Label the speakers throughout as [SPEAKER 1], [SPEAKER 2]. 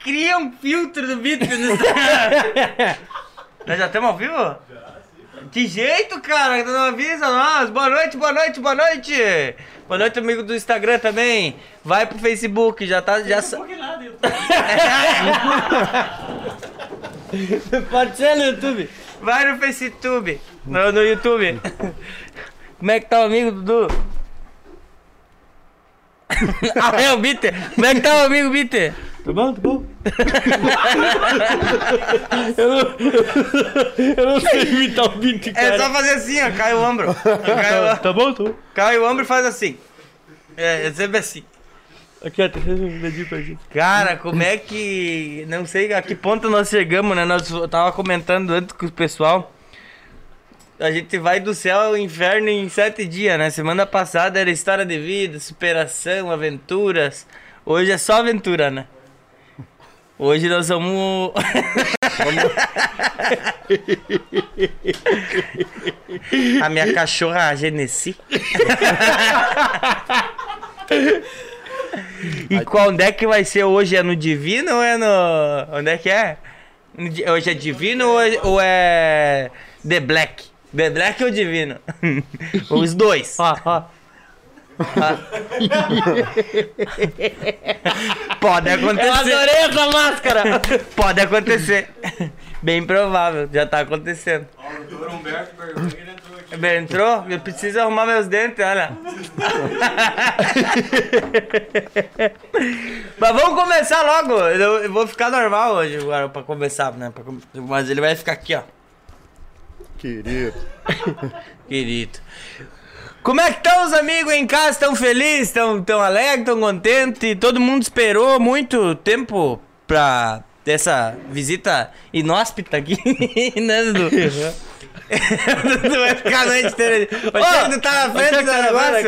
[SPEAKER 1] cria um filtro do Bitcoin no Nós já estamos ao vivo? Que jeito, cara, tu não avisa nós. Boa noite, boa noite, boa noite. Boa noite, amigo do Instagram também. Vai pro Facebook, já tá. Já... sa-
[SPEAKER 2] Pode ser no YouTube.
[SPEAKER 1] Vai no FaceTube. No, no YouTube. Como é que tá o amigo, Dudu? ah, é o Bitter. Como é que tá o amigo, Bitter?
[SPEAKER 2] Tá bom, tá bom. eu, não, eu não sei imitar o Bint, cara.
[SPEAKER 1] É só fazer assim, ó. Cai o ombro. Cai o,
[SPEAKER 2] Tá bom, tá bom.
[SPEAKER 1] cai o ombro e faz assim. É, é sempre assim.
[SPEAKER 2] Aqui, ó, tá fazendo um dedinho pra gente.
[SPEAKER 1] Cara, como é que. Não sei a que ponto nós chegamos, né? Nós eu tava comentando antes com o pessoal. A gente vai do céu ao inferno em sete dias, né? Semana passada era história de vida, superação, aventuras. Hoje é só aventura, né? Hoje nós vamos. a minha cachorra, a Genesi. E qual, onde é que vai ser hoje? É no Divino ou é no. Onde é que é? No Di- Hoje é Divino ou é, ou é The Black? The Black ou Divino? Os dois.
[SPEAKER 2] Ó, ó.
[SPEAKER 1] Pode acontecer.
[SPEAKER 2] Eu adorei essa máscara.
[SPEAKER 1] Pode acontecer. Bem provável, já tá acontecendo.
[SPEAKER 3] O doutor Humberto Bergoglio entrou aqui.
[SPEAKER 1] Bem, entrou? Eu preciso arrumar meus dentes, olha. Mas vamos começar logo. Eu, eu vou ficar normal hoje agora pra começar, né? Pra com- Mas ele vai ficar aqui, ó.
[SPEAKER 4] Querido.
[SPEAKER 1] Querido. Como é que estão os amigos em casa? Estão felizes? Estão tão alegres? Estão contentes? Todo mundo esperou muito tempo pra essa visita inóspita aqui, né, Dudu? Dudu vai ficar a noite inteira. Ô, tu tá na frente do negócio?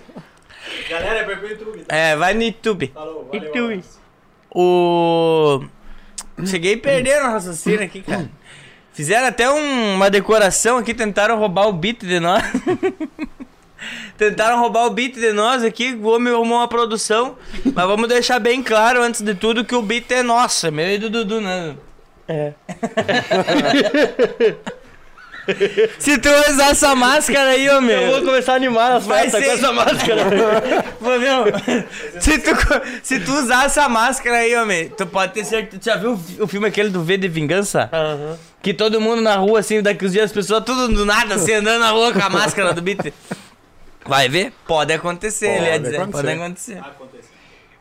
[SPEAKER 3] Galera, é Tá pro YouTube.
[SPEAKER 1] É, vai no YouTube.
[SPEAKER 3] Falou, valeu.
[SPEAKER 1] YouTube. O. Hum. Cheguei perdendo o raciocínio aqui, cara. Fizeram até um- uma decoração aqui, tentaram roubar o beat de nós. tentaram roubar o beat de nós aqui, o homem arrumou uma produção. Mas vamos deixar bem claro, antes de tudo, que o beat é nosso, é meu e do Dudu, né?
[SPEAKER 2] É.
[SPEAKER 1] Se tu usar essa máscara aí, ô meu.
[SPEAKER 2] Eu vou começar a animar as
[SPEAKER 1] Vai
[SPEAKER 2] festas com
[SPEAKER 1] ser-
[SPEAKER 2] essa máscara.
[SPEAKER 1] Pô, meu, se tu, co- se tu usar essa máscara aí, homem, tu pode ter certeza. Tu já viu o fi- o filme aquele do V de Vingança?
[SPEAKER 2] Aham.
[SPEAKER 1] Que todo mundo na rua, assim, daqui uns dias, as pessoas tudo do nada, assim, andando na rua com a máscara do Bitter. Vai ver? Pode acontecer, ele ia
[SPEAKER 4] Pode
[SPEAKER 1] dizer. Pode
[SPEAKER 4] acontecer.
[SPEAKER 1] acontecer.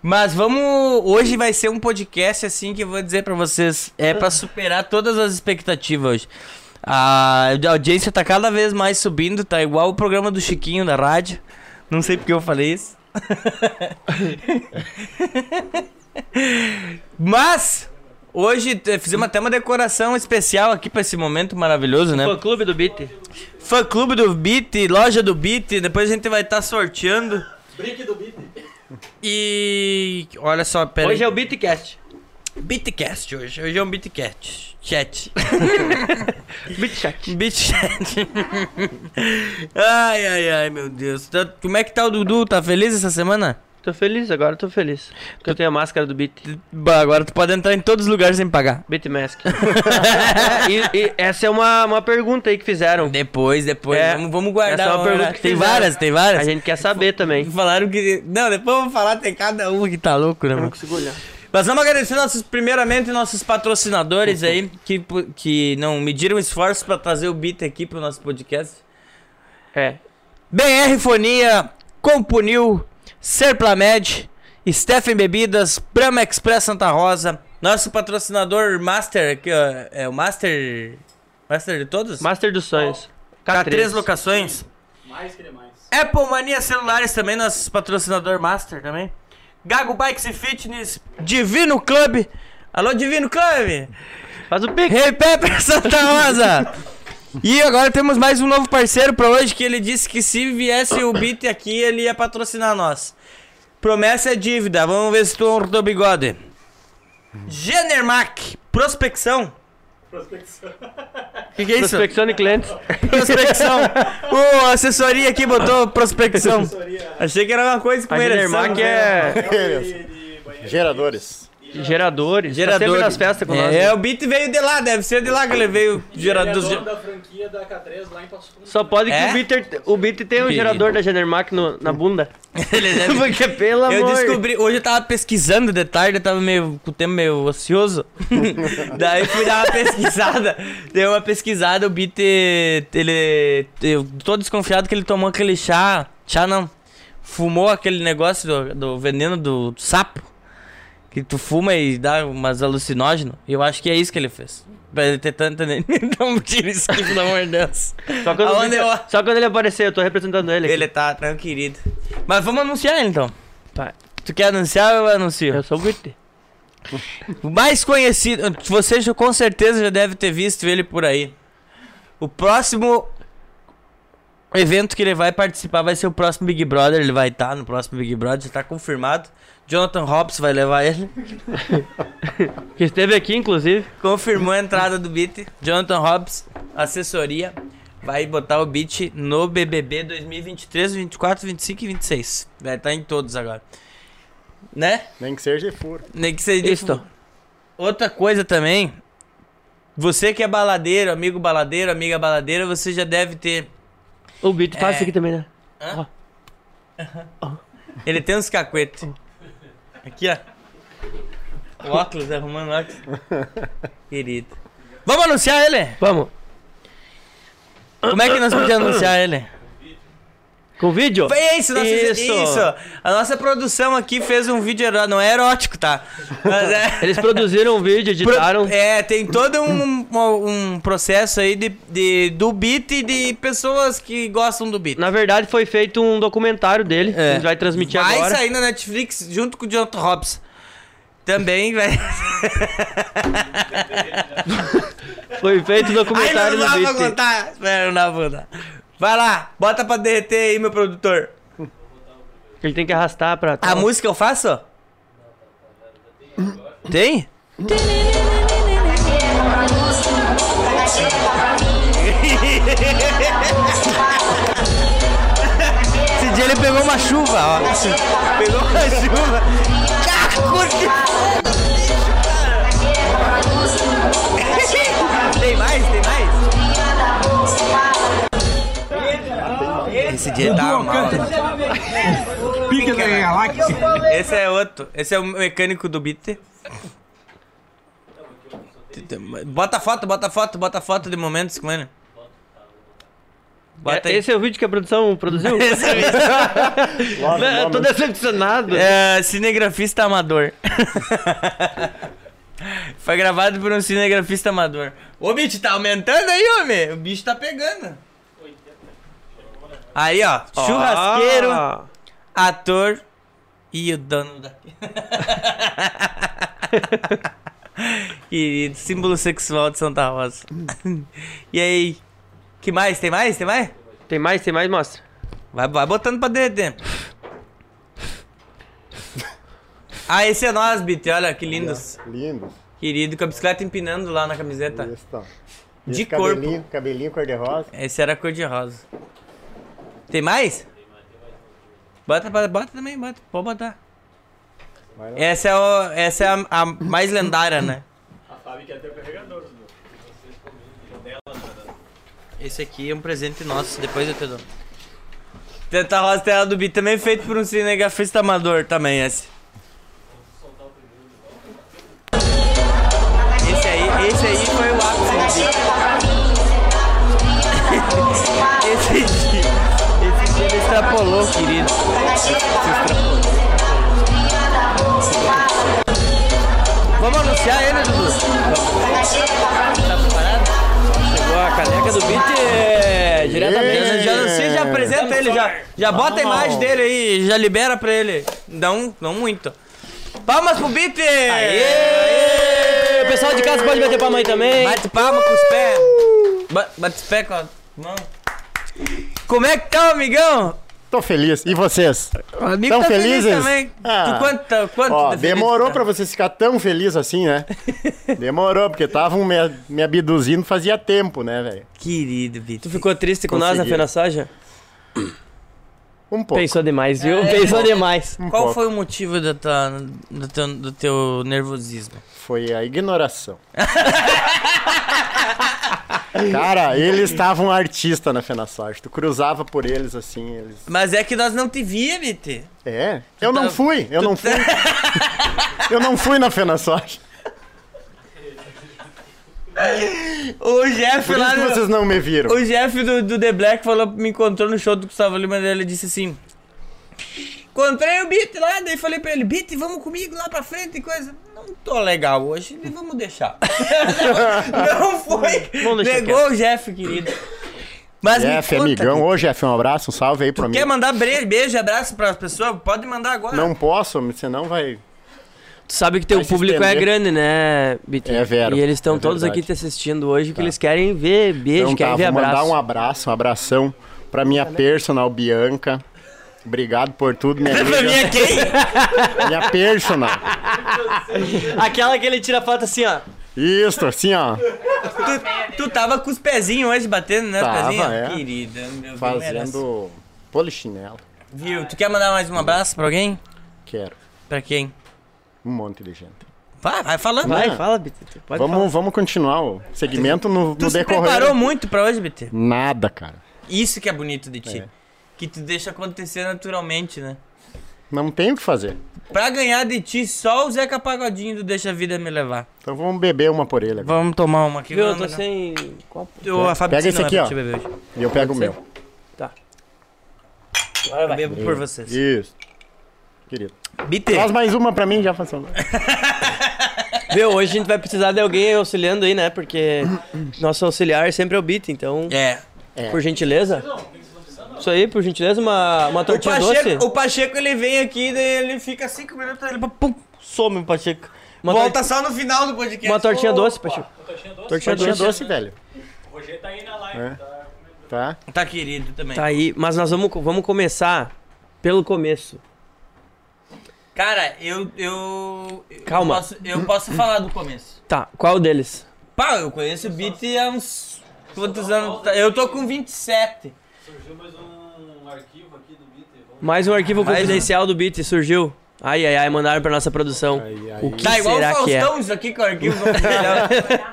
[SPEAKER 1] Mas vamos. Hoje vai ser um podcast, assim, que eu vou dizer pra vocês. É pra superar todas as expectativas hoje. A audiência tá cada vez mais subindo, tá igual o programa do Chiquinho da rádio. Não sei porque eu falei isso. Mas. Hoje eh, fizemos até uma decoração especial aqui pra esse momento maravilhoso, né?
[SPEAKER 2] Fã clube do Beat.
[SPEAKER 1] Fã clube do Beat, loja do Beat, depois a gente vai estar sorteando.
[SPEAKER 3] Brick do Beat.
[SPEAKER 1] E olha só, pera
[SPEAKER 2] Hoje é
[SPEAKER 1] aí.
[SPEAKER 2] o Beatcast.
[SPEAKER 1] é Beatcast hoje. Hoje é um Beatcast. Chat.
[SPEAKER 2] Beatchat.
[SPEAKER 1] Beatchat. ai, ai, ai, meu Deus. Tá- como é que tá o Dudu? Tá feliz essa semana?
[SPEAKER 2] Tô feliz agora, tô feliz. Porque eu tenho a máscara do Beat.
[SPEAKER 1] Bah, agora tu pode entrar em todos os lugares sem pagar.
[SPEAKER 2] Beat Mask. e, e essa é uma, uma pergunta aí que fizeram.
[SPEAKER 1] Depois, depois.
[SPEAKER 2] É,
[SPEAKER 1] vamos, vamos guardar.
[SPEAKER 2] essa é uma
[SPEAKER 1] vamos
[SPEAKER 2] pergunta
[SPEAKER 1] guardar.
[SPEAKER 2] que
[SPEAKER 1] tem
[SPEAKER 2] fizeram.
[SPEAKER 1] várias, tem várias.
[SPEAKER 2] A gente quer saber também.
[SPEAKER 1] Falaram que. Não, depois vamos falar, tem cada uma que tá louco, né, mano?
[SPEAKER 2] consigo olhar.
[SPEAKER 1] Mas vamos agradecer nossos, primeiramente nossos patrocinadores aí, que, pu- que não mediram esforços pra trazer o beat aqui pro nosso podcast.
[SPEAKER 2] É.
[SPEAKER 1] BR Fonia, Compunil, Serplamed, Stephen Bebidas, Brahma Express Santa Rosa, nosso patrocinador Master, aqui, ó, é o Master. Master de todos?
[SPEAKER 2] Master dos Sonhos.
[SPEAKER 1] Tá
[SPEAKER 2] K3.
[SPEAKER 1] três locações.
[SPEAKER 3] Mais que demais.
[SPEAKER 1] Apple Mania Celulares também, nosso patrocinador master também. Gago Bikes e Fitness, Divino Club. Alô, Divino Club!
[SPEAKER 2] Faz o pique.
[SPEAKER 1] Hey Pepper Santa Rosa! E agora temos mais um novo parceiro pra hoje que ele disse que se viesse o Beat aqui, ele ia patrocinar nós. Promessa é dívida, vamos ver se tu honra o bigode. Genermac, prospecção.
[SPEAKER 3] Prospecção.
[SPEAKER 1] O que, que é isso?
[SPEAKER 2] Prospecção de clientes.
[SPEAKER 1] Prospecção. Ô, assessoria aqui botou prospecção.
[SPEAKER 3] Assessoria
[SPEAKER 1] Achei que era uma coisa com né?
[SPEAKER 2] A
[SPEAKER 1] ele.
[SPEAKER 2] Genermac é...
[SPEAKER 3] de, de banheiro.
[SPEAKER 4] Geradores.
[SPEAKER 3] E
[SPEAKER 2] Geradores. Gerador. Tá
[SPEAKER 1] Gerador.
[SPEAKER 2] sempre nas festas com
[SPEAKER 1] é,
[SPEAKER 2] nós. né?
[SPEAKER 1] é, o Beat veio de lá, deve ser de lá que ele veio.
[SPEAKER 3] Ele é
[SPEAKER 1] Gerador.
[SPEAKER 3] dono da franquia da K3 lá em Passo Fundo.
[SPEAKER 2] Só pode que
[SPEAKER 1] É?
[SPEAKER 2] o Bitter, o Bitter tenha um
[SPEAKER 1] Querido.
[SPEAKER 2] gerador da Genermac no- na bunda.
[SPEAKER 1] Ele deve-
[SPEAKER 2] Porque, pelo
[SPEAKER 1] Eu
[SPEAKER 2] amor...
[SPEAKER 1] descobri, hoje eu tava pesquisando de tarde, eu tava meio com o tempo meio ocioso. Daí eu fui dar uma pesquisada. Dei uma pesquisada, o Beat. Ele. Eu tô desconfiado que ele tomou aquele chá. Chá não. Fumou aquele negócio do, do veneno do sapo. Que tu fuma e dá umas alucinógenas. Eu acho que é isso que ele fez. Pra ele ter tanta. Então tira isso aqui, pelo amor de Deus.
[SPEAKER 2] Só quando, o
[SPEAKER 1] Aonde
[SPEAKER 2] Bitter-
[SPEAKER 1] eu-
[SPEAKER 2] só quando ele aparecer, eu tô representando ele. aqui.
[SPEAKER 1] é Ele tá tranquilo. querido. Mas vamos anunciar ele então.
[SPEAKER 2] Tá.
[SPEAKER 1] Tu quer anunciar ou eu anuncio?
[SPEAKER 2] Eu sou o Bitter.
[SPEAKER 1] O mais conhecido, você já- com certeza já deve ter visto ele por aí. O próximo evento que ele vai participar vai ser o próximo Big Brother. Ele vai estar no próximo Big Brother, já tá confirmado. Jonathan Hobbs vai levar ele.
[SPEAKER 2] Que esteve aqui, inclusive.
[SPEAKER 1] Confirmou a entrada do Beat. Jonathan Hobbs, assessoria, vai botar o Beat no BBB 2023, 24, 25 e 26. Vai estar em todos agora. Né?
[SPEAKER 4] Nem que seja furo.
[SPEAKER 1] Nem que seja
[SPEAKER 2] Isto.
[SPEAKER 1] Outra coisa também, você que é baladeiro, amigo baladeiro, amiga baladeira, você já deve ter.
[SPEAKER 2] O Bitter faz
[SPEAKER 1] É.
[SPEAKER 2] isso aqui também, né?
[SPEAKER 1] Ele tem uns cacuetes. Aqui, ó. O óculos, arrumando o óculos. Querido. Vamos anunciar ele?
[SPEAKER 2] Vamos.
[SPEAKER 1] Como é que nós podíamos anunciar ele?
[SPEAKER 2] Com vídeo?
[SPEAKER 1] Foi isso, nossa, isso.
[SPEAKER 2] Isso.
[SPEAKER 1] A nossa produção aqui fez um vídeo eró- não é erótico, tá? Mas é.
[SPEAKER 2] Eles produziram um vídeo, editaram.
[SPEAKER 1] Pro- É, tem todo um, um- um processo aí de, de- do beat e de pessoas que gostam do beat.
[SPEAKER 2] Na verdade, foi feito um documentário dele.
[SPEAKER 5] É.
[SPEAKER 2] que A gente vai transmitir
[SPEAKER 1] É. vai
[SPEAKER 2] agora.
[SPEAKER 1] sair na Netflix junto com o Jonathan Hobbs. Também, velho.
[SPEAKER 2] Foi feito um
[SPEAKER 1] Ai,
[SPEAKER 2] documentário
[SPEAKER 1] não dá pra
[SPEAKER 2] do Bitter.
[SPEAKER 1] contar. Espera, não dá pra contar. Vai lá, bota pra derreter aí, meu produtor.
[SPEAKER 2] Ele tem que arrastar
[SPEAKER 5] Ah,
[SPEAKER 2] pra.
[SPEAKER 1] A música eu faço? Tem? Esse dia ele pegou uma chuva, ó. Pegou uma chuva. Caco de- Tem mais? Tem mais? Esse dia tá mal. né?
[SPEAKER 6] Pica da galáxia.
[SPEAKER 1] Esse é outro. Esse é o mecânico do beat. Bota foto, bota foto, bota foto de momentos com ele. Bota
[SPEAKER 2] É,
[SPEAKER 1] aí.
[SPEAKER 2] Esse é o vídeo que a produção produziu?
[SPEAKER 1] Esse é mesmo.
[SPEAKER 4] Logo,
[SPEAKER 2] Não, Eu tô
[SPEAKER 4] logo.
[SPEAKER 2] decepcionado.
[SPEAKER 1] É, cinegrafista amador. Foi gravado por um cinegrafista amador. Ô, bicho, tá aumentando aí, homem? O bicho tá pegando. Aí, ó. Churrasqueiro,
[SPEAKER 2] Ah,
[SPEAKER 1] ator e o dono da... Querido, símbolo sexual de Santa Rosa. e aí? Que mais? Tem mais? Tem mais?
[SPEAKER 2] Tem mais, tem mais, mostra.
[SPEAKER 1] Vai, vai botando pra derreter. ah, esse é nós, Bit. Olha que lindos.
[SPEAKER 4] Lindo.
[SPEAKER 1] Querido, com a bicicleta empinando lá na camiseta.
[SPEAKER 4] Isso, tá.
[SPEAKER 1] De
[SPEAKER 4] Esse cabelinho, Cabelinho cor-de-rosa.
[SPEAKER 1] Esse era cor de rosa. Tem mais? Bota, bota, bota também, bota. Pode botar.
[SPEAKER 4] Vai lá.
[SPEAKER 1] Essa é, o- essa é a, a mais lendária, né?
[SPEAKER 3] A Fábio quer ter o carregador. né? viu?
[SPEAKER 1] Esse aqui é um presente nosso, depois eu te dou. Tenta rosa tela do Bit também feito por um cinegrafista amador também, esse. Esse aí, esse aí foi o ápice do Beat. Esse dia, esse dia ele extrapolou, querido. Se extrapolou, extrapolou. Vamos anunciar ele, Dudu? Tá preparado?
[SPEAKER 2] Chegou a caneca do Beat
[SPEAKER 1] é, Já, já anuncia, já apresenta ele, já, já bota a imagem dele aí, já libera pra ele. Não, não muito. Palmas pro Bit!
[SPEAKER 2] O pessoal de casa pode bater pra mãe também.
[SPEAKER 1] Bate palma com os pés.
[SPEAKER 4] Uh!
[SPEAKER 1] Ba- Bate os pés com a mão. Como é que tá, amigão?
[SPEAKER 4] Tô feliz. E vocês?
[SPEAKER 1] O amigo tá
[SPEAKER 4] Tão felizes?
[SPEAKER 1] também.
[SPEAKER 4] Ah.
[SPEAKER 1] Tu quanto, tá- quanto
[SPEAKER 4] Ó,
[SPEAKER 1] tá feliz
[SPEAKER 4] demorou
[SPEAKER 1] tá?
[SPEAKER 4] pra vocês ficar tão feliz assim, né? Demorou, porque estavam me, me abduzindo fazia tempo, né, velho?
[SPEAKER 1] Querido, Bit.
[SPEAKER 2] Tu ficou triste com nós na
[SPEAKER 4] Consegui.
[SPEAKER 2] Fena Soja?
[SPEAKER 4] Um pouco.
[SPEAKER 5] Pensou demais, viu?
[SPEAKER 4] É.
[SPEAKER 5] Pensou demais.
[SPEAKER 4] um
[SPEAKER 1] Qual
[SPEAKER 4] pouco.
[SPEAKER 1] foi o motivo da tua- do, teu, do teu nervosismo?
[SPEAKER 4] Foi a ignoração. Cara, eles estavam artista na Fenasorte. Tu cruzava por eles assim, eles.
[SPEAKER 1] Mas é que nós não te via, BT.
[SPEAKER 4] É. Eu não
[SPEAKER 1] tá-
[SPEAKER 4] fui, eu não fui. Eu não fui na Fenasorte.
[SPEAKER 1] O Jeff
[SPEAKER 4] Por isso
[SPEAKER 1] lá.
[SPEAKER 4] que
[SPEAKER 1] no-
[SPEAKER 4] vocês não me viram.
[SPEAKER 1] O Jeff do, do The Black falou, me encontrou no show do Gustavo Lima e ele disse assim. Encontrei o Beat lá, daí falei pra ele, Beat, vamos comigo lá pra frente e coisa. Não tô legal hoje, daí vamos deixar. não, não foi.
[SPEAKER 2] Vamos deixar
[SPEAKER 1] Negou o Jeff, querido. Mas me
[SPEAKER 4] Jeff,
[SPEAKER 1] conta,
[SPEAKER 4] amigão. Ô, Jeff, um abraço, um salve aí pra mim.
[SPEAKER 1] Quer mandar bre- beijo, abraço pras pessoas? Pode mandar agora.
[SPEAKER 4] Não posso, senão vai.
[SPEAKER 5] Tu sabe que teu
[SPEAKER 4] Vai se
[SPEAKER 5] público é
[SPEAKER 4] estender.
[SPEAKER 5] grande, né, Bitinho?
[SPEAKER 4] É, Vero.
[SPEAKER 5] E eles estão
[SPEAKER 4] É
[SPEAKER 5] todos
[SPEAKER 4] verdade. Tá.
[SPEAKER 5] aqui te assistindo hoje, que eles querem ver beijo,
[SPEAKER 4] Então
[SPEAKER 5] querem
[SPEAKER 4] tá,
[SPEAKER 5] ver
[SPEAKER 4] vou
[SPEAKER 5] abraço.
[SPEAKER 4] mandar um abraço, um abração pra minha personal Bianca. Obrigado por tudo, minha
[SPEAKER 1] Pra mim
[SPEAKER 4] amiga.
[SPEAKER 1] é quem?
[SPEAKER 4] Minha personal.
[SPEAKER 5] Aquela que ele tira foto assim, ó.
[SPEAKER 4] Isso, assim, ó.
[SPEAKER 1] Tu, tu tava com os pezinhos hoje batendo, né? os
[SPEAKER 4] Tava,
[SPEAKER 1] pezinhos?
[SPEAKER 4] é.
[SPEAKER 1] Querida, meu Deus.
[SPEAKER 4] Fazendo polichinelo.
[SPEAKER 1] Viu? Tu quer mandar mais um abraço pra alguém?
[SPEAKER 4] Quero.
[SPEAKER 1] Pra quem?
[SPEAKER 4] Um monte de gente.
[SPEAKER 1] Vai, vai falando.
[SPEAKER 5] Vai,
[SPEAKER 4] Ah.
[SPEAKER 5] fala, Bitinho. Pode falar.
[SPEAKER 4] Vamos, vamos continuar o segmento no, no
[SPEAKER 1] Tu se
[SPEAKER 4] decorrer.
[SPEAKER 1] preparou muito pra hoje, BT?
[SPEAKER 4] Nada, cara.
[SPEAKER 1] Isso que é bonito de ti.
[SPEAKER 4] É.
[SPEAKER 1] Que tu deixa acontecer naturalmente, né?
[SPEAKER 4] Não tem o que fazer.
[SPEAKER 1] Pra ganhar de ti, só o Zeca Pagodinho do Deixa a Vida Me Levar.
[SPEAKER 4] Então vamos beber uma por ele agora.
[SPEAKER 1] Vamos tomar uma aqui.
[SPEAKER 5] Viu, eu
[SPEAKER 1] vamos
[SPEAKER 5] tô
[SPEAKER 1] lá.
[SPEAKER 5] sem copo.
[SPEAKER 1] Eu, a Fabi
[SPEAKER 4] Pega
[SPEAKER 1] disse
[SPEAKER 4] esse
[SPEAKER 1] não,
[SPEAKER 4] aqui,
[SPEAKER 1] é pra
[SPEAKER 4] ó.
[SPEAKER 1] te beber hoje.
[SPEAKER 4] E eu pego o meu.
[SPEAKER 5] Tá. Agora
[SPEAKER 1] Eu
[SPEAKER 5] vai.
[SPEAKER 1] bebo por vocês.
[SPEAKER 4] Isso. Querido.
[SPEAKER 1] BT,
[SPEAKER 4] Traz mais uma pra mim, já funcionou.
[SPEAKER 5] Viu, hoje a gente vai precisar de alguém auxiliando aí, né? Porque nosso auxiliar sempre é o Bit, então,
[SPEAKER 1] É.
[SPEAKER 5] por gentileza. Isso aí, por gentileza, uma, uma
[SPEAKER 1] O
[SPEAKER 5] tortinha doce.
[SPEAKER 1] Pacheco, o Pacheco, ele vem aqui, daí ele fica cinco minutos, ele pum, some o Pacheco.
[SPEAKER 5] Uma
[SPEAKER 1] Volta só no final do podcast.
[SPEAKER 5] Uma tortinha doce, Pacheco.
[SPEAKER 3] Coxinha doce.
[SPEAKER 5] Tortinha
[SPEAKER 4] Tinha
[SPEAKER 5] doce.
[SPEAKER 4] doce, velho.
[SPEAKER 3] O Roger tá aí na live,
[SPEAKER 4] É.
[SPEAKER 3] tá?
[SPEAKER 4] Tá?
[SPEAKER 1] Tá querido também.
[SPEAKER 5] Tá aí, mas nós vamos, vamos começar pelo começo.
[SPEAKER 1] Cara, eu. eu eu
[SPEAKER 5] Calma.
[SPEAKER 1] posso- eu posso falar do começo.
[SPEAKER 5] Tá, qual deles?
[SPEAKER 1] Pá, eu conheço o Beat há uns. Quantos anos? tá? Eu tô com 27.
[SPEAKER 3] Surgiu mais um arquivo aqui do Bitter. Vamos
[SPEAKER 5] Mais um arquivo
[SPEAKER 1] Mais um.
[SPEAKER 5] confidencial do Beat surgiu. Ai, ai, ai, mandaram pra nossa produção.
[SPEAKER 4] Aí, aí.
[SPEAKER 5] O que
[SPEAKER 1] Tá igual o
[SPEAKER 5] será que é?
[SPEAKER 1] Faustão, isso aqui com o arquivo. vamos ver.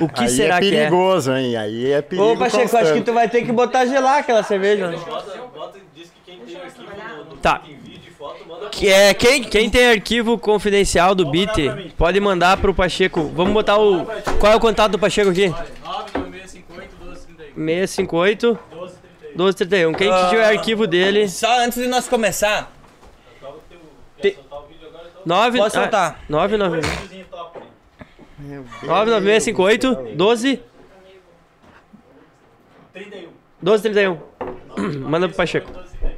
[SPEAKER 5] O que
[SPEAKER 4] aí
[SPEAKER 5] será
[SPEAKER 4] é
[SPEAKER 5] que é?
[SPEAKER 4] perigoso, hein? Aí é perigo.
[SPEAKER 5] Ô, Pacheco, acho que tu vai ter que botar gelar aquela cerveja. né?
[SPEAKER 3] Bota, bota e diz que quem tem o arquivo do, do
[SPEAKER 5] Tá.
[SPEAKER 3] Bitter em vídeo e foto, manda
[SPEAKER 5] Que é, quem, quem tem arquivo confidencial do Beat,
[SPEAKER 3] mandar pra mim.
[SPEAKER 5] pode mandar pro Pacheco. Vamos botar o. Qual é o contato do Pacheco aqui?
[SPEAKER 3] 99658 1231.
[SPEAKER 5] 658
[SPEAKER 3] 1231.
[SPEAKER 5] 1231. Quem que tiver arquivo dele.
[SPEAKER 1] Só antes de nós começar,
[SPEAKER 3] Solta o teu-
[SPEAKER 5] Te-
[SPEAKER 3] Quer soltar o vídeo agora? Então,
[SPEAKER 5] 9
[SPEAKER 1] Posso soltar?
[SPEAKER 5] 996
[SPEAKER 3] vizinho top aí.
[SPEAKER 5] 99658 12
[SPEAKER 3] 31.
[SPEAKER 5] 1231. Manda pro Pacheco.
[SPEAKER 3] 1231.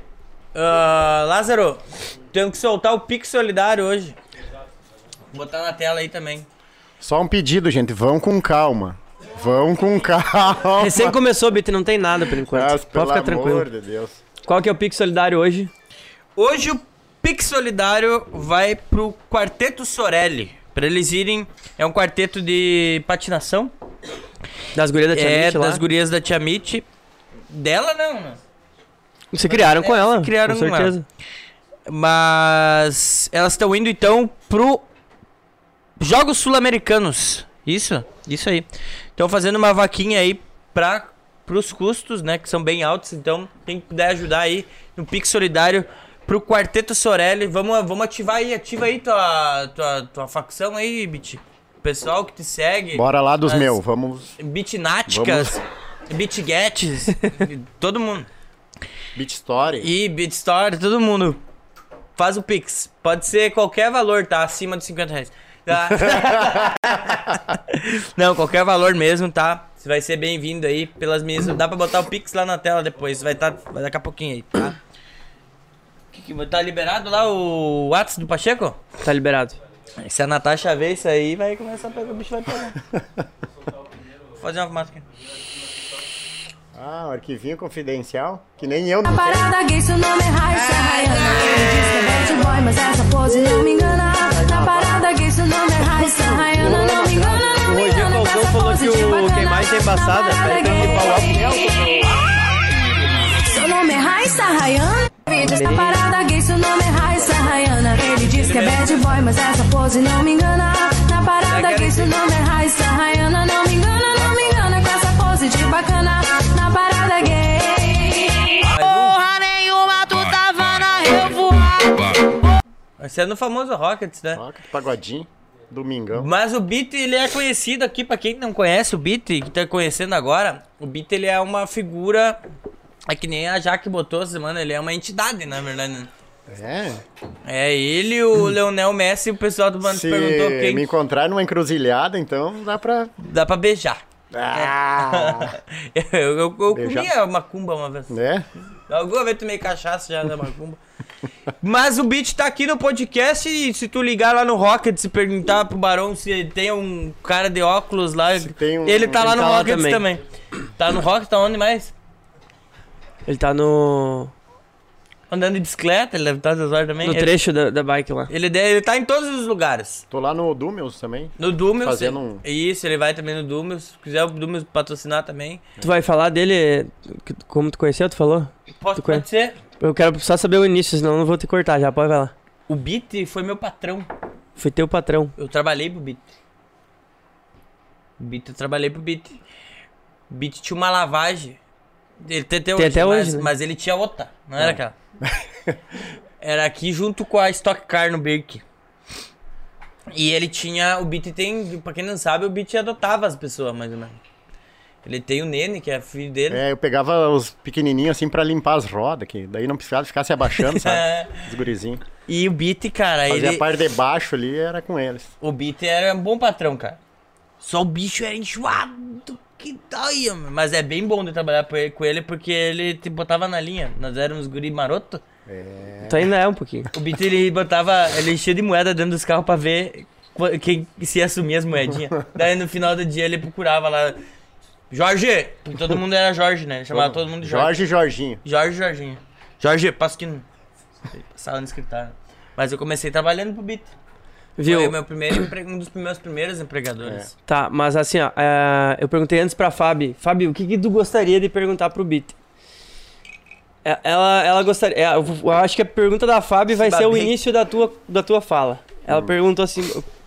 [SPEAKER 1] ah, Lázaro, tenho que soltar o Pix Solidário hoje. Vou botar na tela aí também.
[SPEAKER 4] Só um pedido, gente. Vão com calma. Vão com calma.
[SPEAKER 5] Recém começou, Beat, não tem nada por enquanto.
[SPEAKER 4] Mas,
[SPEAKER 5] pode
[SPEAKER 4] pelo
[SPEAKER 5] ficar
[SPEAKER 4] amor
[SPEAKER 5] tranquilo.
[SPEAKER 4] de Deus.
[SPEAKER 5] Qual que é o Pix Solidário hoje?
[SPEAKER 1] Hoje o Pix Solidário vai pro Quarteto Sorelli. Pra eles irem, é um quarteto de patinação.
[SPEAKER 5] Das gurias da Tia
[SPEAKER 1] é,
[SPEAKER 5] Mitch lá?
[SPEAKER 1] das gurias da Tia Mitch. Dela não, né?
[SPEAKER 5] Se criaram com
[SPEAKER 1] É,
[SPEAKER 5] ela,
[SPEAKER 1] se criaram
[SPEAKER 5] com
[SPEAKER 1] com ela.
[SPEAKER 5] certeza.
[SPEAKER 1] Mas elas estão indo então pro Jogos Sul-Americanos. Isso? Isso aí. Estão fazendo uma vaquinha aí para pros custos, né, que são bem altos, então quem puder ajudar aí no Pix Solidário pro Quarteto Sorelli, vamos, vamos ativar aí, ativa aí tua tua, tua facção aí, Bit. Pessoal que te segue.
[SPEAKER 4] Bora lá dos
[SPEAKER 1] Mas-
[SPEAKER 4] meus. Vamos.
[SPEAKER 1] Bitnáticas, Bitgets, todo mundo.
[SPEAKER 4] Beat Story.
[SPEAKER 1] E BitStore, todo mundo. Faz o Pix. Pode ser qualquer valor, tá? Acima de 50 reais. Tá? Não, qualquer valor mesmo, tá? Você vai ser bem-vindo aí pelas minhas. Dá pra botar o Pix lá na tela depois. Vai estar vai daqui a pouquinho aí, tá? Que que- Tá liberado lá o WhatsApp do Pacheco?
[SPEAKER 5] Tá liberado.
[SPEAKER 1] Se a Natasha ver isso aí, vai começar a pegar. O bicho vai pegar. Vou fazer uma máscara.
[SPEAKER 4] Ah, o arquivinho confidencial. Que nem eu não tenho.
[SPEAKER 7] Parada gay, seu nome é Raíssa Rayana. Ele diz que é bad boy, mas essa pose não me engana. Na parada gay, seu nome é Raíssa Rayana. Não me engana, não me engana.
[SPEAKER 5] O Roger Falcão
[SPEAKER 7] com essa
[SPEAKER 5] falou
[SPEAKER 7] pose
[SPEAKER 5] que
[SPEAKER 7] de
[SPEAKER 5] o
[SPEAKER 7] bacana. é
[SPEAKER 5] quem mais tem é passada,
[SPEAKER 7] Na parada
[SPEAKER 5] peraí, peraí,
[SPEAKER 7] gay.
[SPEAKER 5] pau,
[SPEAKER 7] Seu nome é Raíssa Rayana. Não me Na parada gay, seu nome é Raíssa Rayana. Ele diz que é bad boy, mas essa pose não me engana. Na parada gay, seu nome é Raíssa Rayana. Não me engana, não me engana com essa pose de bacana. Na parada gay.
[SPEAKER 8] Porra nenhuma, tu tava na revoada.
[SPEAKER 1] Esse é no famoso Rockets, né?
[SPEAKER 4] Toca de pagodinho, domingão.
[SPEAKER 1] Mas o Beat, ele é conhecido aqui, pra quem não conhece o Beat, que tá conhecendo agora, o Beat, ele é uma figura, é que nem a Jaque botou essa semana, ele é uma entidade, na verdade, né?
[SPEAKER 4] É.
[SPEAKER 1] É ele, o Leonel Messi e o pessoal do Bando
[SPEAKER 4] Se
[SPEAKER 1] perguntou quem
[SPEAKER 4] me encontrar numa encruzilhada, então dá pra.
[SPEAKER 1] dá pra beijar.
[SPEAKER 4] Ah!
[SPEAKER 1] Eu, eu, eu
[SPEAKER 4] Beijar.
[SPEAKER 1] comia macumba uma vez.
[SPEAKER 4] né?
[SPEAKER 1] Alguma vez tomei cachaça já da macumba. Mas o Beat tá aqui no podcast e se tu ligar lá no Rockets e perguntar pro Barão se tem um cara de óculos lá,
[SPEAKER 4] tem um-
[SPEAKER 1] ele tá lá
[SPEAKER 5] ele
[SPEAKER 1] no
[SPEAKER 5] tá lá
[SPEAKER 1] Rockets também. Tá no Rockets, tá onde mais?
[SPEAKER 5] Ele tá no.
[SPEAKER 1] Andando de bicicleta, ele deve estar nessas horas também.
[SPEAKER 5] No
[SPEAKER 1] ele,
[SPEAKER 5] trecho da, da bike lá.
[SPEAKER 1] ele, deve- ele tá em todos os lugares.
[SPEAKER 4] Tô lá no Dumels também.
[SPEAKER 1] No Dumels.
[SPEAKER 4] Fazendo um-
[SPEAKER 1] Isso, ele vai também no Dumels. Se quiser o Dumels patrocinar também.
[SPEAKER 5] Tu vai falar dele que- como tu conheceu, tu falou?
[SPEAKER 1] Pode,
[SPEAKER 5] Tu conhece?
[SPEAKER 1] pode ser.
[SPEAKER 5] Eu quero só saber o início, senão eu não vou te cortar já. Pode vai lá.
[SPEAKER 1] O Beat foi meu patrão.
[SPEAKER 5] Foi teu patrão.
[SPEAKER 1] Eu trabalhei pro Beat. Beat, eu trabalhei pro Beat. Beat tinha uma lavagem. Ele tem até hoje,
[SPEAKER 5] até
[SPEAKER 1] mas,
[SPEAKER 5] hoje, né?
[SPEAKER 1] mas ele tinha outra, não era aquela. era aqui junto com a Stock Car no Birk. E ele tinha. O Beat tem. Pra quem não sabe, o Beat adotava as pessoas, mais ou menos. Ele tem o Nene, que é filho dele.
[SPEAKER 4] É, eu pegava os pequenininhos assim pra limpar as rodas, que daí não precisava ficar se abaixando,
[SPEAKER 5] É.
[SPEAKER 4] sabe? Os gurizinhos.
[SPEAKER 1] E o Beat, cara,
[SPEAKER 4] Fazia
[SPEAKER 1] ele.
[SPEAKER 4] a parte de baixo ali, era com eles.
[SPEAKER 1] O Beat era um bom patrão, cara. Só o bicho era enjoado. Que dóia, meu. Mas é bem bom de trabalhar por ele- com ele porque ele te botava na linha. Nós éramos guri maroto.
[SPEAKER 5] Tu ainda é um pouquinho.
[SPEAKER 1] O Beat ele botava. Ele enchia de moeda dentro dos carros pra ver qu- quem se assumia as moedinhas. Daí no final do dia ele procurava lá. Jorge! Porque todo mundo era Jorge, né? Ele chamava todo mundo de Jorge.
[SPEAKER 4] Jorge e Jorginho.
[SPEAKER 1] Jorge Jorginho. Jorge, passa aqui no. Passava no escritório. Mas eu comecei trabalhando pro Beat.
[SPEAKER 5] Viu?
[SPEAKER 1] Foi o meu primeiro, empre- um dos meus primeiros empregadores.
[SPEAKER 5] Tá, mas assim, ó, é, eu perguntei antes pra Fabi. Fabi, o que, que tu gostaria de perguntar pro Beat? É, Ela, ela gostaria. é, eu vou- eu acho que a pergunta da Fabi vai ser o
[SPEAKER 1] babei.
[SPEAKER 5] início da tua, da tua fala. Ela perguntou assim: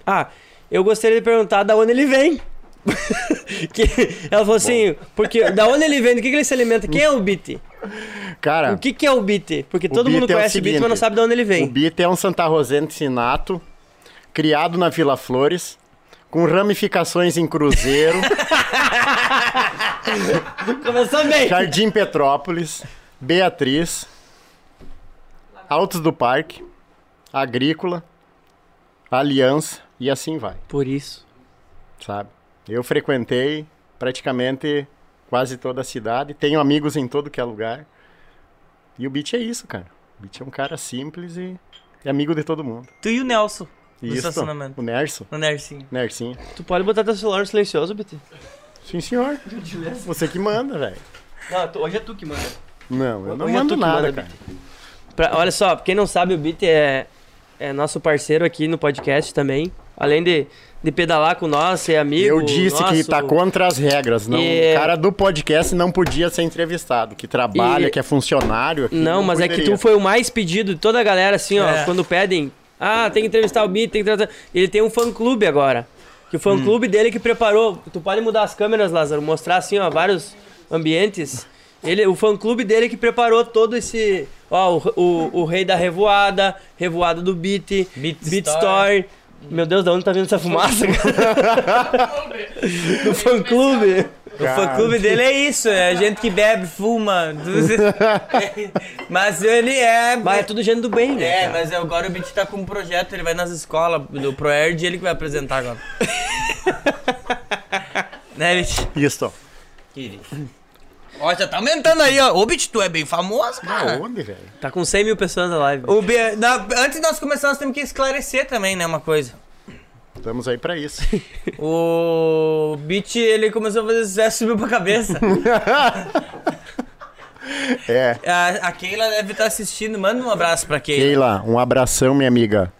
[SPEAKER 5] Ah, eu gostaria de perguntar da onde ele vem. Que- ela falou assim: porque da onde ele vem, do que, que ele se alimenta? Quem é o Beat?
[SPEAKER 4] Cara,
[SPEAKER 5] O que, que é o Beat? Porque todo
[SPEAKER 4] Beat
[SPEAKER 5] mundo
[SPEAKER 4] é o
[SPEAKER 5] conhece o Beat,
[SPEAKER 4] seguinte,
[SPEAKER 5] mas não sabe de onde ele
[SPEAKER 4] o
[SPEAKER 5] vem.
[SPEAKER 4] Bita é um Santa Rosente sinato, criado na Vila Flores, com ramificações em Cruzeiro,
[SPEAKER 5] Começou bem!
[SPEAKER 4] Jardim Petrópolis, Beatriz, Altos do Parque, Agrícola, Aliança e assim vai,
[SPEAKER 5] Por isso.
[SPEAKER 4] sabe? Eu frequentei praticamente quase toda a cidade, tenho amigos em todo que é lugar. E o Beat é isso, cara. O Beat é um cara simples e é amigo de todo mundo.
[SPEAKER 1] Tu e o Nelson. No
[SPEAKER 4] Isso,
[SPEAKER 1] estacionamento.
[SPEAKER 4] o Nerson.
[SPEAKER 1] No Nercinho.
[SPEAKER 4] Nersinho.
[SPEAKER 5] Tu pode botar teu celular no silencioso, Beat?
[SPEAKER 4] Sim, senhor. Você que manda, velho.
[SPEAKER 5] Não, hoje é tu que manda.
[SPEAKER 4] Não, eu não
[SPEAKER 5] Hoje é tu
[SPEAKER 4] mando
[SPEAKER 5] que
[SPEAKER 4] nada,
[SPEAKER 5] manda,
[SPEAKER 4] cara.
[SPEAKER 5] Pra- olha só, pra quem não sabe, o Beat é, é nosso parceiro aqui no podcast também. Além de, de pedalar com nós, ser amigo.
[SPEAKER 4] Eu disse que
[SPEAKER 5] nosso. É.
[SPEAKER 4] tá contra as regras. Não,
[SPEAKER 5] E-
[SPEAKER 4] O cara do podcast não podia ser entrevistado. Que trabalha,
[SPEAKER 5] E-
[SPEAKER 4] que é funcionário. Aqui,
[SPEAKER 5] Não, mas é que
[SPEAKER 4] poderia.
[SPEAKER 5] tu foi o mais pedido de toda a galera, assim, ó.
[SPEAKER 1] É.
[SPEAKER 5] Quando pedem, ah, tem que entrevistar o Beat, tem que entrevistar. Ele tem um fã-clube agora. Que o fã-clube
[SPEAKER 1] Hum.
[SPEAKER 5] dele que preparou. Tu pode mudar as câmeras, Lázaro, mostrar, assim, ó, vários ambientes. Ele, o fã-clube dele que preparou todo esse. Ó, o, o, o Rei da Revoada, Revoada do Beat,
[SPEAKER 1] Beat
[SPEAKER 5] Beat
[SPEAKER 1] Store.
[SPEAKER 5] Store. Meu Deus, da onde tá vindo essa fumaça, cara? Do fã-clube.
[SPEAKER 1] O fã clube dele é isso, é gente que bebe, fuma. tudo- mas ele é.
[SPEAKER 5] Mas é tudo gente do bem, né?
[SPEAKER 1] É,
[SPEAKER 5] cara?
[SPEAKER 1] mas agora o Bit tá com um projeto, ele vai nas escolas do ProErd e ele que vai apresentar agora. né, Bit?
[SPEAKER 4] Isso, ó.
[SPEAKER 1] Ó, já tá aumentando aí, ó. Ô, Bit, tu é bem famoso, cara.
[SPEAKER 4] Aonde, Ah, velho?
[SPEAKER 5] Tá com 100 mil pessoas na live.
[SPEAKER 1] O Be- na- Antes de nós começarmos, temos que esclarecer também, né, uma coisa.
[SPEAKER 4] Estamos aí pra isso.
[SPEAKER 1] O Bit, ele começou a fazer sucesso, subiu pra cabeça.
[SPEAKER 4] É.
[SPEAKER 1] A, a Keila deve estar assistindo. Manda um abraço pra Keila.
[SPEAKER 4] Keila, um abração, minha amiga.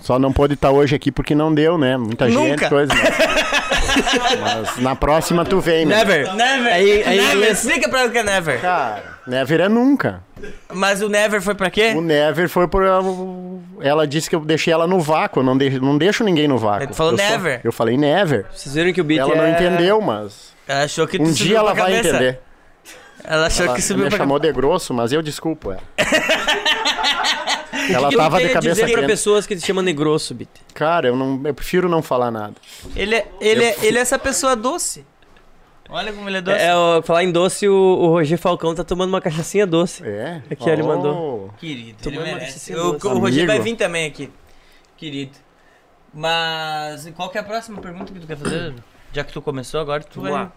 [SPEAKER 4] Só não pôde estar hoje aqui porque não deu, né? Muita gente,
[SPEAKER 1] Nunca.
[SPEAKER 4] coisa. Mas, mas na próxima tu vem, né?
[SPEAKER 5] Never.
[SPEAKER 1] Never.
[SPEAKER 5] Aí- aí-
[SPEAKER 1] never.
[SPEAKER 5] aí-
[SPEAKER 1] Explica pra ela que é never.
[SPEAKER 4] Cara, never é nunca.
[SPEAKER 1] Mas o never foi pra quê?
[SPEAKER 4] O never foi por. Ela disse que eu deixei ela no vácuo. eu Não, de... não deixo ninguém no vácuo.
[SPEAKER 1] Tu falou
[SPEAKER 4] Eu só-
[SPEAKER 1] never.
[SPEAKER 4] Eu falei never.
[SPEAKER 5] Vocês viram que o beat
[SPEAKER 4] Ela
[SPEAKER 5] é...
[SPEAKER 4] não entendeu, mas.
[SPEAKER 1] Ela achou que tu
[SPEAKER 4] Um
[SPEAKER 1] subiu
[SPEAKER 4] dia ela
[SPEAKER 1] pra
[SPEAKER 4] vai
[SPEAKER 1] cabeça.
[SPEAKER 4] entender.
[SPEAKER 1] Ela achou
[SPEAKER 4] Ela
[SPEAKER 1] que subiu
[SPEAKER 4] me
[SPEAKER 1] pra
[SPEAKER 4] chamou de grosso, mas eu desculpo ela. ela
[SPEAKER 5] que tu
[SPEAKER 4] tava de
[SPEAKER 5] tem a
[SPEAKER 4] cabeça
[SPEAKER 5] dizer pra
[SPEAKER 4] quente.
[SPEAKER 5] pessoas que te chamam de grosso, Bit?
[SPEAKER 4] Cara, eu, não, eu prefiro não falar nada.
[SPEAKER 1] cabeça. Ele, é- ele, é- ele é essa pessoa doce. Olha como ele é doce.
[SPEAKER 5] É, o- falar em doce, o, o Roger Falcão tá tomando uma cachaçinha doce.
[SPEAKER 4] É.
[SPEAKER 5] Aqui ele
[SPEAKER 4] Oh.
[SPEAKER 5] mandou.
[SPEAKER 1] Querido,
[SPEAKER 5] Tomando
[SPEAKER 1] ele
[SPEAKER 5] uma
[SPEAKER 1] merece.
[SPEAKER 5] decisão
[SPEAKER 1] O,
[SPEAKER 5] doce.
[SPEAKER 1] o Roger
[SPEAKER 4] Amigo.
[SPEAKER 1] vai vir também aqui. Querido. Mas qual que é a próxima pergunta que tu quer fazer? Já que tu começou agora, tu
[SPEAKER 5] Vamos
[SPEAKER 1] vai.
[SPEAKER 5] lá.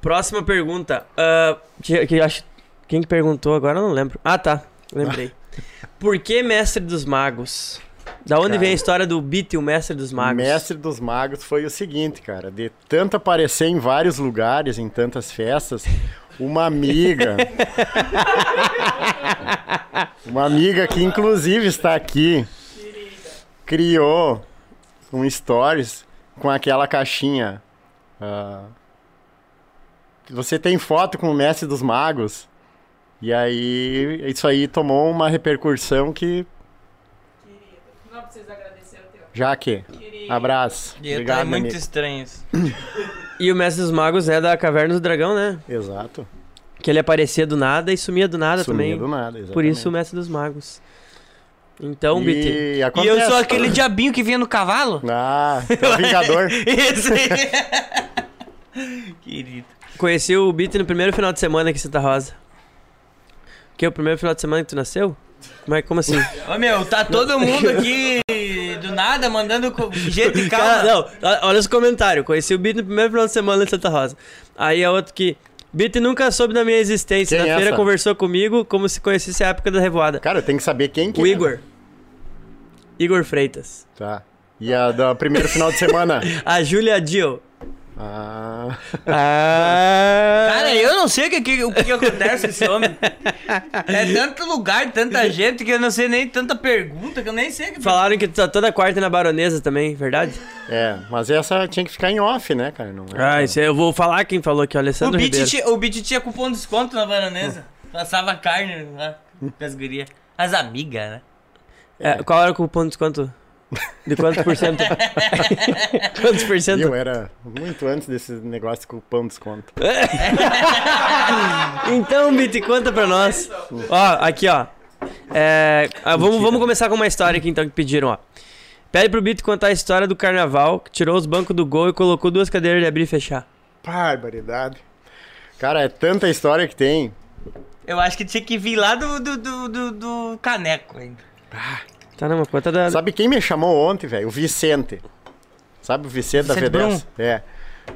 [SPEAKER 5] Próxima pergunta. Ah, que, que eu acho, quem que perguntou agora eu não lembro. Ah, tá. Lembrei. Por que Mestre dos Magos? Da onde vem a história do Beat, o Mestre dos
[SPEAKER 4] O
[SPEAKER 5] Magos?
[SPEAKER 4] mestre dos magos foi o seguinte, cara. De tanto aparecer em vários lugares, em tantas festas, uma amiga. uma amiga que, inclusive, está aqui. Criou um stories com aquela caixinha. ah, você tem foto com o mestre dos magos? E aí, isso aí tomou uma repercussão que. Já que. Abraço.
[SPEAKER 1] E
[SPEAKER 4] Obrigado,
[SPEAKER 1] tá muito
[SPEAKER 4] amigo.
[SPEAKER 1] estranho isso.
[SPEAKER 5] E o Mestre dos Magos é da Caverna do Dragão, né?
[SPEAKER 4] Exato.
[SPEAKER 5] Que ele aparecia do nada e sumia do nada
[SPEAKER 4] Sumia
[SPEAKER 5] também.
[SPEAKER 4] do nada, exatamente.
[SPEAKER 5] Por isso o Mestre dos Magos. Então, BT.
[SPEAKER 4] E,
[SPEAKER 1] E
[SPEAKER 4] acontece.
[SPEAKER 1] eu sou aquele diabinho que vinha no cavalo?
[SPEAKER 4] Ah, é o Vingador.
[SPEAKER 1] Esse aí. Querido.
[SPEAKER 5] Conheci o Beat no primeiro final de semana aqui em Santa Rosa. Que é o primeiro final de semana que tu nasceu? Como, é, como assim?
[SPEAKER 1] Ô meu, tá todo mundo aqui do nada mandando co- gente
[SPEAKER 5] Cara,
[SPEAKER 1] calma.
[SPEAKER 5] não, o- olha os comentários. Conheci o Beat no primeiro final de semana em Santa Rosa. Aí é outro que. Beat nunca soube da minha existência.
[SPEAKER 4] Quem
[SPEAKER 5] Na
[SPEAKER 4] é
[SPEAKER 5] feira
[SPEAKER 4] essa?
[SPEAKER 5] conversou comigo como se conhecesse a época da revoada.
[SPEAKER 4] Cara, eu tenho que saber quem que
[SPEAKER 5] O
[SPEAKER 4] é.
[SPEAKER 5] Igor. Igor Freitas.
[SPEAKER 4] Tá. E a do primeiro final de semana.
[SPEAKER 5] A Julia Dio.
[SPEAKER 4] Ah,
[SPEAKER 5] Ah.
[SPEAKER 1] Cara, eu não sei o que, que- o que, que acontece com esse homem. É tanto lugar, tanta gente, que eu não sei nem tanta pergunta, que eu nem sei o que
[SPEAKER 5] Falaram que tu tá toda quarta na Baronesa também, verdade?
[SPEAKER 4] é, mas essa tinha que ficar em off, né, cara? Não é.
[SPEAKER 5] Ah, isso aí eu vou falar quem falou aqui, o
[SPEAKER 1] O
[SPEAKER 5] Alessandro
[SPEAKER 1] Beat,
[SPEAKER 5] Ribeiro.
[SPEAKER 1] tinha, o Beat tinha cupom de desconto na baronesa. Passava carne lá com as gurias. As amigas, né?
[SPEAKER 5] É, qual era o cupom de desconto? De quantos por cento? quantos por cento?
[SPEAKER 4] Eu era muito antes desse negócio com o pão desconto.
[SPEAKER 5] Então, Bit, conta pra nós. Ó, aqui, ó. É, ah, vamos, vamos começar com uma história aqui, então, que pediram, ó. Pede pro Bito contar a história do carnaval, que tirou os bancos do gol e colocou duas cadeiras de abrir e fechar.
[SPEAKER 4] Barbaridade. Cara, é tanta história que tem.
[SPEAKER 1] Eu acho que tinha que vir lá do, do, do, do- do caneco ainda.
[SPEAKER 5] Tá, não, mas conta da...
[SPEAKER 4] Sabe quem me chamou ontem, velho? O Vicente. Sabe o Vicente,
[SPEAKER 1] Vicente
[SPEAKER 4] da V10? É.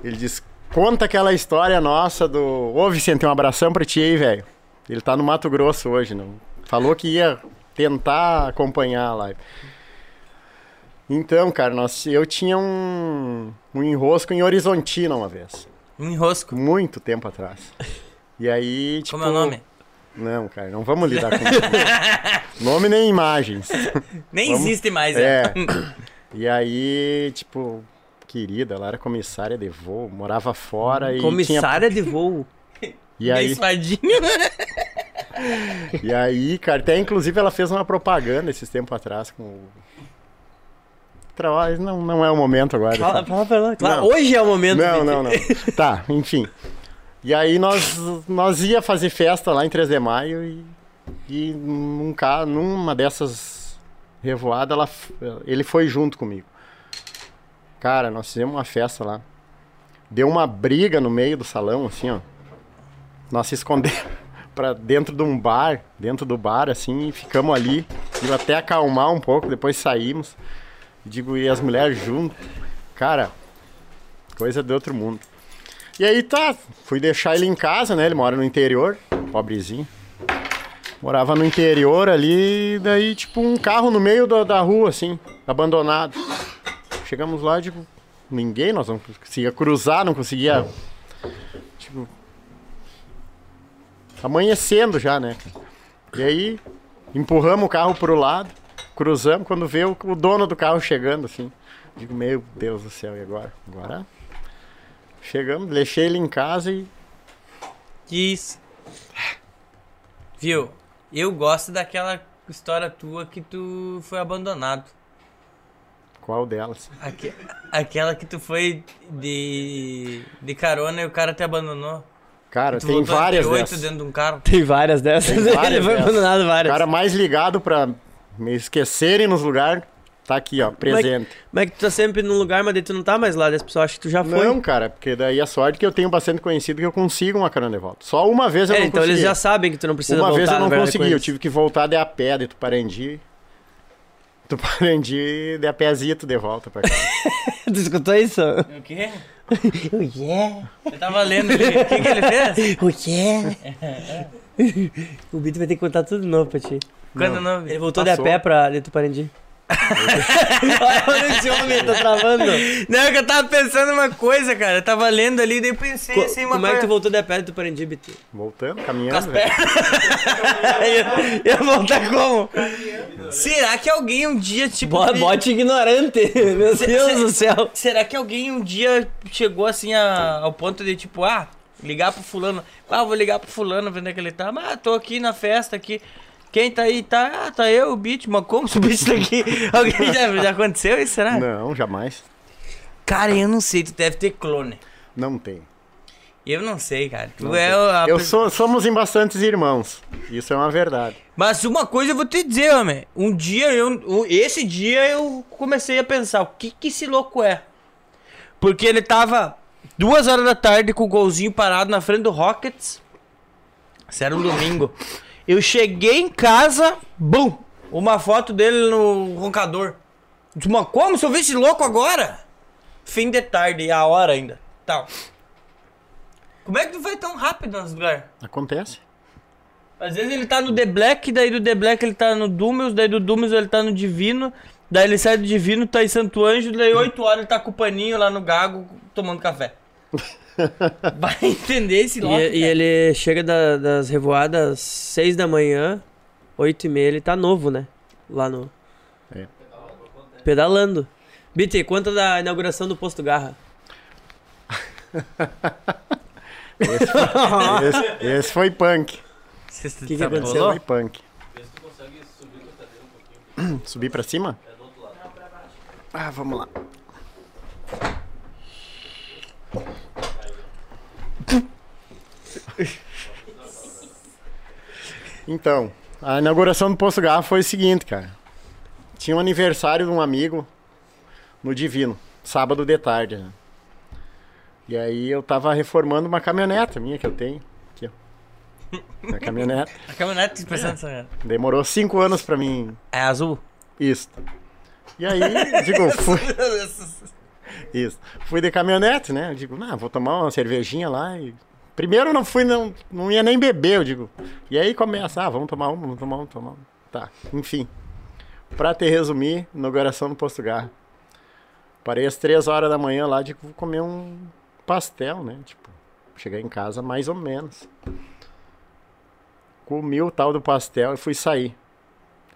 [SPEAKER 4] Ele diz: conta aquela história nossa do. Ô, Vicente, um abração pra ti aí, velho. Ele tá no Mato Grosso hoje, não. Falou que ia tentar acompanhar a live. Então, cara, nós, eu tinha um, um enrosco em Horizontina uma vez.
[SPEAKER 1] Um enrosco.
[SPEAKER 4] Muito tempo atrás. E aí, tipo.
[SPEAKER 1] Como é o nome?
[SPEAKER 4] Não, cara, não vamos lidar com isso. nome nem imagens.
[SPEAKER 1] Nem
[SPEAKER 4] Vamos-
[SPEAKER 1] existe mais,
[SPEAKER 4] É.
[SPEAKER 1] é.
[SPEAKER 4] E aí, tipo, querida, ela era comissária de voo, morava fora e
[SPEAKER 5] Comissária de voo.
[SPEAKER 4] tinha... E aí,
[SPEAKER 1] Espadinho.
[SPEAKER 4] e aí, cara, até inclusive ela fez uma propaganda esses tempos atrás com o... Trabalho, não, não é o momento agora.
[SPEAKER 5] Fala, fala pra lá. Claro,
[SPEAKER 4] Não.
[SPEAKER 5] hoje é o momento,
[SPEAKER 4] Não,
[SPEAKER 5] Bit.
[SPEAKER 4] não, não. Tá, enfim. E aí nós, nós ia fazer festa lá em 3 de maio e, e num ca- numa dessas revoadas ela f- ele foi junto comigo. Cara, nós fizemos uma festa lá. Deu uma briga no meio do salão, assim, ó. Nós se escondemos pra dentro de um bar, dentro do bar, assim, e ficamos ali. E até acalmar um pouco, depois saímos. Digo, e as mulheres junto. Cara, Coisa de outro mundo. E aí tá, fui deixar ele em casa, né? Ele mora no interior, pobrezinho. Morava no interior ali, daí tipo um carro no meio da, da rua, assim, abandonado. Chegamos lá, tipo, ninguém, nós não conseguia cruzar, não conseguia. Tipo. Amanhecendo já, né? E aí empurramos o carro pro lado. cruzamos, quando vê o, o dono do carro chegando, assim. Digo, meu Deus do céu, e agora? Agora? Chegamos, deixei ele em casa e.
[SPEAKER 5] Quis. Viu? Eu gosto daquela história tua que tu foi abandonado.
[SPEAKER 4] Qual delas?
[SPEAKER 5] Aque- aquela que tu foi de, de carona e o cara te abandonou.
[SPEAKER 4] Cara,
[SPEAKER 5] Tu
[SPEAKER 4] tem
[SPEAKER 5] voltou
[SPEAKER 4] várias
[SPEAKER 5] entre
[SPEAKER 4] dessas.
[SPEAKER 5] oito dentro de um carro.
[SPEAKER 2] Tem várias dessas.
[SPEAKER 4] Tem várias
[SPEAKER 5] Ele foi
[SPEAKER 4] dessas.
[SPEAKER 5] abandonado
[SPEAKER 4] O
[SPEAKER 5] várias.
[SPEAKER 4] cara mais ligado pra me esquecerem nos lugares, tá aqui, ó, presente.
[SPEAKER 5] Como é que tu tá sempre num lugar, mas daí tu não tá mais lá, daí as pessoas acham que tu já foi.
[SPEAKER 4] Não, cara, porque daí a sorte é que eu tenho bastante conhecido que eu consigo uma carona de volta. Só uma vez eu
[SPEAKER 5] é,
[SPEAKER 4] não
[SPEAKER 5] então
[SPEAKER 4] consegui.
[SPEAKER 5] eles já sabem que tu não precisa
[SPEAKER 4] uma
[SPEAKER 5] voltar.
[SPEAKER 4] vez eu
[SPEAKER 5] na
[SPEAKER 4] não
[SPEAKER 5] verdade,
[SPEAKER 4] consegui,
[SPEAKER 5] com
[SPEAKER 4] eu
[SPEAKER 5] eles.
[SPEAKER 4] tive que voltar de a pé de Tuparendi. Tuparendi de a pézito de volta pra cá.
[SPEAKER 2] Tu escutou isso?
[SPEAKER 5] O quê? Eu tava lendo ali. O que, que ele fez?
[SPEAKER 2] O quê?
[SPEAKER 5] O Bito vai ter que contar tudo de novo pra ti.
[SPEAKER 1] Quando não.
[SPEAKER 5] Ele voltou
[SPEAKER 4] Passou.
[SPEAKER 5] de a pé pra Leto Parendi. Olha esse homem, tá travando.
[SPEAKER 1] Não, é que eu tava pensando uma coisa, cara. Eu tava lendo ali, daí eu pensei assim, uma
[SPEAKER 5] Como é que tu
[SPEAKER 1] coisa.
[SPEAKER 5] voltou de a pé de Tuparendi, Bito?
[SPEAKER 4] Voltando, caminhando. né? velho.
[SPEAKER 1] eu, eu voltar como? Será que alguém um dia, tipo.
[SPEAKER 5] Bo-
[SPEAKER 1] que-
[SPEAKER 5] Bote é ignorante, meu Deus do céu.
[SPEAKER 1] Será que alguém um dia chegou assim a- ao ponto de tipo, ah, ligar pro fulano. Ah, vou ligar pro fulano, vendo que ele tá. Ah, tô aqui na festa aqui. Quem tá aí? Tá, ah, tá eu, o Beat, mas como se o Beat tá aqui? Alguém já, já aconteceu isso, será?
[SPEAKER 4] Não, jamais.
[SPEAKER 1] Cara, eu não sei, tu deve ter clone.
[SPEAKER 4] Não tem.
[SPEAKER 1] Eu não sei, cara. Tu é a
[SPEAKER 5] Ah,
[SPEAKER 4] Eu
[SPEAKER 1] pe-
[SPEAKER 4] sou, somos em bastantes irmãos. Isso é uma verdade.
[SPEAKER 1] Mas uma coisa eu vou te dizer, homem. Um dia eu. um- Esse dia eu comecei a pensar, o que que esse louco é? Porque ele tava duas horas da tarde com o golzinho parado na frente do Rockets. Isso era um domingo. Eu cheguei em casa, bum! Uma foto dele no roncador. Eu disse, Mas como? Se eu vi esse louco agora? Fim de tarde, a hora ainda. Tal. Como é que tu vai tão rápido nos lugares?
[SPEAKER 4] Acontece.
[SPEAKER 1] Às vezes ele tá no The Black, daí do The Black ele tá no Dumius, daí do Dumius ele tá no Divino, daí ele sai do Divino, tá em Santo Anjo, daí 8 horas ele tá com o paninho lá no Gago tomando café. Vai entender esse
[SPEAKER 5] E,
[SPEAKER 1] louco,
[SPEAKER 5] e
[SPEAKER 1] cara.
[SPEAKER 5] ele chega da- das revoadas 6 da manhã, 8 e meia, ele tá novo, né? Lá no.
[SPEAKER 4] É.
[SPEAKER 5] Pedalando. BT, conta da inauguração do posto Garra.
[SPEAKER 4] Esse, esse foi punk.
[SPEAKER 1] Cês-
[SPEAKER 5] que que
[SPEAKER 1] tá
[SPEAKER 5] aconteceu?
[SPEAKER 1] bom?
[SPEAKER 4] Foi punk. Subir pra cima? um Ah, vamos lá. Então, a inauguração do Posto Garra foi o seguinte, cara. Tinha um aniversário de um amigo no Divino, sábado de tarde. né? E aí eu tava reformando uma caminhoneta minha que eu tenho. Aqui, ó. Minha caminhoneta.
[SPEAKER 1] A caminhonete pensando nessa-
[SPEAKER 4] Demorou cinco anos pra mim
[SPEAKER 1] É azul?
[SPEAKER 4] isso. E aí, digo, fui. Isso. Fui de caminhonete, né? Eu digo, não, vou tomar uma cervejinha lá e. Primeiro eu não fui, não, não ia nem beber, eu digo. E aí começa, ah, vamos tomar uma, vamos tomar uma, tomar uma. Tá, enfim. Pra te resumir, inauguração do Posto Garra. Parei às três horas da manhã lá, digo, vou comer um pastel, né? Tipo, cheguei em casa mais ou menos. Comi o tal do pastel e fui sair.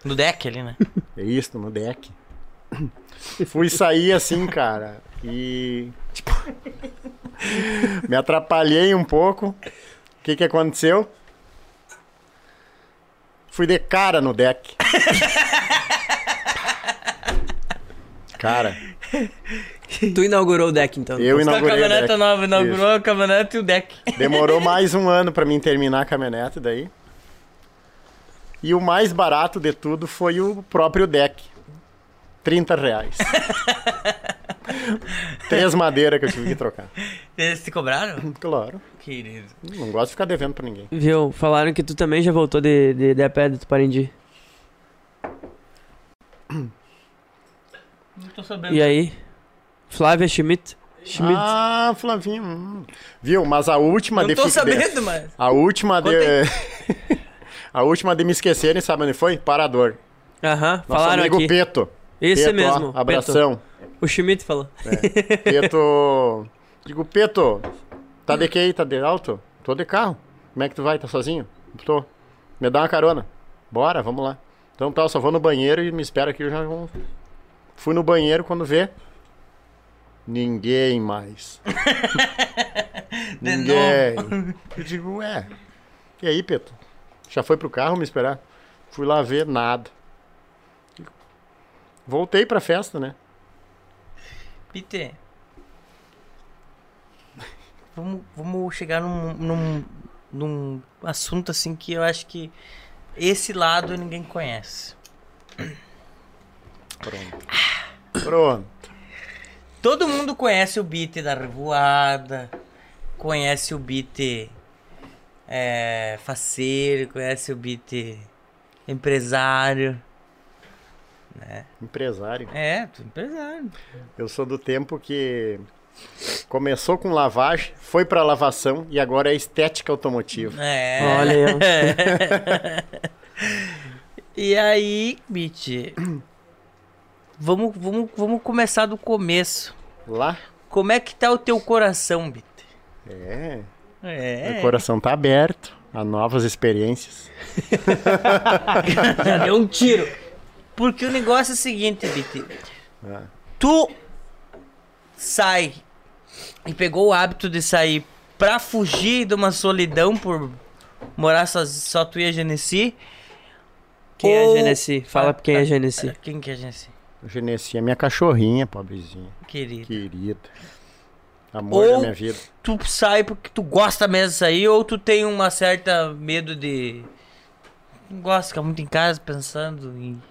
[SPEAKER 1] No deck ali, né?
[SPEAKER 4] É isso, no deck. Fui sair assim, cara. E. Tipo. me atrapalhei um pouco. O que, que aconteceu? Fui de cara no deck. cara,
[SPEAKER 5] Tu inaugurou o deck, então.
[SPEAKER 4] eu
[SPEAKER 1] Então a
[SPEAKER 4] inaugurei. o
[SPEAKER 1] caminhoneta
[SPEAKER 4] deck.
[SPEAKER 1] nova, inaugurou a caminhonete e o deck.
[SPEAKER 4] Demorou mais um ano pra mim terminar a caminhonete daí. E o mais barato de tudo foi o próprio deck. 30 reais. Três madeiras que eu tive que trocar.
[SPEAKER 1] Eles te cobraram?
[SPEAKER 4] Claro.
[SPEAKER 1] Querido.
[SPEAKER 4] Não gosto de ficar devendo pra ninguém.
[SPEAKER 5] Viu? Falaram que tu também já voltou de, de, de a pé de Tuparendi.
[SPEAKER 1] Não tô sabendo.
[SPEAKER 5] E aí? Flávia Schmidt? Schmidt.
[SPEAKER 4] Ah, Flavinho. hum. Viu? Mas a última
[SPEAKER 1] Não
[SPEAKER 4] de
[SPEAKER 1] tô
[SPEAKER 4] fi- de-
[SPEAKER 1] sabendo, mas.
[SPEAKER 4] A última de. a última de me esquecerem, sabe onde foi? Parador.
[SPEAKER 5] Aham,
[SPEAKER 4] Nosso
[SPEAKER 5] falaram
[SPEAKER 4] amigo
[SPEAKER 5] aqui.
[SPEAKER 4] Peto.
[SPEAKER 5] Esse
[SPEAKER 4] Peto, ó,
[SPEAKER 5] mesmo. Beto.
[SPEAKER 4] Abração.
[SPEAKER 5] O Schmidt falou.
[SPEAKER 4] Peto. Digo, Peto, tá de que Tá de alto? Tô de carro. Como é que tu vai? Tá sozinho? Tô. Me dá uma carona. Bora, vamos lá. Então tá, eu só vou no banheiro e me espera aqui. Eu já vou- fui no banheiro quando vê. Ninguém mais.
[SPEAKER 1] De
[SPEAKER 4] Ninguém. Eu digo, ué. E aí, Peto? Já foi pro carro me esperar? Fui lá ver nada. Voltei pra festa, né?
[SPEAKER 1] Peter. Vamos, vamos chegar num, num, num assunto assim que eu acho que esse lado ninguém conhece.
[SPEAKER 4] Pronto.
[SPEAKER 1] Todo mundo conhece o beat da Revoada, conhece o beat é, faceiro, conhece o beat empresário.
[SPEAKER 4] Empresário.
[SPEAKER 1] É, tu é empresário.
[SPEAKER 4] Eu sou do tempo que começou com lavagem, foi pra lavação e agora é estética automotiva.
[SPEAKER 1] É.
[SPEAKER 5] Olha eu.
[SPEAKER 1] E aí, Beat, vamos, vamos, vamos começar do começo.
[SPEAKER 4] Lá?
[SPEAKER 1] Como é que tá o teu coração, Beat?
[SPEAKER 4] É. O
[SPEAKER 1] É,
[SPEAKER 4] coração tá aberto a novas experiências.
[SPEAKER 5] Já deu um tiro.
[SPEAKER 1] porque o negócio é o seguinte, Beat. Tu sai e pegou o hábito de sair pra fugir de uma solidão por morar só, só tu e a Genesi.
[SPEAKER 5] Quem é
[SPEAKER 1] Ou-
[SPEAKER 5] a Genesi? Fala pra quem é a Genesi.
[SPEAKER 1] Quem que é a Genesi?
[SPEAKER 4] Genesi é minha cachorrinha, pobrezinha.
[SPEAKER 1] Querido.
[SPEAKER 4] Querida. Amor
[SPEAKER 1] Ou-
[SPEAKER 4] da minha vida.
[SPEAKER 1] tu sai porque tu gosta mesmo de sair ou tu tem uma certa medo de. Não gosta de ficar muito em casa pensando em.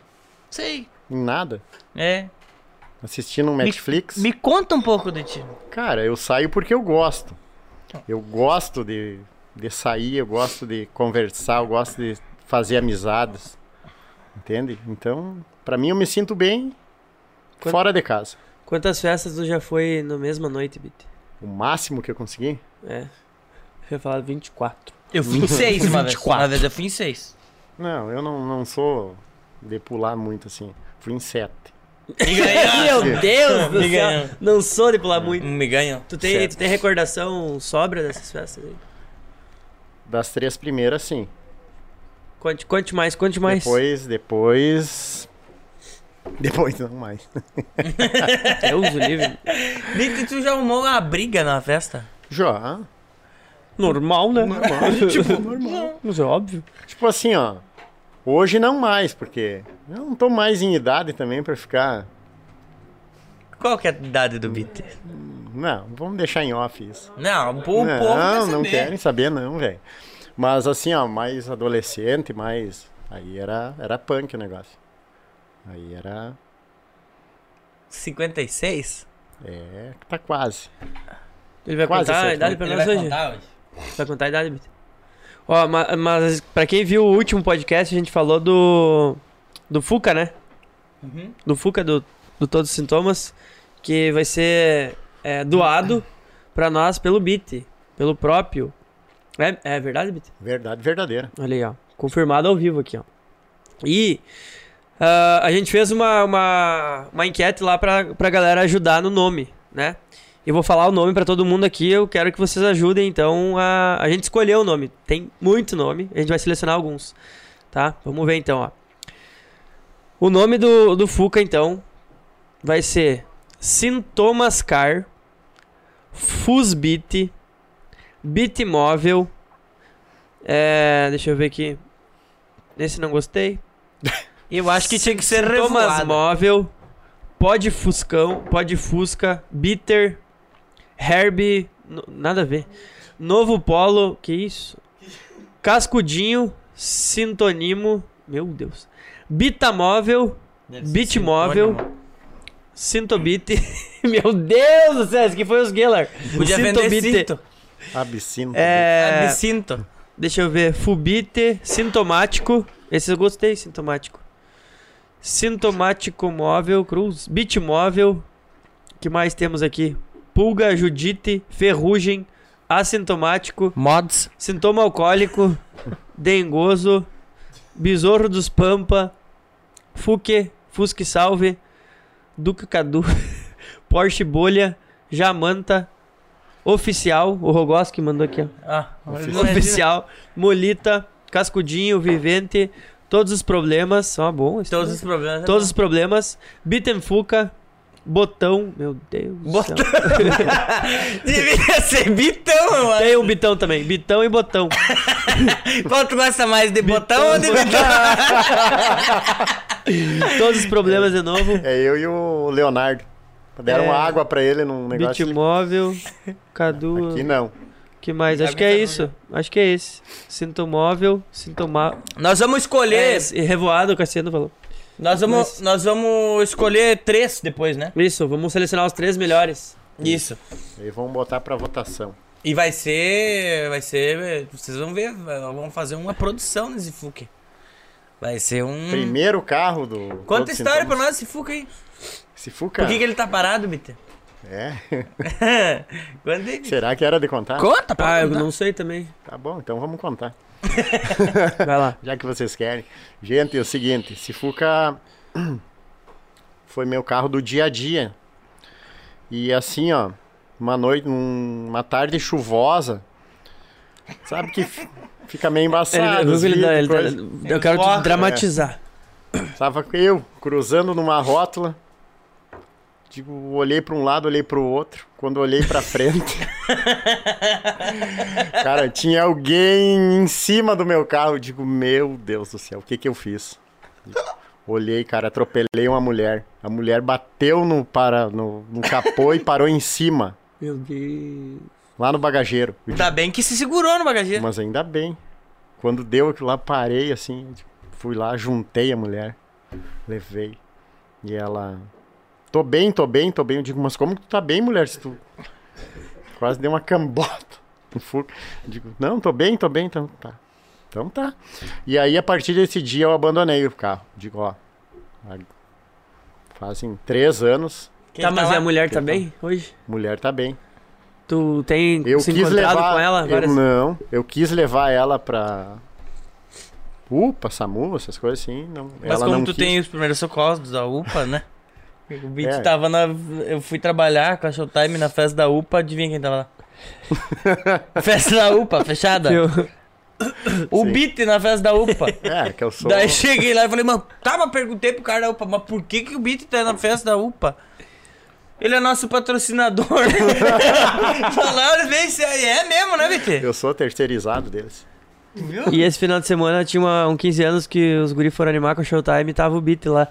[SPEAKER 1] Sei.
[SPEAKER 4] Em nada.
[SPEAKER 1] É.
[SPEAKER 4] Assistindo um Netflix.
[SPEAKER 1] Me conta um pouco de ti.
[SPEAKER 4] Cara, eu saio porque eu gosto. Eu gosto de, de sair, eu gosto de conversar, eu gosto de fazer amizades. Entende? Então, pra mim, eu me sinto bem fora de casa.
[SPEAKER 5] Quantas festas tu já foi na mesma noite, Bit?
[SPEAKER 4] O máximo que eu consegui.
[SPEAKER 5] É. Eu ia falar 24.
[SPEAKER 1] Eu fui em seis uma vez. Uma vez eu fui em seis.
[SPEAKER 4] Não, eu não, não sou de pular muito assim. Fui em sete.
[SPEAKER 1] Me ganhou.
[SPEAKER 5] Meu Deus do
[SPEAKER 1] Me
[SPEAKER 5] céu.
[SPEAKER 1] ganhou.
[SPEAKER 5] é-
[SPEAKER 1] Hum,
[SPEAKER 5] Não sou de pular muito.
[SPEAKER 4] Hum.
[SPEAKER 1] Me ganhou.
[SPEAKER 5] Tu tem, tu tem recordação sóbria dessas festas aí?
[SPEAKER 4] Das três primeiras, sim.
[SPEAKER 5] Conte, conte mais, conte mais.
[SPEAKER 4] Depois, depois. Depois não mais.
[SPEAKER 5] Deus o livre.
[SPEAKER 1] Nick, tu já arrumou uma briga na festa?
[SPEAKER 4] Já.
[SPEAKER 5] Normal, né? Normal.
[SPEAKER 4] tipo, normal.
[SPEAKER 5] Mas é óbvio.
[SPEAKER 4] Tipo assim, ó. Hoje não mais, porque eu não tô mais em idade também pra ficar.
[SPEAKER 1] Qual que é a idade do Bitter?
[SPEAKER 4] Não, vamos deixar em off isso.
[SPEAKER 1] Não, um o povo
[SPEAKER 4] não,
[SPEAKER 1] quer saber.
[SPEAKER 4] não querem saber, não, velho. Mas assim, ó, mais adolescente, mais. Aí era, era punk o negócio. Aí era.
[SPEAKER 1] 56?
[SPEAKER 4] É, tá quase.
[SPEAKER 5] Ele vai
[SPEAKER 4] Quase
[SPEAKER 5] contar a
[SPEAKER 4] acertou.
[SPEAKER 5] idade pra nós hoje?
[SPEAKER 1] hoje?
[SPEAKER 5] Vai contar a idade, Bit. Ó, ma- mas pra quem viu o último podcast, a gente falou do. Do Fuca, né? Do Fuca, do, do Todos os Sintomas, que vai ser é, doado pra nós pelo Bit, pelo próprio. É, é verdade, Bit?
[SPEAKER 4] Verdade verdadeira.
[SPEAKER 5] Olha aí, ó. Confirmado ao vivo aqui, ó. E ah, a gente fez uma, uma, uma enquete lá pra, pra galera ajudar no nome, né? Eu vou falar o nome pra todo mundo aqui, eu quero que vocês ajudem, então, a, a gente escolheu o nome. Tem muito nome, a gente vai selecionar alguns, tá? Vamos ver então, ó. O nome do, do Fuca, então, vai ser Sintomascar, Fusbit, Bitmóvel, é, deixa eu ver aqui. Esse não gostei.
[SPEAKER 1] Eu acho que tinha que ser
[SPEAKER 5] Thomas
[SPEAKER 1] revoada.
[SPEAKER 5] Móvel, Pode Fuscão, Pode Fusca, Bitter, Herbie, n- nada a ver. Novo Polo, que isso? Cascudinho, Sintonimo, meu Deus. Bitamóvel, Bitmóvel, Sintobit, meu Deus do céu, esse aqui foi os Geller.
[SPEAKER 1] Podia vender
[SPEAKER 5] Sintobit.
[SPEAKER 1] cinto.
[SPEAKER 4] Absinto.
[SPEAKER 5] É,
[SPEAKER 1] Absinto.
[SPEAKER 5] Deixa eu ver. Fubite, sintomático. Esse eu gostei, sintomático. Sintomático móvel, cruz. Bit móvel. que mais temos aqui? Pulga, Judite, ferrugem, assintomático,
[SPEAKER 1] Mods.
[SPEAKER 5] sintoma alcoólico, dengoso, besouro dos pampa, fuque, fusque salve, duque cadu, Porsche bolha, jamanta, oficial, o Rogoski mandou aqui, ó.
[SPEAKER 1] Ah,
[SPEAKER 5] Oficial, Molita, Cascudinho, Vivente, Todos os problemas. Ó, bom. esse
[SPEAKER 1] Todos
[SPEAKER 5] também.
[SPEAKER 1] os problemas. é
[SPEAKER 5] Todos os problemas. Bitem Fuca. Botão. Meu Deus. do
[SPEAKER 1] Botão.
[SPEAKER 5] céu.
[SPEAKER 1] Devia ser bitão, eu acho.
[SPEAKER 5] Tem um bitão também. Bitão e botão.
[SPEAKER 1] Qual tu gosta mais, de botão ou de bitão?
[SPEAKER 5] tá? Todos os problemas de novo.
[SPEAKER 4] É eu e o Leonardo. Deram
[SPEAKER 5] É.
[SPEAKER 4] água pra ele num negócio. ele-
[SPEAKER 5] Bitmóvel. Cadu.
[SPEAKER 4] Aqui não.
[SPEAKER 5] que mais? Acho que é isso. Acho que é esse. Sinto móvel. Sinto mal.
[SPEAKER 1] Nós vamos
[SPEAKER 5] É,
[SPEAKER 1] escolher.
[SPEAKER 5] esse. e revoado, o Cassiano falou.
[SPEAKER 1] Nós vamos, nós vamos escolher três depois, né?
[SPEAKER 5] Isso, vamos selecionar os três melhores.
[SPEAKER 1] Isso.
[SPEAKER 4] E vamos botar pra votação.
[SPEAKER 1] E vai ser. Vai ser. Vocês vão ver, vamos fazer uma produção nesse Fuque. Vai ser um.
[SPEAKER 4] Primeiro carro do.
[SPEAKER 1] Conta
[SPEAKER 4] Todos
[SPEAKER 1] história pra
[SPEAKER 4] Sintomas.
[SPEAKER 1] nós, esse Fuca aí.
[SPEAKER 4] Se fuca.
[SPEAKER 1] Por que, que ele tá parado, Bita?
[SPEAKER 4] É.
[SPEAKER 1] Conta aí, Bita.
[SPEAKER 4] Será que era de contar?
[SPEAKER 1] Conta, pô.
[SPEAKER 5] Ah, eu não sei também.
[SPEAKER 4] Tá bom, então vamos contar.
[SPEAKER 5] Vai lá.
[SPEAKER 4] Já que vocês querem. Gente, é o seguinte, se Fuca foi meu carro do dia a dia. E assim, ó, uma noite, um- uma tarde chuvosa, sabe que f- fica meio embaçado. os
[SPEAKER 5] Ele- ele-
[SPEAKER 4] vidros,
[SPEAKER 5] ele-
[SPEAKER 4] coisa.
[SPEAKER 5] eu quero te
[SPEAKER 1] Porra.
[SPEAKER 5] dramatizar.
[SPEAKER 4] Tava eu cruzando numa rótula. Digo, olhei pra um lado, olhei pro outro. Quando olhei pra frente. cara, tinha alguém em cima do meu carro. Digo, meu Deus do céu, o que que eu fiz? Olhei, cara, atropelei uma mulher. A mulher bateu no, para, no, no capô e parou em cima,
[SPEAKER 5] Meu Deus.
[SPEAKER 4] lá no bagageiro. Eu
[SPEAKER 1] Ainda Tá bem que se segurou no bagageiro.
[SPEAKER 4] mas ainda bem. Quando deu aquilo lá, parei assim, tipo, fui lá, juntei a mulher, levei. E ela. Tô bem, tô bem, tô bem. Eu digo, mas como que tu tá bem, mulher? Se tu. Quase deu uma cambota no furco. Eu digo, não, tô bem, tô bem, então tá. Então tá. E aí, a partir desse dia, eu abandonei o carro. Digo, ó. a- Fazem três anos,
[SPEAKER 1] Quem
[SPEAKER 5] Tá, mas
[SPEAKER 1] lá-
[SPEAKER 5] e a mulher tá bem hoje?
[SPEAKER 4] mulher tá bem.
[SPEAKER 5] Tu tem
[SPEAKER 4] Eu
[SPEAKER 5] se
[SPEAKER 4] quis
[SPEAKER 5] encontrado
[SPEAKER 4] levar
[SPEAKER 5] com ela?
[SPEAKER 4] eu
[SPEAKER 5] várias-
[SPEAKER 4] não, eu quis levar ela pra UPA, SAMU, essas coisas assim, não.
[SPEAKER 1] Mas
[SPEAKER 4] ela
[SPEAKER 1] como
[SPEAKER 4] não
[SPEAKER 1] tu
[SPEAKER 4] quis.
[SPEAKER 1] tem os primeiros socorros da UPA, né? O Bit
[SPEAKER 4] É.
[SPEAKER 1] tava na. Eu fui trabalhar com a Showtime na festa da UPA, adivinha quem tava lá? festa da UPA, fechada.
[SPEAKER 5] Eu-
[SPEAKER 1] O Bit na festa da UPA.
[SPEAKER 4] É, que eu sou
[SPEAKER 1] Daí cheguei lá e falei, mano, tá, mas perguntei pro cara da UPA, mas por que, que o Bit tá na festa da UPA? Ele é nosso patrocinador. Falaram bem, se é mesmo, né, Bit?
[SPEAKER 4] eu sou terceirizado deles.
[SPEAKER 5] E esse final de semana tinha uma, um 15 anos que os guri foram animar com o Showtime e tava o Beat lá.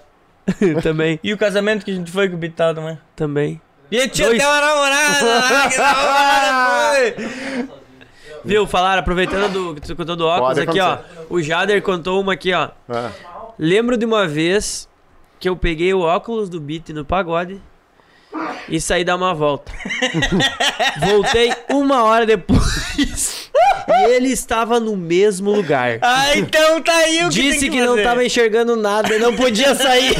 [SPEAKER 5] também,
[SPEAKER 1] E o casamento que a gente foi com o Bit tava também.
[SPEAKER 5] também.
[SPEAKER 1] E eu tinha
[SPEAKER 5] Dois.
[SPEAKER 1] até uma namorada lá, que da hora, foi.
[SPEAKER 5] Viu, falaram, aproveitando do, que tu contou do óculos
[SPEAKER 4] Pode
[SPEAKER 5] aqui, ó. O Jader contou uma aqui, ó.
[SPEAKER 4] Ah,
[SPEAKER 5] Lembro de uma vez que eu peguei o óculos do Beat no pagode e saí dar uma volta. Voltei uma hora depois e ele estava no mesmo lugar.
[SPEAKER 1] Ah, então tá aí o que
[SPEAKER 5] Disse
[SPEAKER 1] tem
[SPEAKER 5] que, não
[SPEAKER 1] fazer.
[SPEAKER 5] estava enxergando nada e não podia sair.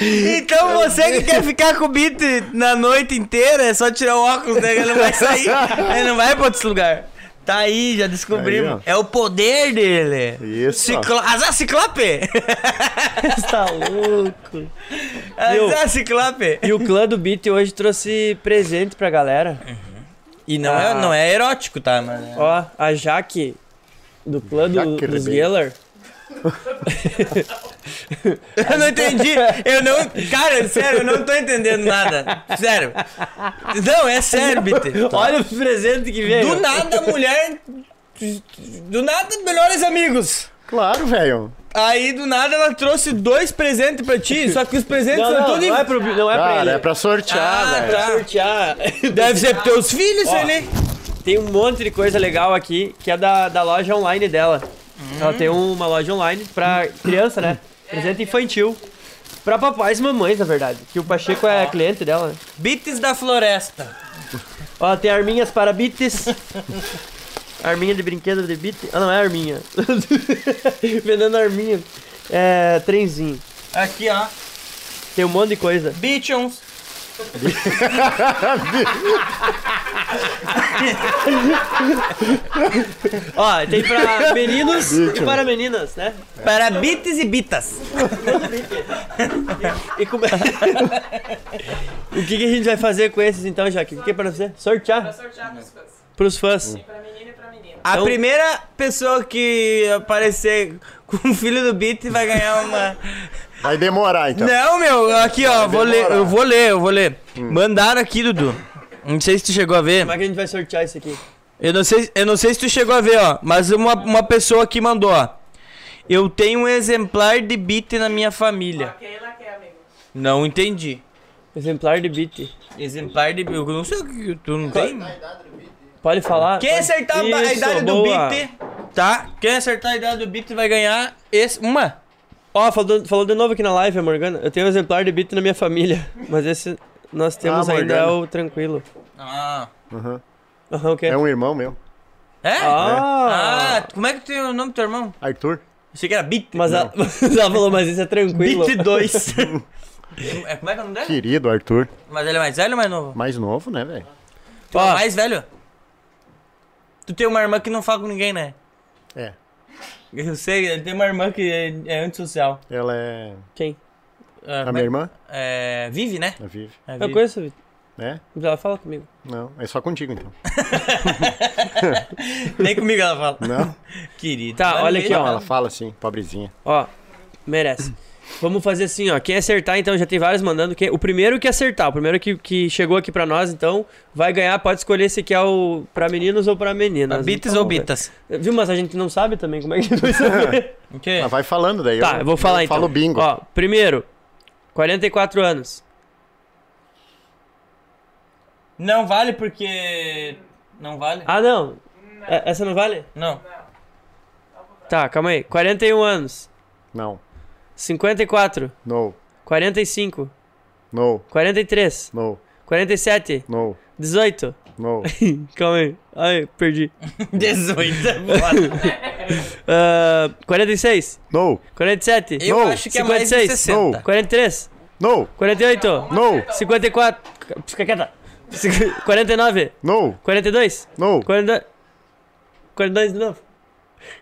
[SPEAKER 1] Então você que quer ficar com o Beat na noite inteira, é só tirar o óculos, né? Ele não vai sair. Ele não vai pra outros lugares. Tá aí, já descobrimos.
[SPEAKER 4] Aí, ó.
[SPEAKER 1] é o poder dele.
[SPEAKER 4] isso.
[SPEAKER 1] Ciclo... Azar Ciclope!
[SPEAKER 5] tá louco. Viu?
[SPEAKER 1] Azar Ciclope!
[SPEAKER 5] E o clã do Beat hoje trouxe presente pra galera.
[SPEAKER 1] Uhum. E não,
[SPEAKER 5] Ah.
[SPEAKER 1] é, não é erótico, tá? Mas é-
[SPEAKER 5] Ó, a Jaque do clã do,
[SPEAKER 4] Jaque
[SPEAKER 5] dos
[SPEAKER 4] Ribeiro.
[SPEAKER 5] Geller.
[SPEAKER 1] Eu não entendi. Eu não. Cara, sério, eu não tô entendendo nada. Sério. Não, é sério, Bitter.
[SPEAKER 5] Olha o presente que veio.
[SPEAKER 1] Do nada, a mulher. Do nada, melhores amigos.
[SPEAKER 4] Claro, velho.
[SPEAKER 1] Aí do nada ela trouxe dois presentes pra ti, só que os presentes
[SPEAKER 5] Não,
[SPEAKER 1] são
[SPEAKER 5] não,
[SPEAKER 1] tudo em-
[SPEAKER 5] não é pro Beat, não é pra ele.
[SPEAKER 4] Cara, é pra sortear,
[SPEAKER 1] Ah,
[SPEAKER 4] velho.
[SPEAKER 1] tá.
[SPEAKER 5] sortear.
[SPEAKER 1] Deve ser pros teus filhos, ele.
[SPEAKER 5] Tem um monte de coisa legal aqui que é da, da loja online dela. Ela
[SPEAKER 1] Uhum.
[SPEAKER 5] tem uma loja online pra criança, né?
[SPEAKER 1] É,
[SPEAKER 5] Presente infantil. Pra papais e mamães, na verdade. Que o Pacheco é cliente dela, né?
[SPEAKER 1] Beats da Floresta.
[SPEAKER 5] Ó, tem arminhas para bits. arminha de brinquedo de bit. Ah, não, é arminha. Vendendo arminha. É, trenzinho.
[SPEAKER 1] Aqui, ó.
[SPEAKER 5] Tem um monte de coisa.
[SPEAKER 1] Beations.
[SPEAKER 5] Ó, tem pra meninos e para meninas, né?
[SPEAKER 1] Para Beats e Bitas.
[SPEAKER 5] E como é- o que, que a gente vai fazer com esses então, Jaque? O que é pra você? Sortear? Pra sortear pros fãs. Pros fãs. E pra menino e pra menina.
[SPEAKER 1] A
[SPEAKER 5] Então-
[SPEAKER 1] primeira pessoa que aparecer com o filho do Beat vai ganhar uma.
[SPEAKER 5] tá.
[SPEAKER 4] Vai demorar, então.
[SPEAKER 5] Né?
[SPEAKER 1] Não, meu, aqui ó, vou ler,
[SPEAKER 4] demorar.
[SPEAKER 1] eu vou ler, eu vou ler. Mandaram aqui, Dudu. Não sei se tu chegou a ver.
[SPEAKER 5] Como é que a gente vai sortear isso aqui?
[SPEAKER 1] Eu não sei, eu não sei se tu chegou a ver, ó, mas uma, uma pessoa aqui mandou, ó. Eu tenho um exemplar de Beat na minha família. Não entendi.
[SPEAKER 5] Exemplar de beat.
[SPEAKER 1] Exemplar de Eu não sei o que que tu não tem.
[SPEAKER 5] Pode falar?
[SPEAKER 1] Quem
[SPEAKER 5] Pode-
[SPEAKER 1] acertar a
[SPEAKER 5] Isso,
[SPEAKER 1] idade do
[SPEAKER 5] boa.
[SPEAKER 1] Beat, tá? Quem acertar a idade do Beat vai ganhar esse, uma.
[SPEAKER 5] Ó, falou, falou de novo aqui na live, a Morgana. Eu tenho um exemplar de beat na minha família, mas esse nós temos
[SPEAKER 4] Ah,
[SPEAKER 5] ainda é
[SPEAKER 4] Morgana.
[SPEAKER 5] o tranquilo.
[SPEAKER 1] Ah.
[SPEAKER 4] Uhum.
[SPEAKER 5] Aham, o quê?
[SPEAKER 4] É um irmão meu.
[SPEAKER 1] É?
[SPEAKER 5] Ah,
[SPEAKER 1] Ah, como é que tem o nome do teu irmão?
[SPEAKER 4] Arthur.
[SPEAKER 1] Achei que era Beat.
[SPEAKER 4] é.
[SPEAKER 5] mas, ela, mas ela falou, mas esse é tranquilo.
[SPEAKER 1] Beat 2. é, como é que é o nome dele?
[SPEAKER 4] Querido Arthur.
[SPEAKER 1] Mas ele é mais velho ou mais novo?
[SPEAKER 4] Mais novo, né, velho?
[SPEAKER 1] Tu é
[SPEAKER 5] Ó.
[SPEAKER 1] o mais velho? Tu tem uma irmã que não fala com ninguém, né?
[SPEAKER 4] É.
[SPEAKER 1] Eu sei, ele tem uma irmã que é, é antissocial.
[SPEAKER 4] Ela é.
[SPEAKER 5] Quem?
[SPEAKER 1] É,
[SPEAKER 4] A
[SPEAKER 1] como
[SPEAKER 4] minha
[SPEAKER 1] é-
[SPEAKER 4] irmã?
[SPEAKER 1] é, vive, né?
[SPEAKER 4] A Vivi.
[SPEAKER 1] É,
[SPEAKER 5] Eu
[SPEAKER 1] Vivi.
[SPEAKER 5] conheço, Vitor.
[SPEAKER 4] Né?
[SPEAKER 5] Ela fala comigo.
[SPEAKER 4] Não. É só contigo, então.
[SPEAKER 1] Nem comigo ela fala.
[SPEAKER 4] Não.
[SPEAKER 1] Querida.
[SPEAKER 5] Tá,
[SPEAKER 1] vai
[SPEAKER 5] olha
[SPEAKER 1] ver.
[SPEAKER 5] aqui, ó.
[SPEAKER 4] Ela fala assim, pobrezinha.
[SPEAKER 5] Ó, merece. Vamos fazer assim, ó. Quem acertar, então, já tem vários mandando. Quem- O primeiro que acertar, o primeiro que, que chegou aqui pra nós, então, vai ganhar. Pode escolher se quer o pra meninos ou pra meninas.
[SPEAKER 1] Bitas
[SPEAKER 4] Tá
[SPEAKER 5] Então,
[SPEAKER 1] ou bitas?
[SPEAKER 5] velho. Viu, mas a gente não sabe também como é que a gente vai saber.
[SPEAKER 1] O quê?
[SPEAKER 4] Ela vai falando daí.
[SPEAKER 5] tá, eu vou falar então.
[SPEAKER 4] Falo bingo.
[SPEAKER 5] Ó, primeiro, 44 anos.
[SPEAKER 1] Não vale porque. Não vale?
[SPEAKER 5] Ah, não. É- Essa não vale?
[SPEAKER 1] Não.
[SPEAKER 5] Tá, calma aí. 41 anos.
[SPEAKER 4] Não.
[SPEAKER 5] 54.
[SPEAKER 4] No.
[SPEAKER 5] 45.
[SPEAKER 4] No.
[SPEAKER 5] 43.
[SPEAKER 4] No.
[SPEAKER 5] 47.
[SPEAKER 4] No.
[SPEAKER 5] 18.
[SPEAKER 4] No.
[SPEAKER 5] calma aí. Ai, perdi.
[SPEAKER 1] 18 é foda.
[SPEAKER 5] Ah, 46,
[SPEAKER 4] No.
[SPEAKER 5] 47,
[SPEAKER 1] Eu
[SPEAKER 4] Não.
[SPEAKER 1] acho que é mais de
[SPEAKER 5] 56.
[SPEAKER 1] 60.
[SPEAKER 4] Não.
[SPEAKER 5] 43,
[SPEAKER 4] No.
[SPEAKER 5] 48,
[SPEAKER 4] No.
[SPEAKER 5] 54, fica quieta, 49,
[SPEAKER 4] No.
[SPEAKER 5] 42,
[SPEAKER 4] No.
[SPEAKER 5] 42, 42 de novo.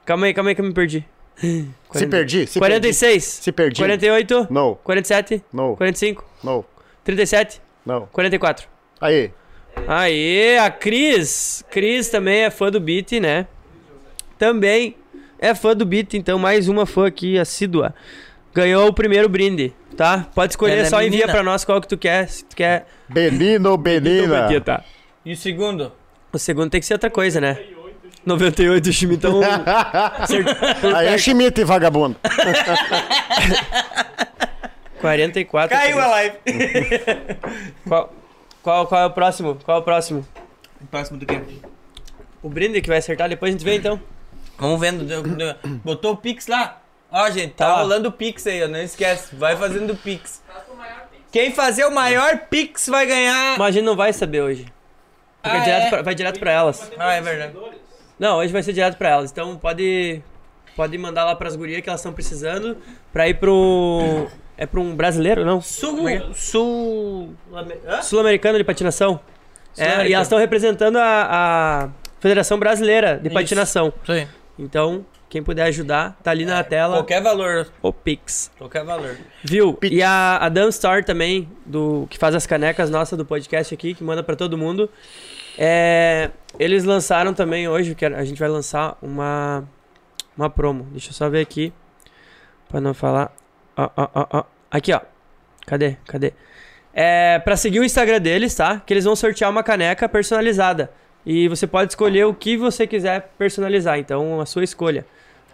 [SPEAKER 5] Calma aí, calma aí que eu me perdi.
[SPEAKER 4] Se perdi. Se perdi.
[SPEAKER 5] 46,
[SPEAKER 4] Se perdi.
[SPEAKER 5] 48,
[SPEAKER 4] No.
[SPEAKER 5] 47,
[SPEAKER 4] No.
[SPEAKER 5] 45,
[SPEAKER 4] No.
[SPEAKER 5] 37,
[SPEAKER 4] No.
[SPEAKER 5] 44.
[SPEAKER 4] Aí.
[SPEAKER 5] Aê, a Cris. Cris também é fã do Beat, né? Também é fã do Beat, então mais uma fã aqui, assídua. Ganhou o primeiro brinde, tá? Pode escolher,
[SPEAKER 1] Ela é
[SPEAKER 5] só envia
[SPEAKER 1] menina.
[SPEAKER 5] pra nós qual que tu quer, se tu quer.
[SPEAKER 4] Benino, Benina.
[SPEAKER 5] Aqui, tá?
[SPEAKER 1] E o segundo?
[SPEAKER 5] O segundo tem que ser outra coisa, né? 98 time, então...
[SPEAKER 4] Aí é chimite, vagabundo.
[SPEAKER 5] 44.
[SPEAKER 1] Caiu a
[SPEAKER 5] Cris.
[SPEAKER 1] live.
[SPEAKER 5] tá Qual, qual, qual é o próximo? Qual é o próximo?
[SPEAKER 1] Próximo do quê?
[SPEAKER 5] O brinde que vai acertar, depois a gente vê, então.
[SPEAKER 1] Vamos vendo. deu- deu- Botou o Pix lá? Ó, gente, tá
[SPEAKER 5] Tá.
[SPEAKER 1] rolando o Pix aí, ó. Não esquece. Vai fazendo o Pix. Quem fazer o maior Pix vai ganhar.
[SPEAKER 5] Mas a gente não vai saber hoje. Fica
[SPEAKER 1] Ah,
[SPEAKER 5] direto
[SPEAKER 1] é?
[SPEAKER 5] pra- vai direto pra elas.
[SPEAKER 1] Ah, é verdade.
[SPEAKER 5] Não, hoje vai ser direto pra elas. Então pode pode mandar lá pras gurias que elas estão precisando pra ir pro é pra um brasileiro, não? Como é que é?
[SPEAKER 1] Sul. Sul. Hã?
[SPEAKER 5] Sul-americano de patinação. É,
[SPEAKER 1] Sul-americano.
[SPEAKER 5] e elas estão representando a, a Federação Brasileira de Patinação.
[SPEAKER 1] Isso aí.
[SPEAKER 5] Então, quem puder ajudar, tá ali na tela
[SPEAKER 1] É, Qualquer valor.
[SPEAKER 5] o Pix.
[SPEAKER 1] Qualquer valor.
[SPEAKER 5] Viu? E a, a Dan Star também, do, que faz as canecas nossa do podcast aqui, que manda pra todo mundo. É, eles lançaram também hoje, que a gente vai lançar uma, uma promo. Deixa eu só ver aqui. Pra não falar. Ó, ó, ó, ó. Aqui, ó. Cadê? Cadê? É, pra seguir o Instagram deles, tá? Que eles vão sortear uma caneca personalizada. E você pode escolher o que você quiser personalizar. Então, a sua escolha.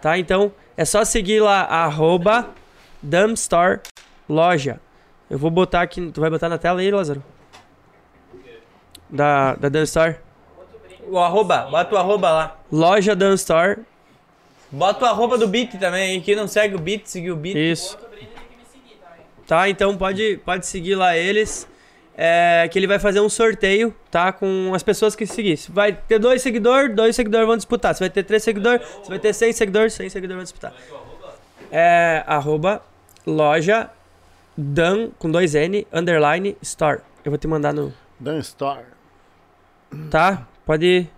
[SPEAKER 5] Tá? Então, é só seguir lá, arroba Dumpstar Loja. Eu vou botar aqui. Tu vai botar na tela aí, Lázaro? Da, da Dumpstar?
[SPEAKER 1] O arroba. Bota o arroba lá.
[SPEAKER 5] Loja Dumpstar.
[SPEAKER 1] Bota o arroba do Beat também. E quem não segue o Beat, seguir o Beat.
[SPEAKER 5] Isso. Tá, então pode, pode seguir lá eles. é, que ele vai fazer um sorteio, tá? Com as pessoas que seguir. Se vai ter dois seguidores, dois seguidores vão disputar. Se vai ter três seguidores, se vai ter 100 seguidores, 100 seguidores vão disputar. É, arroba loja dan com dois N underline store. Eu vou te mandar no.
[SPEAKER 4] Dan Star.
[SPEAKER 5] Tá? Pode.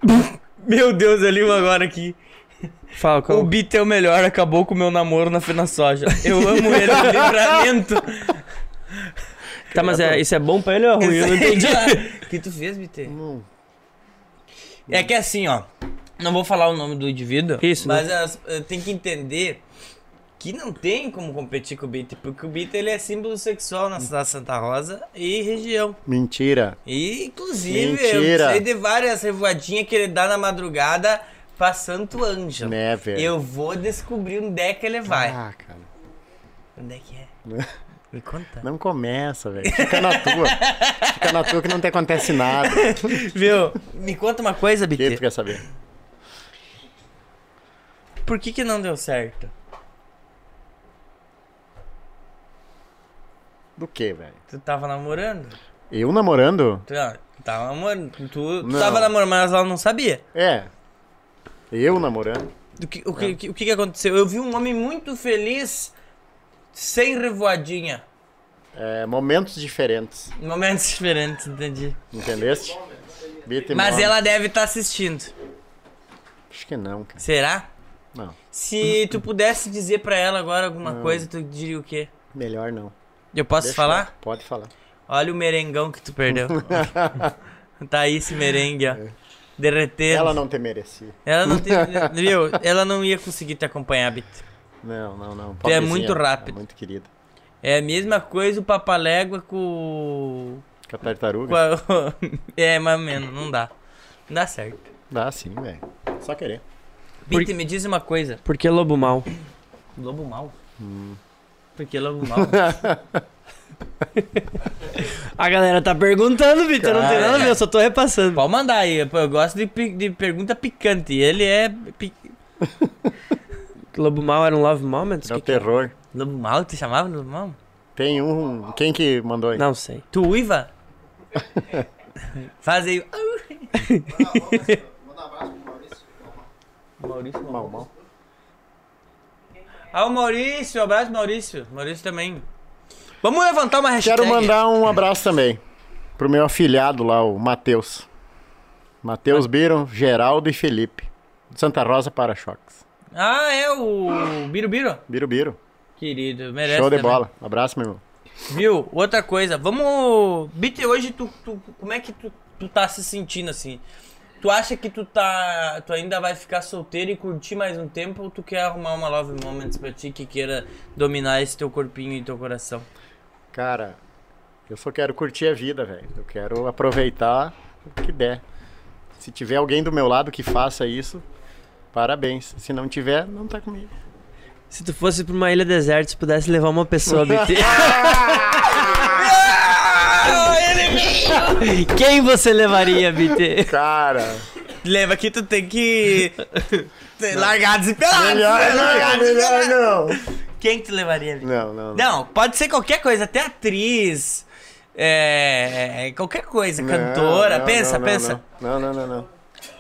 [SPEAKER 1] Meu Deus, eu ligo agora aqui.
[SPEAKER 5] Fala, qual...
[SPEAKER 1] O Beat é o melhor, acabou com o meu namoro na Fina Soja. Eu amo ele, é um livramento.
[SPEAKER 5] Tá, mas é, isso é bom pra ele ou é ruim? Eu não entendi.
[SPEAKER 1] O que tu fez, BT?
[SPEAKER 4] Não.
[SPEAKER 1] É que assim, ó. Não vou falar o nome do indivíduo.
[SPEAKER 5] Isso, né?
[SPEAKER 1] Mas as- eh, tem que entender que não tem como competir com o Bita, porque o Bita ele é símbolo sexual na cidade de Santa Rosa e região.
[SPEAKER 4] Mentira.
[SPEAKER 1] E, inclusive, eu
[SPEAKER 4] Mentira.
[SPEAKER 1] sei de várias revoadinhas que ele dá na madrugada pra Santo Ângelo.
[SPEAKER 4] Né, velho?
[SPEAKER 1] Eu vou descobrir onde é que ele vai.
[SPEAKER 4] Ah, cara.
[SPEAKER 1] Onde é que é? Me conta.
[SPEAKER 4] Não começa, velho. Fica na tua. Fica na tua que não te acontece nada. O
[SPEAKER 1] Viu? Me conta uma coisa,
[SPEAKER 4] que tu
[SPEAKER 1] BT.
[SPEAKER 4] quer saber?
[SPEAKER 1] Por que que não deu certo?
[SPEAKER 4] Do que, velho?
[SPEAKER 1] Tu tava namorando?
[SPEAKER 4] Eu namorando?
[SPEAKER 1] Tu, ah, tu tava namorando. Tu, tu
[SPEAKER 4] Não.
[SPEAKER 1] tava namorando, mas ela não sabia.
[SPEAKER 4] É. Eu namorando?
[SPEAKER 1] Do que- o, que, o que, o que que aconteceu? Eu vi um homem muito feliz, sem revoadinha.
[SPEAKER 4] É, momentos diferentes.
[SPEAKER 1] Em momentos diferentes, entendi.
[SPEAKER 4] Entendeste? Beat
[SPEAKER 1] Mas
[SPEAKER 4] mom.
[SPEAKER 1] ela deve estar assistindo.
[SPEAKER 4] Acho que não, cara.
[SPEAKER 1] Será?
[SPEAKER 4] Não.
[SPEAKER 1] Se tu pudesse dizer pra ela agora alguma coisa, tu diria o quê?
[SPEAKER 4] Melhor não.
[SPEAKER 1] Eu posso
[SPEAKER 4] Deixa
[SPEAKER 1] falar?
[SPEAKER 4] eu- Pode falar.
[SPEAKER 1] Olha o merengão que tu perdeu. tá aí esse merengue, ó.
[SPEAKER 4] É.
[SPEAKER 1] Derretendo.
[SPEAKER 4] Ela não te merecia.
[SPEAKER 1] Ela não tem- viu? Ela não ia conseguir te acompanhar, Bit.
[SPEAKER 4] Não, não, não.
[SPEAKER 1] é
[SPEAKER 4] Pobrezinha,
[SPEAKER 1] muito rápido.
[SPEAKER 4] É muito querida.
[SPEAKER 1] É a mesma coisa o papalégua com. o-
[SPEAKER 4] Com a tartaruga.
[SPEAKER 1] com a- é, mais ou menos, não dá. Não dá certo.
[SPEAKER 4] Dá sim, velho. Só querer.
[SPEAKER 1] Bit, me diz uma coisa.
[SPEAKER 5] Por que lobo mal?
[SPEAKER 1] Lobo mal? Por que lobo mal?
[SPEAKER 5] A galera tá perguntando, Vitor. Não tem nada a ver, eu só tô repassando.
[SPEAKER 1] Pode mandar aí, eu eu gosto de, pi- de pergunta picante. Ele é. pi-
[SPEAKER 5] Lobo mal era um love moment?
[SPEAKER 4] É o
[SPEAKER 5] Que que é?
[SPEAKER 4] terror.
[SPEAKER 1] Lobo mal? Tu chamava de lobo mal?
[SPEAKER 4] Tem um. Quem que mandou aí?
[SPEAKER 5] Não sei.
[SPEAKER 1] Tu uiva? Faz aí.
[SPEAKER 4] Mal, mal.
[SPEAKER 1] Ah, o Maurício, um abraço, Maurício. Maurício também. Vamos levantar uma hashtag.
[SPEAKER 4] Quero mandar um abraço também pro meu afilhado lá, o Matheus. Matheus Biro, Geraldo e Felipe. de Santa Rosa Para-Choques.
[SPEAKER 1] Ah, é o Biro Biro.
[SPEAKER 4] Biro Biro.
[SPEAKER 1] Querido, merece.
[SPEAKER 4] Show de
[SPEAKER 1] também.
[SPEAKER 4] bola. Abraço, meu irmão.
[SPEAKER 1] Viu? Outra coisa, vamos. Bit, hoje tu, tu- Como é que tu, tu tá se sentindo assim? Tu acha que tu tá. Tu ainda vai ficar solteiro e curtir mais um tempo ou tu quer arrumar uma Love Moments pra ti que queira dominar esse teu corpinho e teu coração?
[SPEAKER 4] Cara, eu só quero curtir a vida, velho. Eu quero aproveitar o que der. Se tiver alguém do meu lado que faça isso, parabéns. Se não tiver, não tá comigo.
[SPEAKER 5] Se tu fosse pra uma ilha deserta, se pudesse levar uma pessoa, BT. Quem você levaria, BT?
[SPEAKER 4] Cara,
[SPEAKER 1] Lembra que tu tem que. largar desesperado.
[SPEAKER 4] melhor não, melhor não.
[SPEAKER 1] Quem que tu levaria, Bit?
[SPEAKER 4] Não, não, não.
[SPEAKER 1] Não, pode ser qualquer coisa, até atriz. É. é, Qualquer coisa, cantora.
[SPEAKER 4] não,
[SPEAKER 1] pensa,
[SPEAKER 4] não, não,
[SPEAKER 1] pensa.
[SPEAKER 4] Não, não, não, não. não.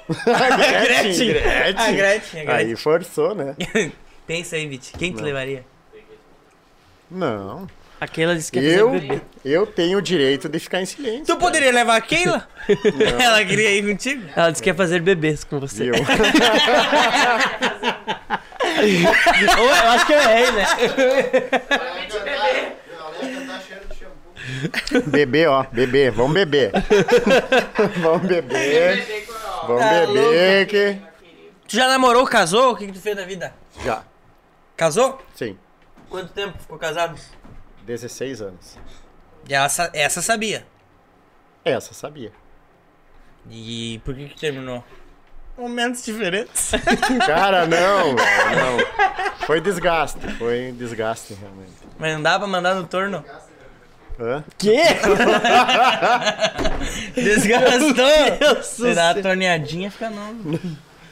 [SPEAKER 4] A Gretchen, Gretchen.
[SPEAKER 1] A Gretchen, a Gretchen.
[SPEAKER 4] Aí forçou, né?
[SPEAKER 1] Pensa aí, Vit. Quem te levaria?
[SPEAKER 4] Não.
[SPEAKER 5] Aquela disse que ia
[SPEAKER 4] Eu,
[SPEAKER 5] fazer bebê.
[SPEAKER 4] eu tenho o direito de ficar em silêncio.
[SPEAKER 1] Tu poderia levar a Keila? Ela queria ir contigo?
[SPEAKER 5] Ela disse que ia fazer bebês com você.
[SPEAKER 4] viu?
[SPEAKER 5] Ou eu acho que eu errei, né?
[SPEAKER 4] Bebê, ó, bebê, vamos beber. vamos beber. Vamos
[SPEAKER 1] Tá
[SPEAKER 4] beber que.
[SPEAKER 1] Tu já namorou, casou? O que, que tu fez na vida?
[SPEAKER 4] Já,
[SPEAKER 1] Casou?
[SPEAKER 4] sim.
[SPEAKER 1] Quanto tempo ficou casado?
[SPEAKER 4] 16 anos.
[SPEAKER 1] Essa, essa sabia.
[SPEAKER 4] Essa sabia.
[SPEAKER 1] E por que que terminou? Momentos diferentes.
[SPEAKER 4] Cara, não, velho, não. Foi desgaste, foi desgaste realmente.
[SPEAKER 1] Mas não dá pra mandar no torno?
[SPEAKER 4] Hã?
[SPEAKER 5] Que?
[SPEAKER 1] Desgastou!
[SPEAKER 5] Deus
[SPEAKER 1] Se dá uma torneadinha, fica não.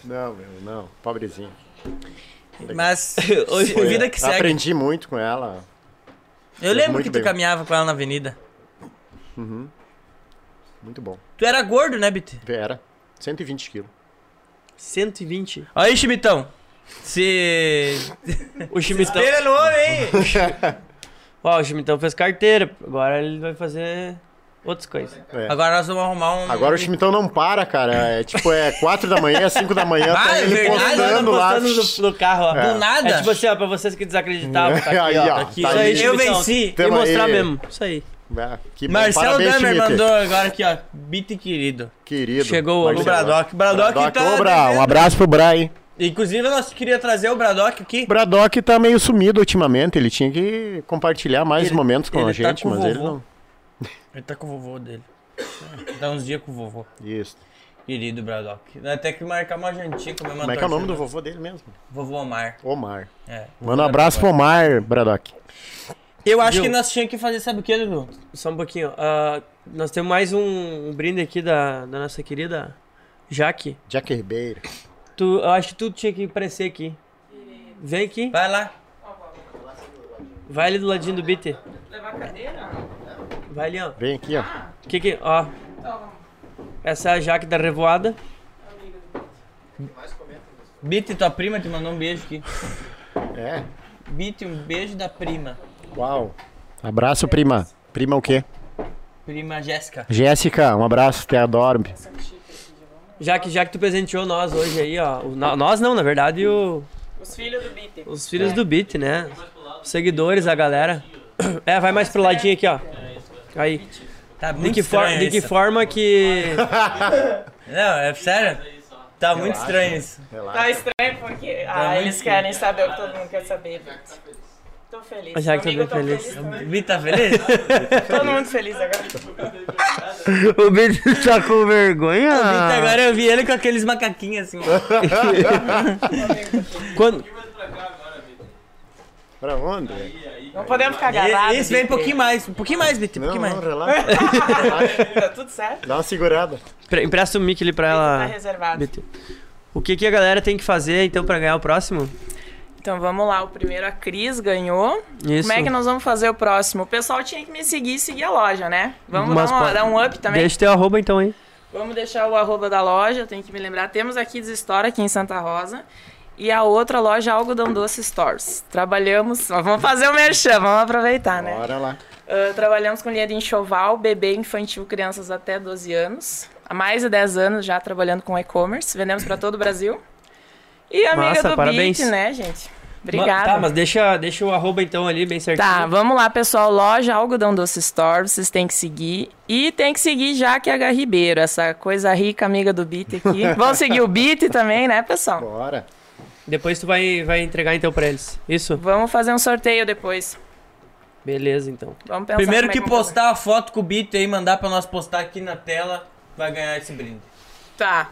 [SPEAKER 4] Não, meu, não, pobrezinho.
[SPEAKER 1] Mas,
[SPEAKER 5] Hoje-
[SPEAKER 1] se- vida que segue.
[SPEAKER 4] Aprendi muito com ela.
[SPEAKER 1] Eu lembro
[SPEAKER 4] Muito
[SPEAKER 1] que tu
[SPEAKER 4] bem.
[SPEAKER 1] caminhava com ela na avenida.
[SPEAKER 4] Muito bom.
[SPEAKER 1] Tu era gordo, né, Bit?
[SPEAKER 4] Vera, 120 quilos.
[SPEAKER 1] Hum.
[SPEAKER 5] 120.
[SPEAKER 1] Aí, Chimitão. Se.
[SPEAKER 5] O Chimitão.
[SPEAKER 1] Pera no homem, é hein?
[SPEAKER 5] Ó, o Chimitão fez carteira. Agora ele vai fazer outras coisas.
[SPEAKER 4] É.
[SPEAKER 1] Agora nós vamos arrumar um.
[SPEAKER 4] Agora o chimitão não para, cara. É tipo, é 4 da manhã, 5 da manhã,
[SPEAKER 1] Ah,
[SPEAKER 4] tá
[SPEAKER 1] é
[SPEAKER 4] ele
[SPEAKER 1] verdade,
[SPEAKER 4] postando lá.
[SPEAKER 5] no, no carro, ó.
[SPEAKER 1] Do nada.
[SPEAKER 5] É tipo assim, ó, pra vocês que desacreditavam. Tá aqui,
[SPEAKER 4] Aí,
[SPEAKER 5] ó.
[SPEAKER 4] ó,
[SPEAKER 5] Tá aqui.
[SPEAKER 4] tá
[SPEAKER 5] Isso aí,
[SPEAKER 4] aí.
[SPEAKER 1] Eu
[SPEAKER 5] Chimitão.
[SPEAKER 1] venci.
[SPEAKER 5] Tem que
[SPEAKER 4] Tamo
[SPEAKER 5] mostrar
[SPEAKER 4] aí.
[SPEAKER 5] mesmo. Isso aí.
[SPEAKER 4] Ah, que bom.
[SPEAKER 1] É, Marcelo
[SPEAKER 4] Parabéns,
[SPEAKER 1] Damer
[SPEAKER 4] Schmidt.
[SPEAKER 1] mandou agora aqui, ó. Bit querido.
[SPEAKER 4] Querido.
[SPEAKER 5] Chegou o
[SPEAKER 1] O
[SPEAKER 4] Marcelo.
[SPEAKER 1] Bradock. Bradock,
[SPEAKER 4] Bradock.
[SPEAKER 1] tá.
[SPEAKER 4] Ô, Bra, um abraço pro Bra, hein?
[SPEAKER 1] Inclusive, nós queria trazer o Bradock aqui.
[SPEAKER 4] O Bradock tá meio sumido ultimamente, ele tinha que compartilhar mais
[SPEAKER 1] Ele-
[SPEAKER 4] momentos com
[SPEAKER 1] ele
[SPEAKER 4] a
[SPEAKER 1] tá
[SPEAKER 4] gente,
[SPEAKER 1] com o
[SPEAKER 4] mas ele
[SPEAKER 1] vovô.
[SPEAKER 4] não.
[SPEAKER 1] Ele tá com o vovô dele. É, Dá uns dias com o vovô.
[SPEAKER 4] Isso.
[SPEAKER 1] Querido Bradock. Nós Até que marcar uma jantinha, comer uma
[SPEAKER 4] Como é que é o nome do
[SPEAKER 1] torcida.
[SPEAKER 4] vovô dele mesmo?
[SPEAKER 1] Vovô Omar.
[SPEAKER 4] Omar.
[SPEAKER 1] É.
[SPEAKER 4] Manda um abraço pro Omar, Bradock.
[SPEAKER 1] Eu acho
[SPEAKER 5] Viu?
[SPEAKER 1] que nós tínhamos que fazer, sabe o que, Dudu?
[SPEAKER 5] Só um pouquinho. ah, nós temos mais um, um brinde aqui da, da nossa querida Jaque.
[SPEAKER 4] Jack Ribeiro.
[SPEAKER 5] Tu, eu acho que tu tinha que aparecer aqui. Vem aqui.
[SPEAKER 1] Vai lá.
[SPEAKER 5] Vai ali do ladinho do beat. Levar cadeira? Vai ali, ó.
[SPEAKER 4] Vem aqui, ó.
[SPEAKER 5] Que que, ó. Essa é a Jaque da Revoada.
[SPEAKER 1] Bit, tua prima te mandou um beijo aqui.
[SPEAKER 4] É.
[SPEAKER 1] Bit, um beijo da prima.
[SPEAKER 4] Uau. Abraço, prima. Prima o quê?
[SPEAKER 1] Prima Jéssica.
[SPEAKER 4] Jéssica, um abraço, te adoro.
[SPEAKER 5] Já que, já que tu presenteou nós hoje aí, ó. O no- nós não, na verdade, o-
[SPEAKER 9] Os filhos do Bitter.
[SPEAKER 5] os filhos do Beat, né? Os seguidores, a galera. É, vai mais pro ladinho aqui, ó. Aí.
[SPEAKER 1] Tá
[SPEAKER 5] De
[SPEAKER 1] muito
[SPEAKER 5] que, for-
[SPEAKER 1] estranho
[SPEAKER 5] de que
[SPEAKER 1] isso.
[SPEAKER 5] forma que.
[SPEAKER 1] Não, é sério? Tá muito estranho isso.
[SPEAKER 9] Tá estranho porque
[SPEAKER 5] Tá
[SPEAKER 9] ah,
[SPEAKER 1] muito
[SPEAKER 9] eles querem saber o que todo mundo quer saber. Bito. Tô feliz.
[SPEAKER 5] Já que
[SPEAKER 9] Comigo
[SPEAKER 5] eu tô
[SPEAKER 9] eu tô
[SPEAKER 5] feliz.
[SPEAKER 9] também.
[SPEAKER 1] Bit, tá feliz?
[SPEAKER 9] Todo mundo feliz agora.
[SPEAKER 2] O Bito tá com vergonha.
[SPEAKER 1] Bit, agora eu vi ele com aqueles macaquinhos assim. ó.
[SPEAKER 5] Quando,
[SPEAKER 4] Pra onde?
[SPEAKER 9] Não podemos ficar agarrados.
[SPEAKER 1] Esse vem um
[SPEAKER 9] Bitter.
[SPEAKER 1] pouquinho mais. Um pouquinho mais, Bit, um
[SPEAKER 4] Não,
[SPEAKER 1] pouquinho
[SPEAKER 4] não,
[SPEAKER 1] mais.
[SPEAKER 4] relaxa.
[SPEAKER 9] Tá tudo certo?
[SPEAKER 4] Dá uma segurada.
[SPEAKER 5] pre- empresta o mic ali pra
[SPEAKER 9] Tá
[SPEAKER 5] ela.
[SPEAKER 9] reservado.
[SPEAKER 5] Beat. O que, que a galera tem que fazer então pra ganhar o próximo?
[SPEAKER 9] Então vamos lá. O primeiro a Cris ganhou.
[SPEAKER 5] Isso.
[SPEAKER 9] Como é que nós vamos fazer o próximo? O pessoal tinha que me seguir e seguir a loja, né? Vamos
[SPEAKER 5] Mas
[SPEAKER 9] dar, uma-
[SPEAKER 5] pode-
[SPEAKER 9] dar um up também?
[SPEAKER 5] Deixa teu arroba então, hein?
[SPEAKER 9] Vamos deixar o arroba da loja, tem que me lembrar. Temos a Kids Store aqui em Santa Rosa. E a outra loja, Algodão Doce Stores. Trabalhamos. ó, Vamos fazer o merchan, vamos aproveitar, né?
[SPEAKER 4] Bora lá.
[SPEAKER 9] Ah, trabalhamos com linha de enxoval, bebê, infantil, crianças até 12 anos. Há mais de 10 anos já trabalhando com e-commerce. Vendemos para todo o Brasil. E amiga
[SPEAKER 5] Massa,
[SPEAKER 9] do
[SPEAKER 5] parabéns.
[SPEAKER 9] Beat, né, gente?
[SPEAKER 5] Ma-
[SPEAKER 9] Obrigada.
[SPEAKER 5] Tá, mas deixa, deixa o arroba então ali bem certinho.
[SPEAKER 9] Tá, vamos lá, pessoal. Loja Algodão Doce Store, vocês têm que seguir. E tem que seguir Jaque H. Ribeiro, essa coisa rica amiga do Beat aqui. Vão seguir o Beat também, né, pessoal?
[SPEAKER 4] Bora.
[SPEAKER 5] Depois tu vai, vai entregar então pra eles. Isso?
[SPEAKER 9] Vamos fazer um sorteio depois.
[SPEAKER 5] Beleza, então.
[SPEAKER 9] Vamos pensar
[SPEAKER 1] Primeiro
[SPEAKER 9] como é
[SPEAKER 1] que
[SPEAKER 9] vamos fazer.
[SPEAKER 1] postar a foto com o Bit aí, mandar pra nós postar aqui na tela, vai ganhar esse brinde.
[SPEAKER 9] Tá.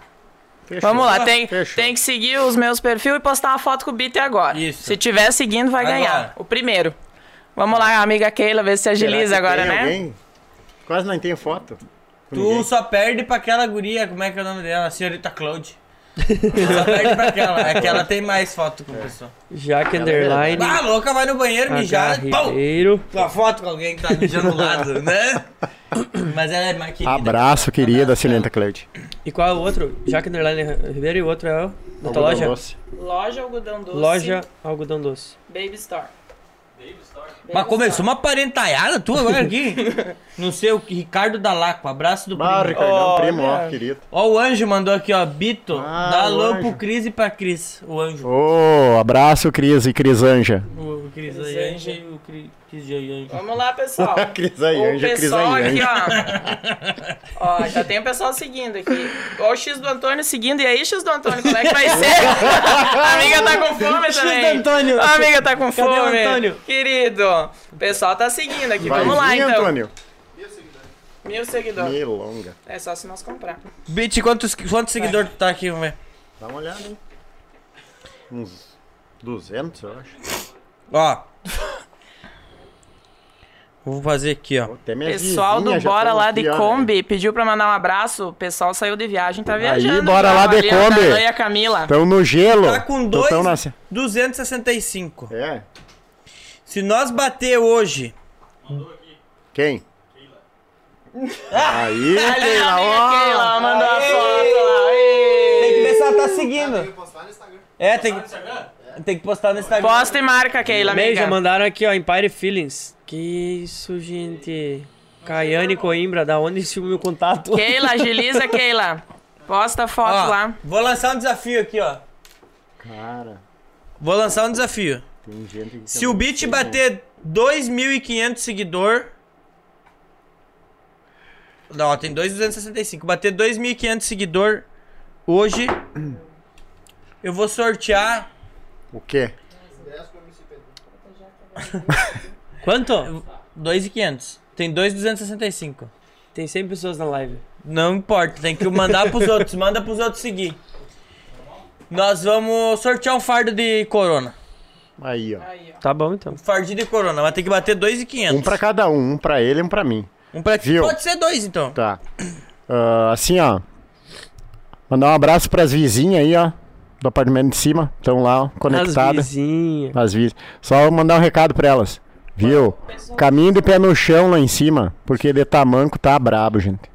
[SPEAKER 4] Fechou.
[SPEAKER 9] Vamos lá, tem,
[SPEAKER 4] Fechou.
[SPEAKER 9] tem que seguir os meus perfis e postar uma foto com o Beat agora.
[SPEAKER 1] Isso.
[SPEAKER 9] Se tiver seguindo, vai
[SPEAKER 1] Agora.
[SPEAKER 9] ganhar. O primeiro. Vamos lá, amiga Keila, ver se
[SPEAKER 4] Será
[SPEAKER 9] agiliza
[SPEAKER 4] que
[SPEAKER 9] agora,
[SPEAKER 4] tem
[SPEAKER 9] né?
[SPEAKER 4] alguém? Quase não tem foto. Com
[SPEAKER 1] Tu
[SPEAKER 4] ninguém.
[SPEAKER 1] só perde pra aquela guria, como é que é o nome dela? A senhorita Claude. só perde pra aquela. Aquela tem mais foto com o pessoal.
[SPEAKER 5] Jaque Underline.
[SPEAKER 1] Ah, louca, vai no banheiro,
[SPEAKER 5] H.
[SPEAKER 1] mijar, pum!
[SPEAKER 5] Ribeiro.
[SPEAKER 1] Com a foto com alguém que tá mijando do lado, né? Mas ela é mais querida.
[SPEAKER 4] Abraço, querida Silenta Cleide.
[SPEAKER 5] E qual é o outro? Jaque Underline Ribeiro e o outro é o. Da tua loja?
[SPEAKER 9] Loja Algodão Doce.
[SPEAKER 5] Loja Algodão Doce.
[SPEAKER 9] Baby Store.
[SPEAKER 1] Mas começou uma parentaiada tua agora aqui. Não sei o que, Ricardo Dalaco, abraço do
[SPEAKER 9] Hum.
[SPEAKER 4] Ah,
[SPEAKER 1] primo.
[SPEAKER 4] Ricardão, primo, ó, querido.
[SPEAKER 1] Ó, o anjo mandou aqui, ó, Bito,
[SPEAKER 4] Ah,
[SPEAKER 1] dá
[SPEAKER 4] o
[SPEAKER 1] alô
[SPEAKER 4] anjo.
[SPEAKER 1] pro Cris e pra Cris, o anjo.
[SPEAKER 4] Ô, abraço, Cris e Crisanja.
[SPEAKER 1] O, o Cris aí, anjo e o Cri- Cris de aí, anjo.
[SPEAKER 9] Vamos lá, pessoal.
[SPEAKER 4] Cris aí,
[SPEAKER 9] o
[SPEAKER 4] Anja, Cris
[SPEAKER 9] pessoal
[SPEAKER 4] aí,
[SPEAKER 9] aqui, ó. Ó, já tem o pessoal seguindo aqui. Ó, o X do Antônio seguindo. E aí, X do Antônio, como é que vai ser? A amiga tá com fome também.
[SPEAKER 5] do Antônio.
[SPEAKER 9] A amiga tá com
[SPEAKER 5] Cadê o
[SPEAKER 9] fome.
[SPEAKER 5] Antônio?
[SPEAKER 9] Querido, o pessoal tá seguindo aqui.
[SPEAKER 4] Vai
[SPEAKER 9] Vamos lá,
[SPEAKER 4] vir,
[SPEAKER 9] então.
[SPEAKER 4] Antônio.
[SPEAKER 9] Mil seguidores.
[SPEAKER 4] Milonga.
[SPEAKER 9] É só se nós comprar.
[SPEAKER 1] Bit, quantos, quantos seguidores tu tá aqui, vamos ver?
[SPEAKER 4] Dá uma olhada, hein? Uns 200, eu acho.
[SPEAKER 1] Ó. Vou fazer aqui, ó.
[SPEAKER 4] Até minha
[SPEAKER 9] Pessoal do
[SPEAKER 4] É vizinha já tá né?
[SPEAKER 9] Bora
[SPEAKER 4] tão
[SPEAKER 9] Lá
[SPEAKER 4] aqui,
[SPEAKER 9] de
[SPEAKER 4] ó,
[SPEAKER 9] Kombi pediu pra mandar um abraço. O pessoal saiu de viagem, tá viajando.
[SPEAKER 4] Bora
[SPEAKER 9] já,
[SPEAKER 4] Lá de
[SPEAKER 9] Mariana,
[SPEAKER 4] Kombi.
[SPEAKER 9] Tanan E a Camila.
[SPEAKER 4] Tão no gelo.
[SPEAKER 1] Tá com dois,
[SPEAKER 4] Tão nasce-
[SPEAKER 1] 265.
[SPEAKER 4] É.
[SPEAKER 1] Se nós bater hoje,
[SPEAKER 4] Quem? Aí, Keila, ó.
[SPEAKER 9] Keila, ó, mandou
[SPEAKER 1] Tá
[SPEAKER 9] a foto lá.
[SPEAKER 1] tem que ver se ela tá seguindo. É, tem que, tem que postar no Instagram.
[SPEAKER 9] Posta e marca, Keila,
[SPEAKER 5] Meio, já
[SPEAKER 9] amiga.
[SPEAKER 5] mandaram aqui, ó, Empire Feelings. Que isso, gente. Caiane Coimbra, da onde esse meu contato?
[SPEAKER 9] Keila, agiliza, Keila. Posta a foto
[SPEAKER 1] Ó,
[SPEAKER 9] lá.
[SPEAKER 1] vou lançar um desafio aqui, ó.
[SPEAKER 4] Cara,
[SPEAKER 1] Vou lançar um desafio.
[SPEAKER 4] tem um. gente que
[SPEAKER 1] Se o Beat bater 2.500 seguidor, Não, tem 2,265. Bater 2.500 seguidor hoje. Eu vou sortear.
[SPEAKER 4] O quê?
[SPEAKER 5] Quanto?
[SPEAKER 1] 2.500. Tem 2,265.
[SPEAKER 5] Tem 100 pessoas na live.
[SPEAKER 1] Não importa, tem que mandar pros outros. Manda pros outros seguir. Nós vamos sortear um fardo de corona.
[SPEAKER 4] Aí, ó.
[SPEAKER 5] Tá bom, então.
[SPEAKER 1] Fardinho de corona, mas tem que bater 2,500.
[SPEAKER 4] Um pra cada um, um pra ele e um pra mim.
[SPEAKER 1] Um pra
[SPEAKER 4] Viu?
[SPEAKER 1] Pode ser dois, então.
[SPEAKER 4] Tá. Ah, assim, ó. Mandar um abraço pras vizinhas aí, ó. Do apartamento de cima. Estão lá, ó,
[SPEAKER 5] As
[SPEAKER 4] conectadas.
[SPEAKER 5] vizinhas.
[SPEAKER 4] As vizinhas. Só mandar um recado pra elas. Viu? Caminho de pé no chão lá em cima. Porque de tamanco tá brabo, gente.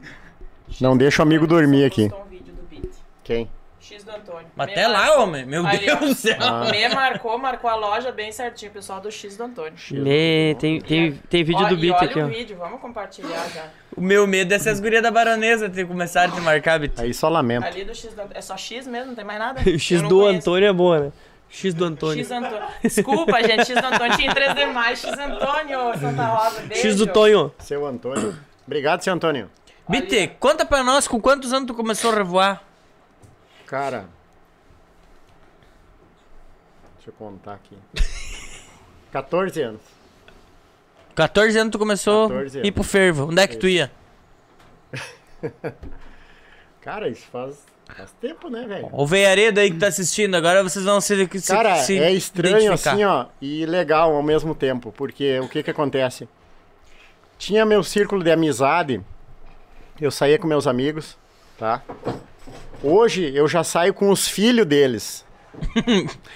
[SPEAKER 4] Não deixa o amigo dormir aqui.
[SPEAKER 9] Postou um vídeo do Beat.
[SPEAKER 4] Quem?
[SPEAKER 9] X do Antônio.
[SPEAKER 1] Mas
[SPEAKER 9] Me
[SPEAKER 1] até lá, homem. Meu
[SPEAKER 9] Ali, ó.
[SPEAKER 1] Deus do céu.
[SPEAKER 9] Me marcou, marcou a loja bem certinho, pessoal do X do Antônio.
[SPEAKER 5] Me, Né, tem, tem, tem vídeo
[SPEAKER 9] Ó,
[SPEAKER 5] do
[SPEAKER 9] e
[SPEAKER 5] Beat
[SPEAKER 9] olha
[SPEAKER 5] aqui,
[SPEAKER 9] o
[SPEAKER 5] ó.
[SPEAKER 9] vídeo, vamos compartilhar já.
[SPEAKER 1] O meu medo é se as gurias da baronesa ter começado a te marcar, Bito.
[SPEAKER 4] Aí só lamento.
[SPEAKER 9] Ali do X do Antônio. É só X mesmo, não tem mais nada?
[SPEAKER 5] O X
[SPEAKER 9] Eu não
[SPEAKER 5] do
[SPEAKER 9] conheço.
[SPEAKER 5] Antônio é boa, né? X do Antônio.
[SPEAKER 9] X Antônio. Desculpa, gente. X do Antônio tinha em 3D mais. X Antônio, Santa Rosa. Beijo.
[SPEAKER 5] X do Tonho.
[SPEAKER 4] Seu Antônio. Obrigado, seu Antônio.
[SPEAKER 1] Bite, conta pra nós com quantos anos tu começou a revoar?
[SPEAKER 4] Cara. Deixa eu contar aqui. 14 anos.
[SPEAKER 1] 14 anos tu começou
[SPEAKER 4] 14
[SPEAKER 1] a ir pro fervo. Onde é que tu ia?
[SPEAKER 4] Cara, isso faz, faz tempo, né, velho?
[SPEAKER 1] O veiaredo aí que tá assistindo, agora vocês vão se, se
[SPEAKER 4] Cara,
[SPEAKER 1] se
[SPEAKER 4] é estranho
[SPEAKER 1] identificar.
[SPEAKER 4] assim, ó, e legal ao mesmo tempo, porque o que que acontece? Tinha meu círculo de amizade, eu saía com meus amigos, tá? Hoje eu já saio com os filhos deles.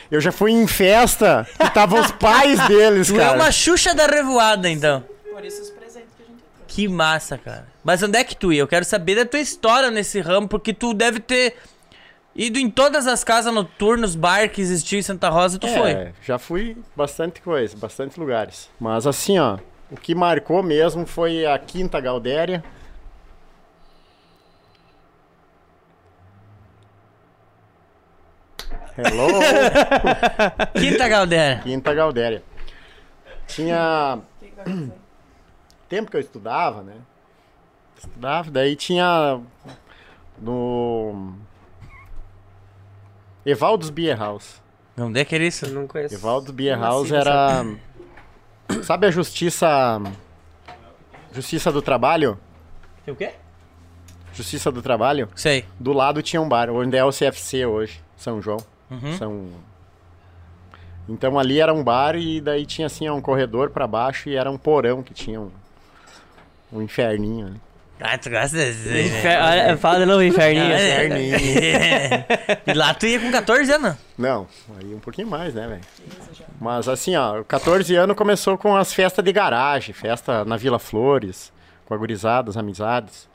[SPEAKER 4] eu já fui em festa que tava os pais deles,
[SPEAKER 1] Tu é
[SPEAKER 4] cara.
[SPEAKER 1] uma Xuxa da revoada, então.
[SPEAKER 9] Por isso os presentes que a gente trouxe.
[SPEAKER 1] Que massa, cara. Mas onde é que tu ia? Eu quero saber da tua história nesse ramo, porque tu deve ter ido em todas as casas noturnas, bar que existiu em Santa Rosa, tu foi.
[SPEAKER 4] É, já fui bastante coisa, bastante lugares. Mas assim, ó, o que marcou mesmo foi a Quinta Gaudéria. Hello,
[SPEAKER 1] Quinta Galdera.
[SPEAKER 4] Quinta Gaudéria. Tinha tempo que eu estudava, né? Estudava, daí tinha no Evaldo's Beer House.
[SPEAKER 1] Onde é que era isso?
[SPEAKER 5] Eu não conheço.
[SPEAKER 4] Evaldo Bierhaus era. Sabe a justiça. Justiça do Trabalho?
[SPEAKER 1] Tem o quê?
[SPEAKER 4] Justiça do Trabalho?
[SPEAKER 1] Sei.
[SPEAKER 4] Do lado tinha um bar, onde é o CFC hoje, São João.
[SPEAKER 1] Uhum.
[SPEAKER 4] São. Então ali era um bar e daí tinha assim um corredor pra baixo e era um porão que tinha um, um inferninho ali.
[SPEAKER 1] Ah, tu gosta desse
[SPEAKER 4] É.
[SPEAKER 1] aí, né?
[SPEAKER 5] Infer... olha, Fala de novo, inferninho.
[SPEAKER 1] É. E lá tu ia com 14 anos. né?
[SPEAKER 4] Não, aí um pouquinho mais, né, velho? Mas assim, ó, 14 anos começou com as festas de garagem, festa na Vila Flores, com a gurizada, as amizades.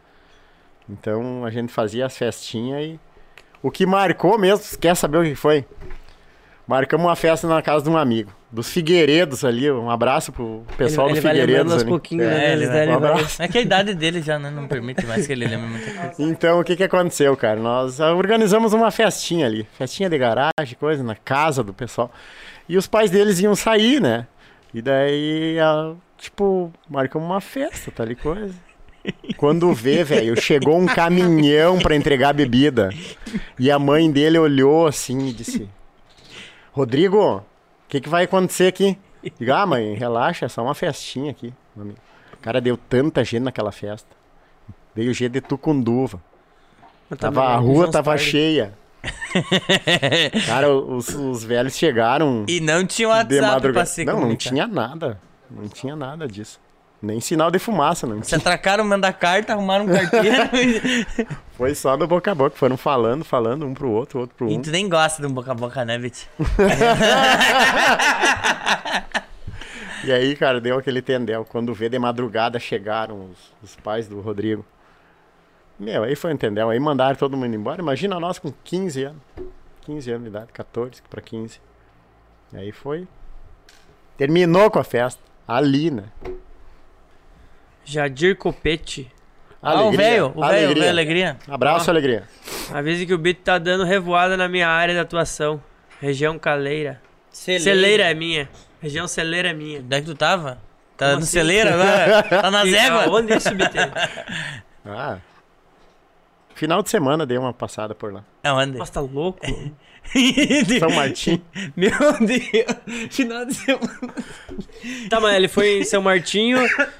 [SPEAKER 4] Então a gente fazia as festinhas e. O que marcou mesmo, quer saber o que foi? Marcamos uma festa na casa de um amigo, dos Figueiredos ali. Um abraço pro pessoal
[SPEAKER 5] ele
[SPEAKER 4] do
[SPEAKER 5] vai lembrando
[SPEAKER 4] Figueiredos.
[SPEAKER 5] aos
[SPEAKER 4] ali.
[SPEAKER 5] pouquinhos, né?
[SPEAKER 1] É,
[SPEAKER 5] Eles
[SPEAKER 1] ele vai-
[SPEAKER 5] devem-
[SPEAKER 4] um abraço.
[SPEAKER 1] É que a idade dele já né, não permite mais que ele lembre muito.
[SPEAKER 4] Então, o que que aconteceu, cara? Nós ah, organizamos uma festinha ali, festinha de garagem, coisa, na casa do pessoal. E os pais deles iam sair, né? E daí, ah, tipo, marcamos uma festa, tal e coisa. Quando vê, velho, chegou um caminhão pra entregar a bebida. E a mãe dele olhou assim e disse: Rodrigo, o que, que vai acontecer aqui? Diga, ah, mãe, relaxa, é só uma festinha aqui. meu amigo." Cara, deu tanta gente naquela festa. Veio gente de Tucunduva. Tava, a rua tava cheia. Cara, os, os velhos chegaram
[SPEAKER 1] E não tinha
[SPEAKER 4] de
[SPEAKER 1] WhatsApp pra
[SPEAKER 4] madrugada.
[SPEAKER 1] se
[SPEAKER 4] Não, não
[SPEAKER 1] comunicar.
[SPEAKER 4] tinha nada. Não tinha nada disso. Nem sinal de fumaça, não
[SPEAKER 1] Se
[SPEAKER 4] tinha.
[SPEAKER 1] atracaram, mandar carta, arrumaram um carteiro.
[SPEAKER 4] Foi só no boca a boca. Foram falando, falando um pro outro, outro pro
[SPEAKER 1] e
[SPEAKER 4] um.
[SPEAKER 1] tu nem gosta de um boca a boca, né, Bit?
[SPEAKER 4] E aí, cara, deu aquele tendel. Quando vê de madrugada chegaram os, os pais do Rodrigo. Meu, aí foi um tendel. Aí mandaram todo mundo embora. Imagina nós com 15 anos. 15 anos de idade, 14 pra 15. E aí foi. Terminou com a festa. Ali, né?
[SPEAKER 5] Jadir Copete.
[SPEAKER 1] Ah, o velho, o velho, o velho, alegria. Ah.
[SPEAKER 4] Abraço, alegria.
[SPEAKER 5] Avisa que o Beat tá dando revoada na minha área de atuação. Região Caleira. Celeira é minha. Região Celeira é minha.
[SPEAKER 1] Onde é que tu tava? Tá
[SPEAKER 5] Como
[SPEAKER 1] no
[SPEAKER 5] assim?
[SPEAKER 1] celeiro agora? Tá na
[SPEAKER 5] E
[SPEAKER 1] zégua?
[SPEAKER 5] Aonde isso, BT?
[SPEAKER 4] Ah. Final de semana dei uma passada por lá.
[SPEAKER 1] Aonde?
[SPEAKER 5] Nossa, tá louco? mano.
[SPEAKER 4] São Martim.
[SPEAKER 1] Meu Deus. Final de semana.
[SPEAKER 5] tá, mas ele foi em São Martinho,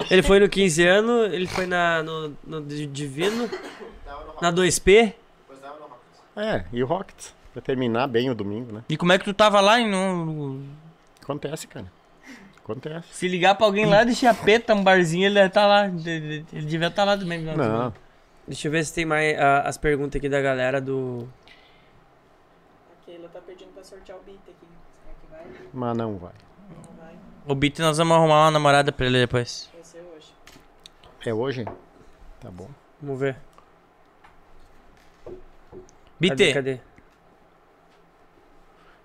[SPEAKER 5] ele foi no 15 ano, ele foi na, no, no Di- Divino, na 2P.
[SPEAKER 4] É, e o Rockets. Pra terminar bem o domingo, né?
[SPEAKER 1] E como é que tu tava lá e não...
[SPEAKER 4] Acontece, cara. Acontece.
[SPEAKER 1] Se ligar pra alguém lá de Chiapeta, um barzinho, ele deve tá lá. Ele ele devia estar lá também. né?
[SPEAKER 4] Não.
[SPEAKER 5] Deixa eu ver se tem mais ah, as perguntas aqui da galera do...
[SPEAKER 9] A Keila tá pedindo pra sortear o beat aqui. Será que vai?
[SPEAKER 4] Mas não vai.
[SPEAKER 9] Não vai?
[SPEAKER 1] O Bit, nós vamos arrumar uma namorada pra ele depois.
[SPEAKER 9] Vai ser hoje.
[SPEAKER 4] É hoje? Tá bom.
[SPEAKER 5] Vamos ver. Cadê,
[SPEAKER 1] Bit,
[SPEAKER 5] cadê?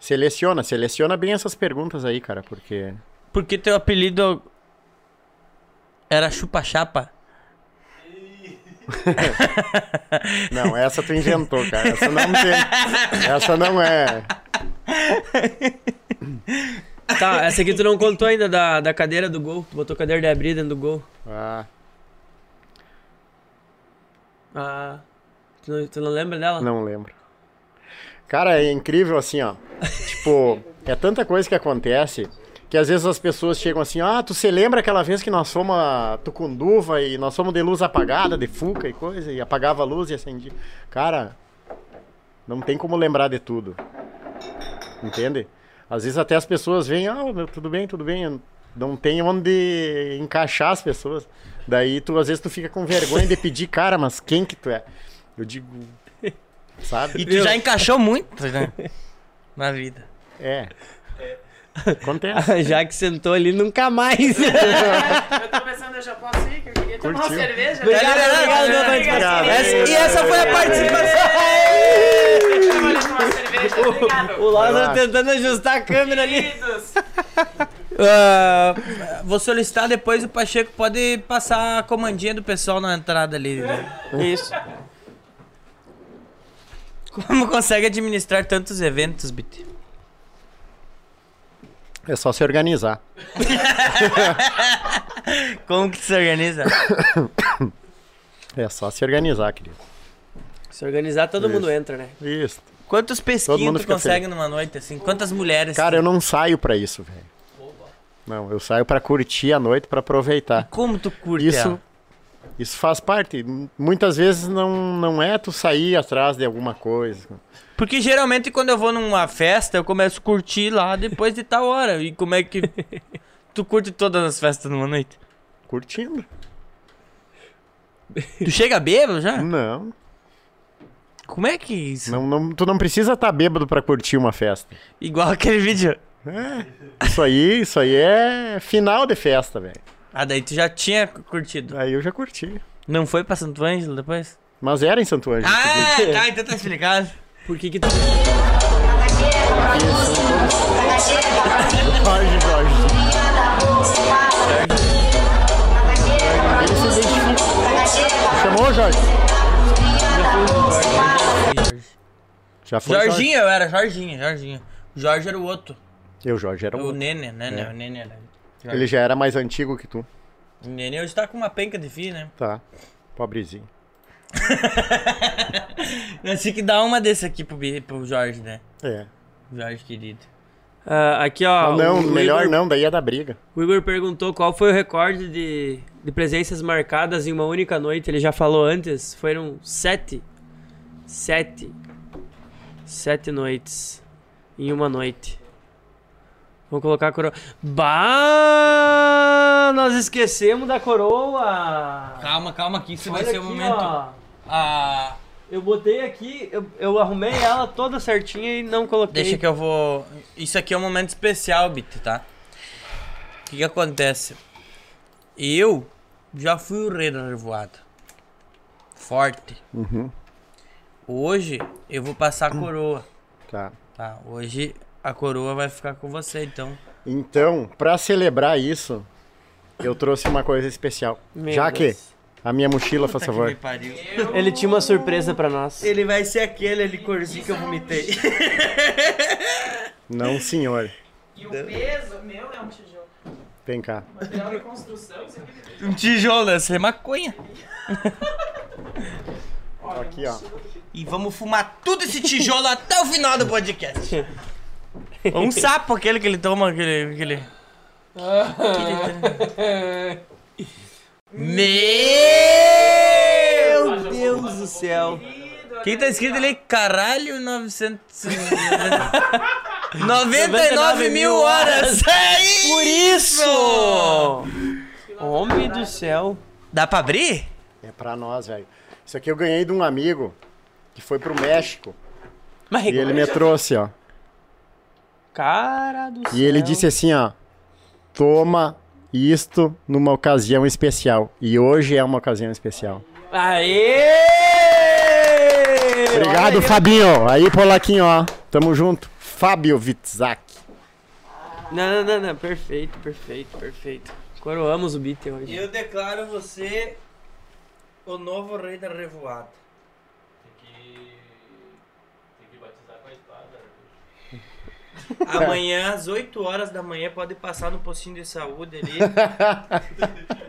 [SPEAKER 4] Seleciona, seleciona bem essas perguntas aí, cara, porque.
[SPEAKER 1] por que teu apelido era chupa-chapa?
[SPEAKER 4] Não, essa tu inventou, cara. Essa não tem. Essa não é.
[SPEAKER 5] Tá, essa aqui tu não contou ainda da, da cadeira do gol. Tu botou cadeira de abrir dentro do gol.
[SPEAKER 4] Ah,
[SPEAKER 5] Ah. Tu não, tu não lembra dela?
[SPEAKER 4] não lembro. Cara, é incrível assim, ó. Tipo, é tanta coisa que acontece que às vezes as pessoas chegam assim: ah, tu se lembra aquela vez que nós fomos a Tucunduva e nós fomos de luz apagada, de fuca e coisa, e apagava a luz e acendia. Cara, não tem como lembrar de tudo. Entende? Às vezes até as pessoas vêm, ah, meu, tudo bem, tudo bem. eu Não tem onde encaixar as pessoas. Daí tu, às vezes, tu fica com vergonha de pedir, cara, mas quem que tu é? Eu digo. Sabe?
[SPEAKER 1] E tu já encaixou muito, né? Na vida.
[SPEAKER 4] É. Acontece.
[SPEAKER 5] Já que sentou ali, nunca mais.
[SPEAKER 9] Eu tô pensando, eu já posso ir, assim, que eu queria tomar uma
[SPEAKER 4] Curtiu?
[SPEAKER 9] cerveja.
[SPEAKER 5] Obrigado,
[SPEAKER 9] Galera,
[SPEAKER 5] obrigado, boa noite.
[SPEAKER 9] obrigado,
[SPEAKER 1] Essa-
[SPEAKER 9] querido.
[SPEAKER 1] e essa foi a participação.
[SPEAKER 9] Eu trabalho com uma cerveja, obrigado.
[SPEAKER 5] O Lázaro
[SPEAKER 4] lá.
[SPEAKER 5] tentando ajustar a câmera ali.
[SPEAKER 9] Queridos.
[SPEAKER 1] Ah, vou solicitar depois o Pacheco pode passar a comandinha do pessoal na entrada ali. né?
[SPEAKER 5] Isso.
[SPEAKER 1] Como consegue administrar tantos eventos, BT?
[SPEAKER 4] É só se organizar.
[SPEAKER 1] Como que se organiza?
[SPEAKER 4] É só se organizar, querido.
[SPEAKER 5] Se organizar, todo mundo entra, né?
[SPEAKER 4] Isso.
[SPEAKER 1] Quantos
[SPEAKER 4] Todo mundo
[SPEAKER 1] pesquinhos tu
[SPEAKER 4] fica
[SPEAKER 1] consegue numa noite, assim? Quantas mulheres?
[SPEAKER 4] Cara, eu não saio pra isso, velho. Não, eu saio pra curtir a noite, pra aproveitar.
[SPEAKER 1] Como tu curte
[SPEAKER 4] Isso,
[SPEAKER 1] ela?
[SPEAKER 4] isso faz parte. M- Muitas vezes não, não é tu sair atrás de alguma coisa.
[SPEAKER 1] Porque geralmente quando eu vou numa festa, eu começo a curtir lá depois de tal hora. E como é que... tu curte todas as festas numa noite?
[SPEAKER 4] Curtindo.
[SPEAKER 1] Tu chega bêbado já?
[SPEAKER 4] Não,
[SPEAKER 1] Como é que é isso?
[SPEAKER 4] não, não- tu não precisa estar bêbado pra curtir uma festa.
[SPEAKER 1] Igual aquele vídeo.
[SPEAKER 4] Isso aí, isso aí é final de festa, velho.
[SPEAKER 1] Ah, daí tu já tinha curtido.
[SPEAKER 4] Aí eu já curti.
[SPEAKER 1] Não foi pra Santo Ângelo depois?
[SPEAKER 4] Mas era em Santo Ângelo.
[SPEAKER 1] Ah, tá, então tá explicado.
[SPEAKER 5] Por que que tu...
[SPEAKER 4] Jorge, Jorge. Chamou, Jorge? Já foi Jorge.
[SPEAKER 1] Jorginho, eu era Jorginho, Jorginho. O Jorge era o outro.
[SPEAKER 4] Eu, Jorge, era
[SPEAKER 1] É O
[SPEAKER 4] um...
[SPEAKER 1] Nene, Nene, o Nene era.
[SPEAKER 4] Ele já era mais antigo que tu.
[SPEAKER 1] O Nene hoje tá com uma penca de filho, né?
[SPEAKER 4] Tá. Pobrezinho.
[SPEAKER 1] Nós tinha que dar uma desse aqui pro, Bi- pro Jorge, né?
[SPEAKER 4] É.
[SPEAKER 1] Jorge querido.
[SPEAKER 5] Ah, aqui, ó.
[SPEAKER 4] Ah, não,
[SPEAKER 5] o Igor-
[SPEAKER 4] melhor não, daí é da briga.
[SPEAKER 5] O Igor perguntou qual foi o recorde de, de presenças marcadas em uma única noite. Ele já falou antes, foram sete. Sete. Sete noites. Em uma noite. Vou colocar a coroa. Bah! Nós esquecemos da coroa!
[SPEAKER 1] Calma, calma, que isso vai
[SPEAKER 5] Olha
[SPEAKER 1] ser o
[SPEAKER 5] aqui,
[SPEAKER 1] momento.
[SPEAKER 5] ó.
[SPEAKER 1] Ah,
[SPEAKER 5] Eu botei aqui, eu, eu arrumei ela toda certinha e não coloquei.
[SPEAKER 1] deixa que eu vou. Isso aqui é um momento especial, Bit, tá? O que, que acontece? Eu já fui o rei da revoada. Forte. Hoje eu vou passar a coroa.
[SPEAKER 4] Tá.
[SPEAKER 1] Tá, hoje a coroa vai ficar com você, então.
[SPEAKER 4] Então, pra celebrar isso, eu trouxe uma coisa especial.
[SPEAKER 5] Meu
[SPEAKER 4] já que
[SPEAKER 5] Deus. Tá
[SPEAKER 4] a minha mochila, por
[SPEAKER 1] Puta que
[SPEAKER 4] favor.
[SPEAKER 1] me pariu.
[SPEAKER 5] Ele tinha uma surpresa pra nós.
[SPEAKER 1] Ele vai ser aquele licorzinho que eu vomitei.
[SPEAKER 4] Não, senhor.
[SPEAKER 9] E o peso meu é um tijolo.
[SPEAKER 4] Tem cá.
[SPEAKER 1] Um tijolo, essa é maconha.
[SPEAKER 4] Aqui, ó.
[SPEAKER 1] E vamos fumar tudo esse tijolo até o final do podcast. Ou um sapo, aquele que ele toma, aquele. aquele... Meu Deus do céu. Quem tá escrito ali? Caralho, 900. 99 mil horas. É Aí!
[SPEAKER 5] Por isso! Homem do céu.
[SPEAKER 1] Dá pra abrir?
[SPEAKER 4] É pra nós, velho. Isso aqui eu ganhei de um amigo que foi pro México.
[SPEAKER 5] Mas,
[SPEAKER 4] E ele me trouxe, ó.
[SPEAKER 5] cara do céu.
[SPEAKER 4] E ele disse assim, ó. Toma isto numa ocasião especial. E hoje é uma ocasião especial.
[SPEAKER 5] Aê!
[SPEAKER 4] Obrigado, Fabinho. Aí, Polaquinho, ó. Tamo junto. Fábio Witzak.
[SPEAKER 5] Não, não, não, não. Perfeito, perfeito, perfeito. Coroamos o beat hoje.
[SPEAKER 1] declaro você o novo rei da revoada.
[SPEAKER 3] Tem que. Tem que batizar com a espada. né?
[SPEAKER 1] Amanhã, às 8 horas da manhã, pode passar no postinho de saúde ali.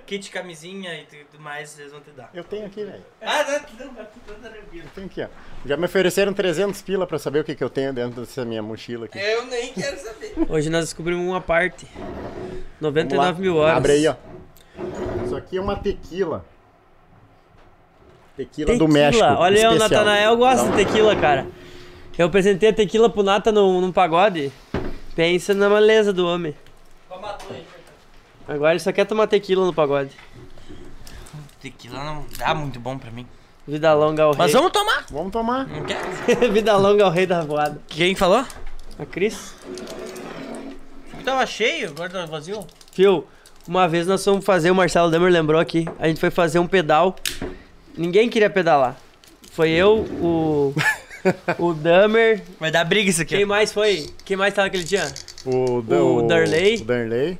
[SPEAKER 1] Kit camisinha e tudo mais, eles vão te dar.
[SPEAKER 4] Eu tenho aqui, velho.
[SPEAKER 1] Ah, não, não,
[SPEAKER 3] tá
[SPEAKER 1] não, tranquilo.
[SPEAKER 4] Eu tenho aqui, ó. é? Já me ofereceram 300 pila pra saber o que, que eu tenho dentro dessa minha mochila aqui.
[SPEAKER 5] É,
[SPEAKER 1] Eu nem quero saber.
[SPEAKER 5] Hoje nós descobrimos uma parte.
[SPEAKER 4] Vamos lá.
[SPEAKER 5] 99 mil horas.
[SPEAKER 4] Abre aí, ó. Isso aqui é uma tequila. Tequila, do México.
[SPEAKER 5] Olha aí, o
[SPEAKER 4] especial.
[SPEAKER 5] Natanael gosta de tequila, cara. Eu apresentei a tequila pro Nata num, num pagode. Pensa na maleza do homem. Agora ele só quer tomar tequila no pagode.
[SPEAKER 1] Tequila não dá muito bom pra mim.
[SPEAKER 5] Vida longa ao rei.
[SPEAKER 1] Mas vamos tomar.
[SPEAKER 4] Vamos tomar.
[SPEAKER 1] Não quer?
[SPEAKER 5] Vida longa ao rei da voada.
[SPEAKER 1] Quem falou?
[SPEAKER 5] A Cris?
[SPEAKER 1] Tava cheio, agora tá vazio.
[SPEAKER 5] Fio, uma vez nós fomos fazer, o Marcelo Demer lembrou aqui, a gente foi fazer um pedal. Ninguém queria pedalar. Foi eu, o. o Damer.
[SPEAKER 1] Vai dar briga isso aqui.
[SPEAKER 5] Quem mais foi? Quem mais tava aquele dia?
[SPEAKER 4] O, da-
[SPEAKER 5] O Darley.
[SPEAKER 4] O Darley.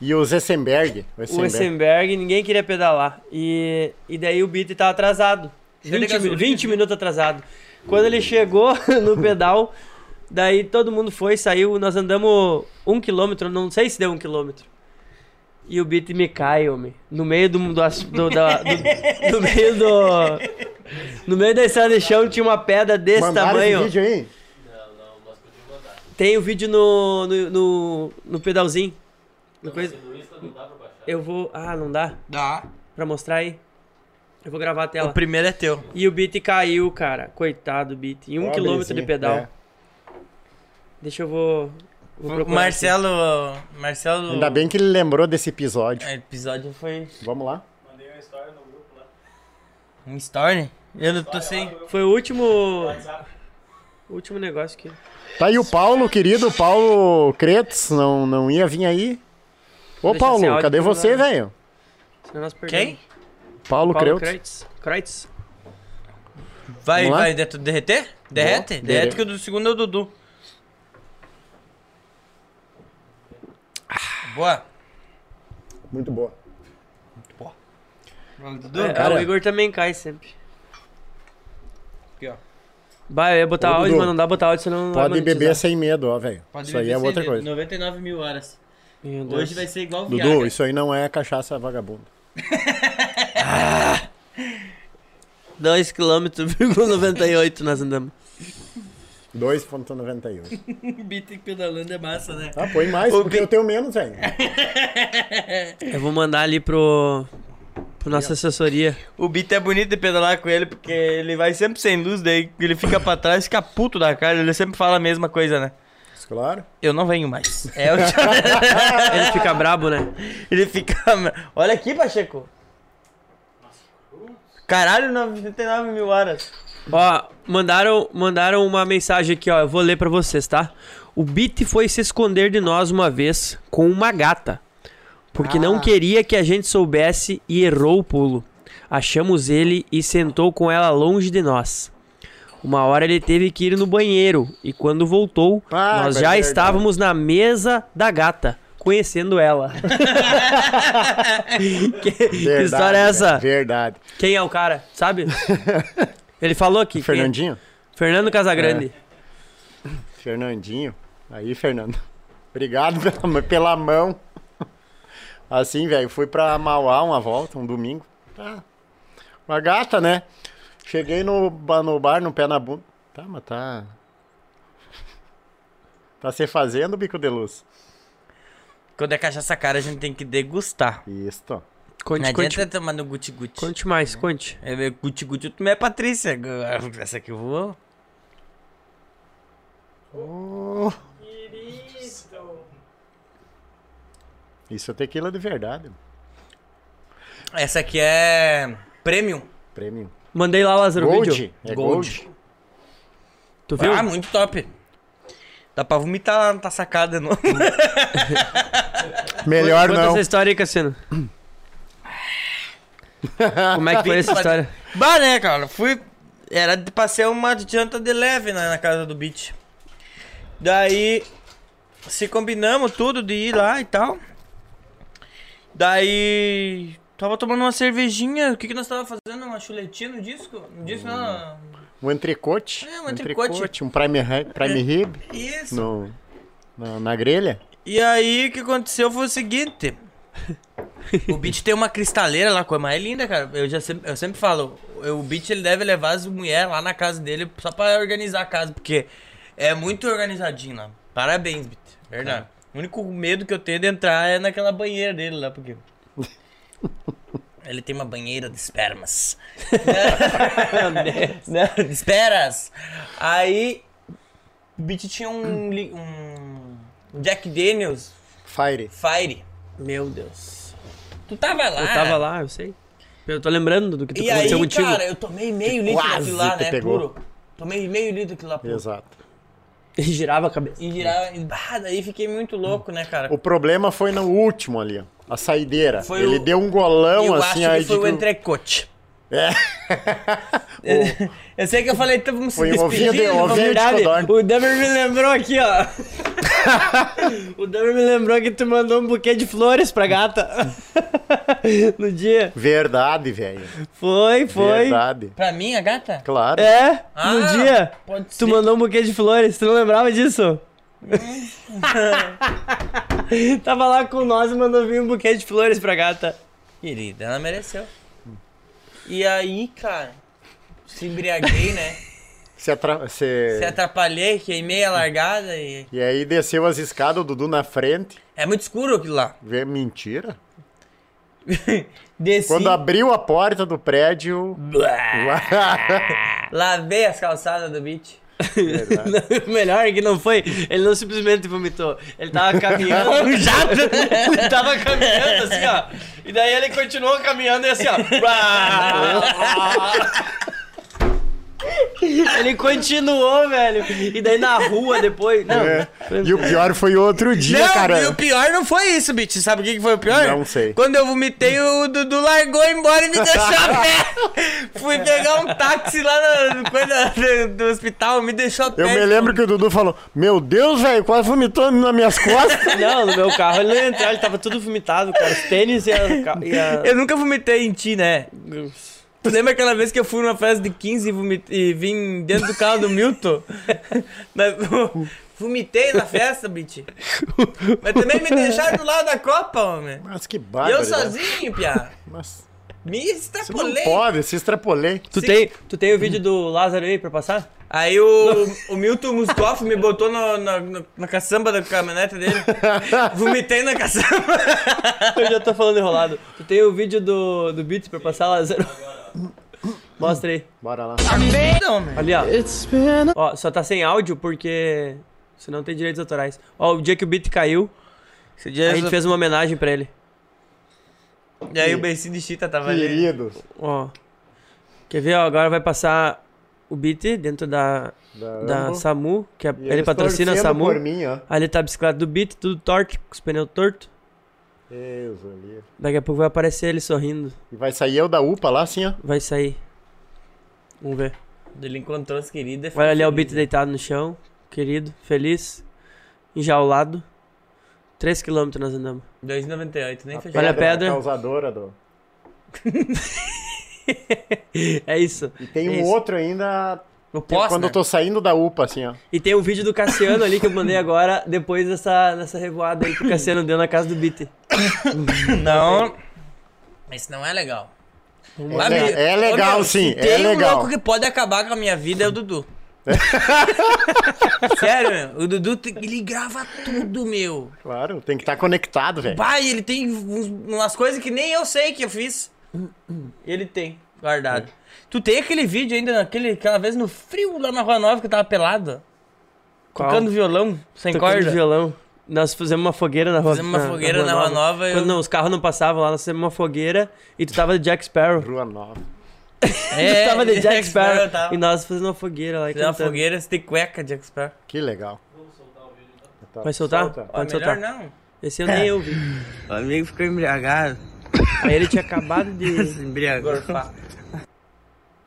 [SPEAKER 4] E o Zessenberg. O
[SPEAKER 5] O
[SPEAKER 4] Zessenberg.
[SPEAKER 5] Essenberg, ninguém queria pedalar. E, e daí o Bitter tava atrasado. 20, mi- 20 minutos atrasado. Quando ele chegou no pedal, daí todo mundo foi, saiu. Nós andamos um quilômetro, não sei se deu um quilômetro. E o Bitter me cai, homem. No meio do. do, as- do, da- do- no meio do. No meio da estrada de chão tinha uma pedra desse
[SPEAKER 4] Mandaram
[SPEAKER 5] tamanho.
[SPEAKER 4] esse vídeo aí?
[SPEAKER 5] Tem o vídeo no, no, no, no pedalzinho. No coisa- Eu vou. Ah, não dá?
[SPEAKER 1] Dá.
[SPEAKER 5] Pra mostrar aí. Eu vou gravar a tela.
[SPEAKER 1] O primeiro é teu.
[SPEAKER 5] E o beat caiu, cara. Coitado do beat. Em um
[SPEAKER 4] Pobrezinho,
[SPEAKER 5] quilômetro de pedal.
[SPEAKER 4] é.
[SPEAKER 5] Deixa eu vou. vou
[SPEAKER 1] O
[SPEAKER 5] procurar
[SPEAKER 1] Marcelo. Marcelo.
[SPEAKER 4] Ainda bem que ele lembrou desse episódio.
[SPEAKER 1] O É, episódio foi.
[SPEAKER 4] Vamos lá.
[SPEAKER 3] Mandei uma história no grupo lá.
[SPEAKER 1] Um story? Eu não tô sem.
[SPEAKER 5] aqui. Foi o último. O último negócio que.
[SPEAKER 4] Tá aí o Paulo, querido. O Paulo Cretes. Não, não ia vir aí. Ô,
[SPEAKER 5] Deixa
[SPEAKER 4] Paulo,
[SPEAKER 5] sem áudio
[SPEAKER 4] cadê
[SPEAKER 5] pra não
[SPEAKER 4] você,
[SPEAKER 5] dar-
[SPEAKER 4] velho?
[SPEAKER 5] senão nós
[SPEAKER 1] Quem?
[SPEAKER 5] perdemos.
[SPEAKER 4] Paulo,
[SPEAKER 5] Paulo
[SPEAKER 4] Creutz.
[SPEAKER 5] Kreutz. Kreutz.
[SPEAKER 1] Vai,
[SPEAKER 4] Vamos lá?
[SPEAKER 1] vai, de- derreter? Derrete?
[SPEAKER 4] Vou,
[SPEAKER 1] Derrete
[SPEAKER 4] derrete.
[SPEAKER 1] que o do segundo é o Dudu. Ah. Boa.
[SPEAKER 4] Muito boa.
[SPEAKER 1] Dudu?
[SPEAKER 5] É,
[SPEAKER 4] cara.
[SPEAKER 5] o Igor também cai sempre.
[SPEAKER 1] Aqui, ó.
[SPEAKER 5] Bah, eu ia botar
[SPEAKER 4] Ô,
[SPEAKER 5] áudio,
[SPEAKER 4] Dudu,
[SPEAKER 5] mas não dá botar áudio, senão não vai
[SPEAKER 4] Pode
[SPEAKER 5] monetizar.
[SPEAKER 4] beber sem medo, ó, velho. Isso aí é outra coisa. é
[SPEAKER 1] 99 mil horas.
[SPEAKER 5] Meu Deus.
[SPEAKER 1] Hoje vai ser igual o
[SPEAKER 4] Dudu, isso aí não é cachaça vagabunda.
[SPEAKER 5] 2 km,98 nós andamos.
[SPEAKER 4] 2,98.
[SPEAKER 1] O Bitter pedalando é massa, né?
[SPEAKER 4] Ah, põe mais, porque eu tenho menos, velho.
[SPEAKER 5] Eu vou mandar ali pro. pro nossa assessoria.
[SPEAKER 1] O Bitter é bonito de pedalar com ele, porque ele vai sempre sem luz, daí ele fica pra trás, fica puto da cara, ele sempre fala a mesma coisa, né?
[SPEAKER 4] Claro.
[SPEAKER 1] Eu não venho mais. É, o tchau.
[SPEAKER 5] Ele fica brabo, né?
[SPEAKER 1] Ele fica. Olha aqui, Pacheco. Caralho, 99 mil horas.
[SPEAKER 5] Ó, mandaram, mandaram uma mensagem aqui, ó. Eu vou ler pra vocês, tá? O Bit foi se esconder de nós uma vez com uma gata. Porque
[SPEAKER 4] Ah.
[SPEAKER 5] não queria que a gente soubesse e errou o pulo. Achamos ele e sentou com ela longe de nós. Uma hora ele teve que ir no banheiro e quando voltou,
[SPEAKER 4] Ah,
[SPEAKER 5] nós
[SPEAKER 4] é
[SPEAKER 5] já
[SPEAKER 4] verdade.
[SPEAKER 5] estávamos na mesa da gata, conhecendo ela. que, que
[SPEAKER 4] Verdade, né?
[SPEAKER 5] história é essa?
[SPEAKER 4] velho, Verdade.
[SPEAKER 5] Quem é o cara, sabe? Ele falou aqui. quem é?
[SPEAKER 4] Fernandinho? É.
[SPEAKER 5] Fernando Casagrande.
[SPEAKER 4] Fernandinho. Aí, Fernando. Obrigado pela, pela mão. Assim, velho, fui pra Mauá uma volta, um domingo. Tá. Uma gata, né? Cheguei no, ba- no bar, no pé na bunda. Tá, mas tá. Tá se fazendo, bico de luz.
[SPEAKER 1] Quando é cachaça cara, a gente tem que degustar.
[SPEAKER 4] Isto.
[SPEAKER 1] Não
[SPEAKER 5] Conte,
[SPEAKER 1] adianta
[SPEAKER 5] conte,
[SPEAKER 1] tomar no guti-guti.
[SPEAKER 5] conte mais, conte.
[SPEAKER 1] É, meu guti-guti, eu tomei a Patrícia. Essa aqui eu vou...
[SPEAKER 4] Isso é tequila de verdade. mano.
[SPEAKER 1] Essa aqui é... Premium.
[SPEAKER 4] Prêmio.
[SPEAKER 5] Mandei lá, Lázaro, o vídeo.
[SPEAKER 4] Gold. É
[SPEAKER 1] Gold.
[SPEAKER 4] gold.
[SPEAKER 5] Tu viu?
[SPEAKER 1] Ah, muito top. Dá pra vomitar lá, não tá sacada de novo.
[SPEAKER 4] Melhor
[SPEAKER 5] Conta
[SPEAKER 4] não.
[SPEAKER 5] essa história aí, Cassino. Como é que foi essa história?
[SPEAKER 1] Bah, né, cara? Fui. Era de passei uma janta de leve na, na casa do Beach. Daí. Se combinamos tudo de ir lá e tal. Daí. Tava tomando uma cervejinha. O que, que nós tava fazendo? Uma chuletinha no disco? No disco não.
[SPEAKER 4] Um entrecote.
[SPEAKER 1] É, um entrecote. É.
[SPEAKER 4] Um prime, ri- prime rib
[SPEAKER 1] Isso.
[SPEAKER 4] no, na, na grelha.
[SPEAKER 1] E aí, o que aconteceu foi o seguinte. O Beach tem uma cristaleira lá, coisa mais linda, cara. Eu, já sempre, eu sempre falo, eu- o Beach ele deve levar as mulheres lá na casa dele só pra organizar a casa, porque é muito organizadinho lá. Parabéns, Beach. Verdade. O único medo que eu tenho de entrar é naquela banheira dele lá, porque... Ele tem uma banheira de espermas. Né? de esperas. Aí, o Beach tinha um, li- um Jack Daniels
[SPEAKER 4] Fire.
[SPEAKER 1] Fire.
[SPEAKER 5] Meu Deus.
[SPEAKER 1] Tu tava lá.
[SPEAKER 5] Eu tava lá, eu sei. Eu tô lembrando do que tu
[SPEAKER 1] É. E aí,
[SPEAKER 5] aconteceu contigo.
[SPEAKER 1] cara, eu tomei meio litro
[SPEAKER 4] Tipo, Quase
[SPEAKER 1] daquilo lá,
[SPEAKER 4] que
[SPEAKER 1] né?
[SPEAKER 4] pegou.
[SPEAKER 1] Puro. Tomei meio litro daquilo lá puro.
[SPEAKER 4] Exato.
[SPEAKER 5] E girava a cabeça.
[SPEAKER 1] E girava. E, bah, daí fiquei muito louco, né, cara?
[SPEAKER 4] O problema foi no último ali, ó. A saideira.
[SPEAKER 1] Foi
[SPEAKER 4] Ele
[SPEAKER 1] o-
[SPEAKER 4] deu um golão
[SPEAKER 1] eu
[SPEAKER 4] assim
[SPEAKER 1] acho
[SPEAKER 4] aí
[SPEAKER 1] que foi
[SPEAKER 4] de-
[SPEAKER 1] o entrecote.
[SPEAKER 4] É.
[SPEAKER 1] Eu sei que eu falei, então vamos se
[SPEAKER 4] Foi um
[SPEAKER 1] despedir.
[SPEAKER 4] ovinho de-
[SPEAKER 1] vamos-
[SPEAKER 4] ovinho de
[SPEAKER 5] Verdade,
[SPEAKER 4] codorna.
[SPEAKER 5] o Dummer me lembrou aqui, ó. o Dummer me lembrou que tu mandou um buquê de flores pra gata. no dia.
[SPEAKER 4] Verdade, velho.
[SPEAKER 5] Foi, foi.
[SPEAKER 4] Verdade.
[SPEAKER 1] Pra mim, a gata?
[SPEAKER 4] Claro.
[SPEAKER 5] É,
[SPEAKER 1] Ah,
[SPEAKER 5] no dia.
[SPEAKER 1] Pode ser.
[SPEAKER 5] Tu mandou um buquê de flores, tu não lembrava disso? Tava lá com nós e mandou vir um buquê de flores pra gata.
[SPEAKER 1] Querida, ela mereceu. E aí, cara, se embriaguei, né?
[SPEAKER 4] Se atra- se-
[SPEAKER 1] Se atrapalhei, queimei a largada e.
[SPEAKER 4] E aí desceu as escadas, o Dudu na frente.
[SPEAKER 1] É muito escuro aquilo lá.
[SPEAKER 4] Vê, mentira.
[SPEAKER 1] Desci.
[SPEAKER 4] Quando abriu a porta do prédio.
[SPEAKER 1] Lavei as calçadas do beach.
[SPEAKER 5] Melhor que não foi, ele não simplesmente vomitou. Ele tava caminhando.
[SPEAKER 1] Um jato.
[SPEAKER 5] ele tava caminhando assim, ó. E daí ele continuou caminhando e assim, ó. ele continuou, velho. E daí na rua depois. Não,
[SPEAKER 4] É. e o
[SPEAKER 1] é.
[SPEAKER 4] pior foi outro dia,
[SPEAKER 1] não,
[SPEAKER 4] cara.
[SPEAKER 1] e o pior não foi isso, bitch. Sabe o que que foi o pior?
[SPEAKER 4] Não sei.
[SPEAKER 1] Quando eu vomitei, o Dudu largou embora e me deixou a pé. Fui pegar um táxi lá no, coisa do, do hospital, me deixou a pé.
[SPEAKER 4] Eu me lembro que o Dudu falou: Meu Deus, velho, quase vomitou nas minhas costas.
[SPEAKER 5] Não, no meu carro ele não ia entrar, ele tava tudo vomitado, cara. Os tênis e a. ca- E a...
[SPEAKER 1] Eu nunca vomitei em ti, né? Tu lembra aquela vez que eu fui numa festa de 15 e, vomitei, e vim dentro do carro do Milton? Na- vomitei na festa, bitch. Mas também me deixaram do lado da Copa, homem.
[SPEAKER 4] Mas
[SPEAKER 1] E
[SPEAKER 4] que
[SPEAKER 1] eu
[SPEAKER 4] bárbaro. né?
[SPEAKER 1] sozinho, piá.
[SPEAKER 4] Mas
[SPEAKER 1] Me
[SPEAKER 4] você não
[SPEAKER 1] extrapolei.
[SPEAKER 4] pode, se extrapolei.
[SPEAKER 5] Tu, tem, tu tem o vídeo do Lázaro aí pra passar?
[SPEAKER 1] Aí o, o Milton Mustoff me botou no- na, na, na caçamba da caminhonete dele. Vomitei na caçamba.
[SPEAKER 5] Eu já tô falando enrolado. Tu tem o vídeo do, do Beats pra passar, Lázaro? Mostra aí.
[SPEAKER 4] Bora lá.
[SPEAKER 1] Não, meu.
[SPEAKER 5] Ali, ó. Ó, só tá sem áudio porque. Senão tem direitos autorais. Ó, o dia que o Beat caiu,
[SPEAKER 1] Esse dia
[SPEAKER 5] a gente
[SPEAKER 1] eu-
[SPEAKER 5] fez uma homenagem pra ele.
[SPEAKER 1] E aí o Bencinho de Chita tava ali.
[SPEAKER 4] Queridos.
[SPEAKER 5] Ó. Quer ver? Ó, agora vai passar o Beat dentro da,
[SPEAKER 4] Da
[SPEAKER 5] da
[SPEAKER 4] Ambo.
[SPEAKER 5] SAMU, que a-
[SPEAKER 4] E
[SPEAKER 5] ele
[SPEAKER 4] eles
[SPEAKER 5] patrocina a
[SPEAKER 4] torcendo
[SPEAKER 5] SAMU.
[SPEAKER 4] por mim, ó.
[SPEAKER 5] Ali tá a bicicleta do Beat, tudo torto, com os pneus tortos.
[SPEAKER 4] Deus, ali.
[SPEAKER 5] Daqui a pouco vai aparecer ele sorrindo.
[SPEAKER 4] E vai sair eu da UPA lá assim, ó.
[SPEAKER 5] Vai sair. Vamos ver.
[SPEAKER 1] Ele encontrou as queridas.
[SPEAKER 5] Olha ali é o
[SPEAKER 1] feliz.
[SPEAKER 5] Beat deitado no chão. Querido, feliz. Enjaulado. 3km nós andamos.
[SPEAKER 1] 2,98, nem fechou.
[SPEAKER 5] Vale a pedra.
[SPEAKER 4] Causadora do...
[SPEAKER 5] É isso.
[SPEAKER 4] E tem
[SPEAKER 5] é
[SPEAKER 4] um
[SPEAKER 5] isso.
[SPEAKER 4] outro ainda.
[SPEAKER 1] No pós,
[SPEAKER 4] quando
[SPEAKER 1] né?
[SPEAKER 4] eu tô saindo da UPA, assim, ó.
[SPEAKER 5] E tem um vídeo do Cassiano ali que eu mandei agora, depois dessa, dessa revoada aí que o Cassiano deu na casa do Beat.
[SPEAKER 1] Não. Isso não é legal.
[SPEAKER 4] É,
[SPEAKER 1] Mas,
[SPEAKER 4] le-
[SPEAKER 1] meu,
[SPEAKER 4] é
[SPEAKER 1] ô,
[SPEAKER 4] legal,
[SPEAKER 1] meu,
[SPEAKER 4] sim.
[SPEAKER 1] se
[SPEAKER 4] É
[SPEAKER 1] tem um
[SPEAKER 4] legal.
[SPEAKER 1] louco que pode acabar com a minha vida é o Dudu. Sério, meu. O Dudu, te- ele grava tudo, meu.
[SPEAKER 4] Claro, tem que estar conectado, velho.
[SPEAKER 1] Pai, ele tem uns- umas coisas que nem eu sei que eu fiz. Ele tem, guardado. Tu tem aquele vídeo ainda, naquele, aquela vez no frio lá na Rua Nova que eu tava pelado?
[SPEAKER 5] Qual?
[SPEAKER 1] Tocando violão, sem
[SPEAKER 5] Tocando
[SPEAKER 1] corda.
[SPEAKER 5] violão. Nós fizemos uma fogueira na rua
[SPEAKER 1] Fizemos uma fogueira na Rua Nova e
[SPEAKER 5] Quando
[SPEAKER 1] eu-
[SPEAKER 5] não, os carros não passavam lá, nós fizemos uma fogueira e tu tava de Jack Sparrow.
[SPEAKER 4] Rua Nova.
[SPEAKER 1] É,
[SPEAKER 5] tu tava de Jack Sparrow.
[SPEAKER 1] eu tava.
[SPEAKER 5] E nós fazendo uma fogueira lá e
[SPEAKER 1] Fiz uma
[SPEAKER 5] cantando.
[SPEAKER 1] fogueira, você tem cueca, Jack Sparrow.
[SPEAKER 4] Que legal. Tá,
[SPEAKER 5] Vai soltar?
[SPEAKER 4] solta.
[SPEAKER 1] Ó,
[SPEAKER 5] Pode
[SPEAKER 1] melhor né?
[SPEAKER 5] soltar.
[SPEAKER 1] não.
[SPEAKER 5] Esse eu nem eu vi.
[SPEAKER 1] O amigo ficou embriagado.
[SPEAKER 5] Aí ele tinha acabado de...
[SPEAKER 1] Se embriagou.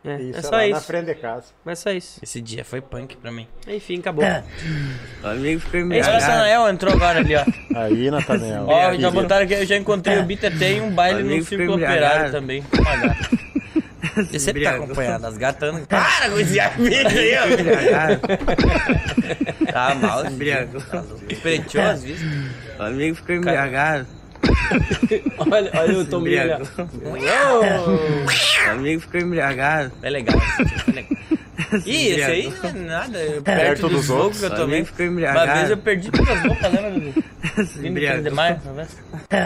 [SPEAKER 5] É,
[SPEAKER 4] Isso,
[SPEAKER 5] é
[SPEAKER 4] é
[SPEAKER 5] só
[SPEAKER 4] lá na
[SPEAKER 5] isso.
[SPEAKER 4] frente de casa.
[SPEAKER 5] Mas só isso.
[SPEAKER 1] Esse dia foi punk pra mim.
[SPEAKER 5] Enfim, acabou.
[SPEAKER 1] O amigo ficou
[SPEAKER 5] É.
[SPEAKER 1] embriagado. Esse Nael entrou agora ali, ó.
[SPEAKER 4] Aí, Nathaniel.
[SPEAKER 5] tá
[SPEAKER 1] Ó, já
[SPEAKER 4] Querido.
[SPEAKER 1] botaram aqui, eu já encontrei o Bita tem um baile no
[SPEAKER 2] Amigo
[SPEAKER 1] Círculo
[SPEAKER 2] ficou
[SPEAKER 1] Operário
[SPEAKER 2] embriagado.
[SPEAKER 1] também. Olha. Você sempre tá
[SPEAKER 2] embriagou.
[SPEAKER 1] acompanhado, as gatanas. Para com esse amigo aí, ó. Tá mal, embriagou. Preteou às vezes.
[SPEAKER 2] O amigo ficou embriagado.
[SPEAKER 5] Olha, olha o Tominho ali, ó.
[SPEAKER 2] O amigo ficou embriagado.
[SPEAKER 1] É legal. esse tipo, é legal. Ih, esse aí não é nada. eu Perto, dos,
[SPEAKER 4] dos
[SPEAKER 1] loucos
[SPEAKER 4] outros.
[SPEAKER 1] que eu tomei.
[SPEAKER 2] Também ficou
[SPEAKER 1] Uma vez eu
[SPEAKER 2] embriagado.
[SPEAKER 1] perdi todas as roupas, lembra, Dudu?
[SPEAKER 2] embriagou.
[SPEAKER 1] Embriagado. demais, talvez.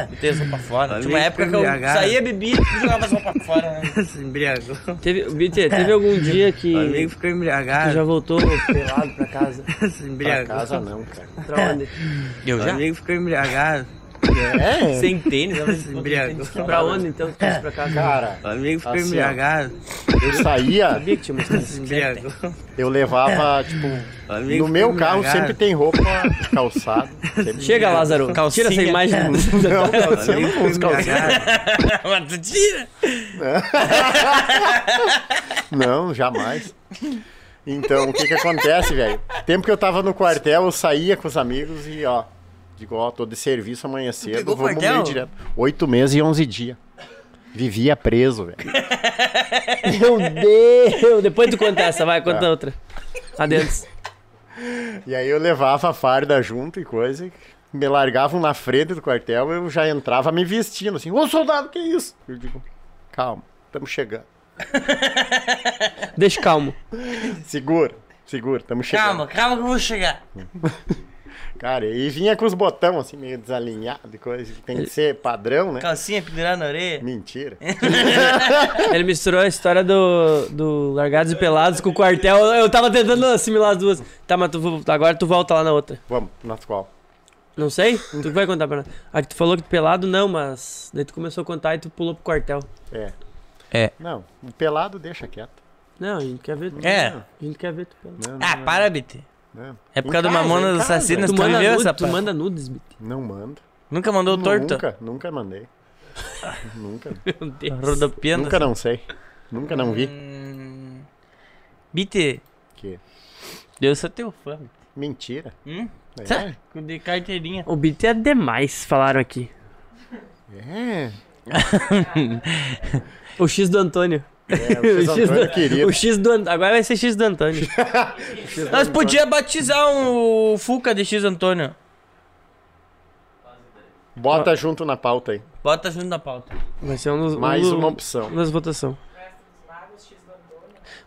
[SPEAKER 1] Botei as roupas fora. Tinha uma
[SPEAKER 2] Amigo
[SPEAKER 1] época que eu
[SPEAKER 2] embriagado.
[SPEAKER 1] saía, bebia e jogava as roupas fora, né?
[SPEAKER 2] Se embriagou.
[SPEAKER 5] Teve, Bitter, teve algum dia que
[SPEAKER 2] O amigo ficou
[SPEAKER 5] tu já
[SPEAKER 2] embriagado.
[SPEAKER 5] voltou pelado pra casa?
[SPEAKER 2] Se
[SPEAKER 4] Pra
[SPEAKER 2] embriagou.
[SPEAKER 4] casa não, cara.
[SPEAKER 5] Pra onde?
[SPEAKER 1] Eu
[SPEAKER 2] O amigo ficou embriagado.
[SPEAKER 4] É,
[SPEAKER 1] Sem tênis, né?
[SPEAKER 2] Se embriagou.
[SPEAKER 5] Pra onde, então? Tu disse pra casa?
[SPEAKER 4] cara.
[SPEAKER 2] O amigo ficou
[SPEAKER 1] Ah,
[SPEAKER 4] Assim, ó.
[SPEAKER 2] embriagado.
[SPEAKER 4] Eu saía,
[SPEAKER 5] Sabia que tinha mostrado
[SPEAKER 2] Se
[SPEAKER 5] isso.
[SPEAKER 2] embriagou.
[SPEAKER 4] eu levava, tipo...
[SPEAKER 2] O amigo
[SPEAKER 4] No
[SPEAKER 2] ficou
[SPEAKER 4] meu carro
[SPEAKER 2] embriagado.
[SPEAKER 4] sempre tem roupa, calçado. Sempre...
[SPEAKER 5] Chega, Lázaro.
[SPEAKER 1] Calcinha.
[SPEAKER 5] Tá. Tira essa imagem.
[SPEAKER 4] Não,
[SPEAKER 2] O amigo
[SPEAKER 4] calçado,
[SPEAKER 2] ficou
[SPEAKER 4] uns calçados.
[SPEAKER 2] embriagado.
[SPEAKER 1] Mas tu tira.
[SPEAKER 4] Não, jamais. Então, o que que acontece, velho? Tempo que eu tava no quartel, eu saía com os amigos e, ó... Digo, ó, tô de serviço amanhã cedo,
[SPEAKER 1] pegou o
[SPEAKER 4] vamos
[SPEAKER 1] quartel?
[SPEAKER 4] meio direto. Oito meses e onze dias. Vivia preso, velho.
[SPEAKER 5] Meu Deus! Depois tu conta essa, vai, conta outra. Adentro.
[SPEAKER 4] E aí eu levava a farda junto e coisa, e me largavam na frente do quartel, eu já entrava me vestindo assim, ô soldado, que isso? Eu digo, calma, estamos chegando.
[SPEAKER 5] Deixa calmo.
[SPEAKER 4] Segura, segura, estamos chegando.
[SPEAKER 1] Calma, calma que eu vou chegar.
[SPEAKER 4] Cara, e vinha com os botão assim, meio desalinhado e coisa, que tem que ser padrão, né?
[SPEAKER 1] Calcinha pendurada na orelha.
[SPEAKER 4] Mentira.
[SPEAKER 1] É.
[SPEAKER 5] Ele misturou a história do, do Largados e Pelados com o quartel. Eu eu tava tentando assimilar as duas. Tá, mas tu, vo- agora tu volta lá na outra.
[SPEAKER 4] Vamos, na qual?
[SPEAKER 5] Não sei? Tu que vai contar pra nós. A que tu falou que tu pelado, não, mas... Daí tu começou a contar e tu pulou pro quartel.
[SPEAKER 4] É.
[SPEAKER 1] É.
[SPEAKER 4] Não, o pelado deixa quieto.
[SPEAKER 5] Não, a gente quer ver tu.
[SPEAKER 1] É.
[SPEAKER 5] A gente quer ver tu pelado.
[SPEAKER 4] Não,
[SPEAKER 1] Ah, para, BT.
[SPEAKER 4] não,
[SPEAKER 1] É por causa do
[SPEAKER 4] Em casa,
[SPEAKER 1] Mamona
[SPEAKER 4] em
[SPEAKER 1] dos
[SPEAKER 4] casa.
[SPEAKER 1] Assassinos,
[SPEAKER 5] Tu
[SPEAKER 1] tu
[SPEAKER 5] manda,
[SPEAKER 1] viveu
[SPEAKER 5] nudes,
[SPEAKER 1] essa
[SPEAKER 5] tu
[SPEAKER 1] porra?
[SPEAKER 5] manda nudes, Bit.
[SPEAKER 4] não mando.
[SPEAKER 1] Nunca mandou torto?
[SPEAKER 4] Nunca, nunca mandei. nunca,
[SPEAKER 5] Meu Deus.
[SPEAKER 1] Rodopiando.
[SPEAKER 4] nunca não sei. Nunca não vi.
[SPEAKER 1] assim? Hum... BT,
[SPEAKER 4] Que...
[SPEAKER 1] eu sou teu fã. BT.
[SPEAKER 4] Mentira.
[SPEAKER 1] Hum?
[SPEAKER 4] É.
[SPEAKER 1] Tá. Com De carteirinha.
[SPEAKER 5] O Bit é demais, falaram aqui.
[SPEAKER 4] É.
[SPEAKER 5] O X do Antônio.
[SPEAKER 4] É, o X Antônio querido.
[SPEAKER 5] O X do Antônio. Agora vai ser X do Antônio.
[SPEAKER 1] Nós podia batizar um o Fuca de X Antônio.
[SPEAKER 4] Bota junto na pauta aí.
[SPEAKER 1] Bota junto na pauta.
[SPEAKER 5] Vai ser um dos.
[SPEAKER 4] Mais
[SPEAKER 5] um dos-
[SPEAKER 4] uma opção.
[SPEAKER 5] Nas votação.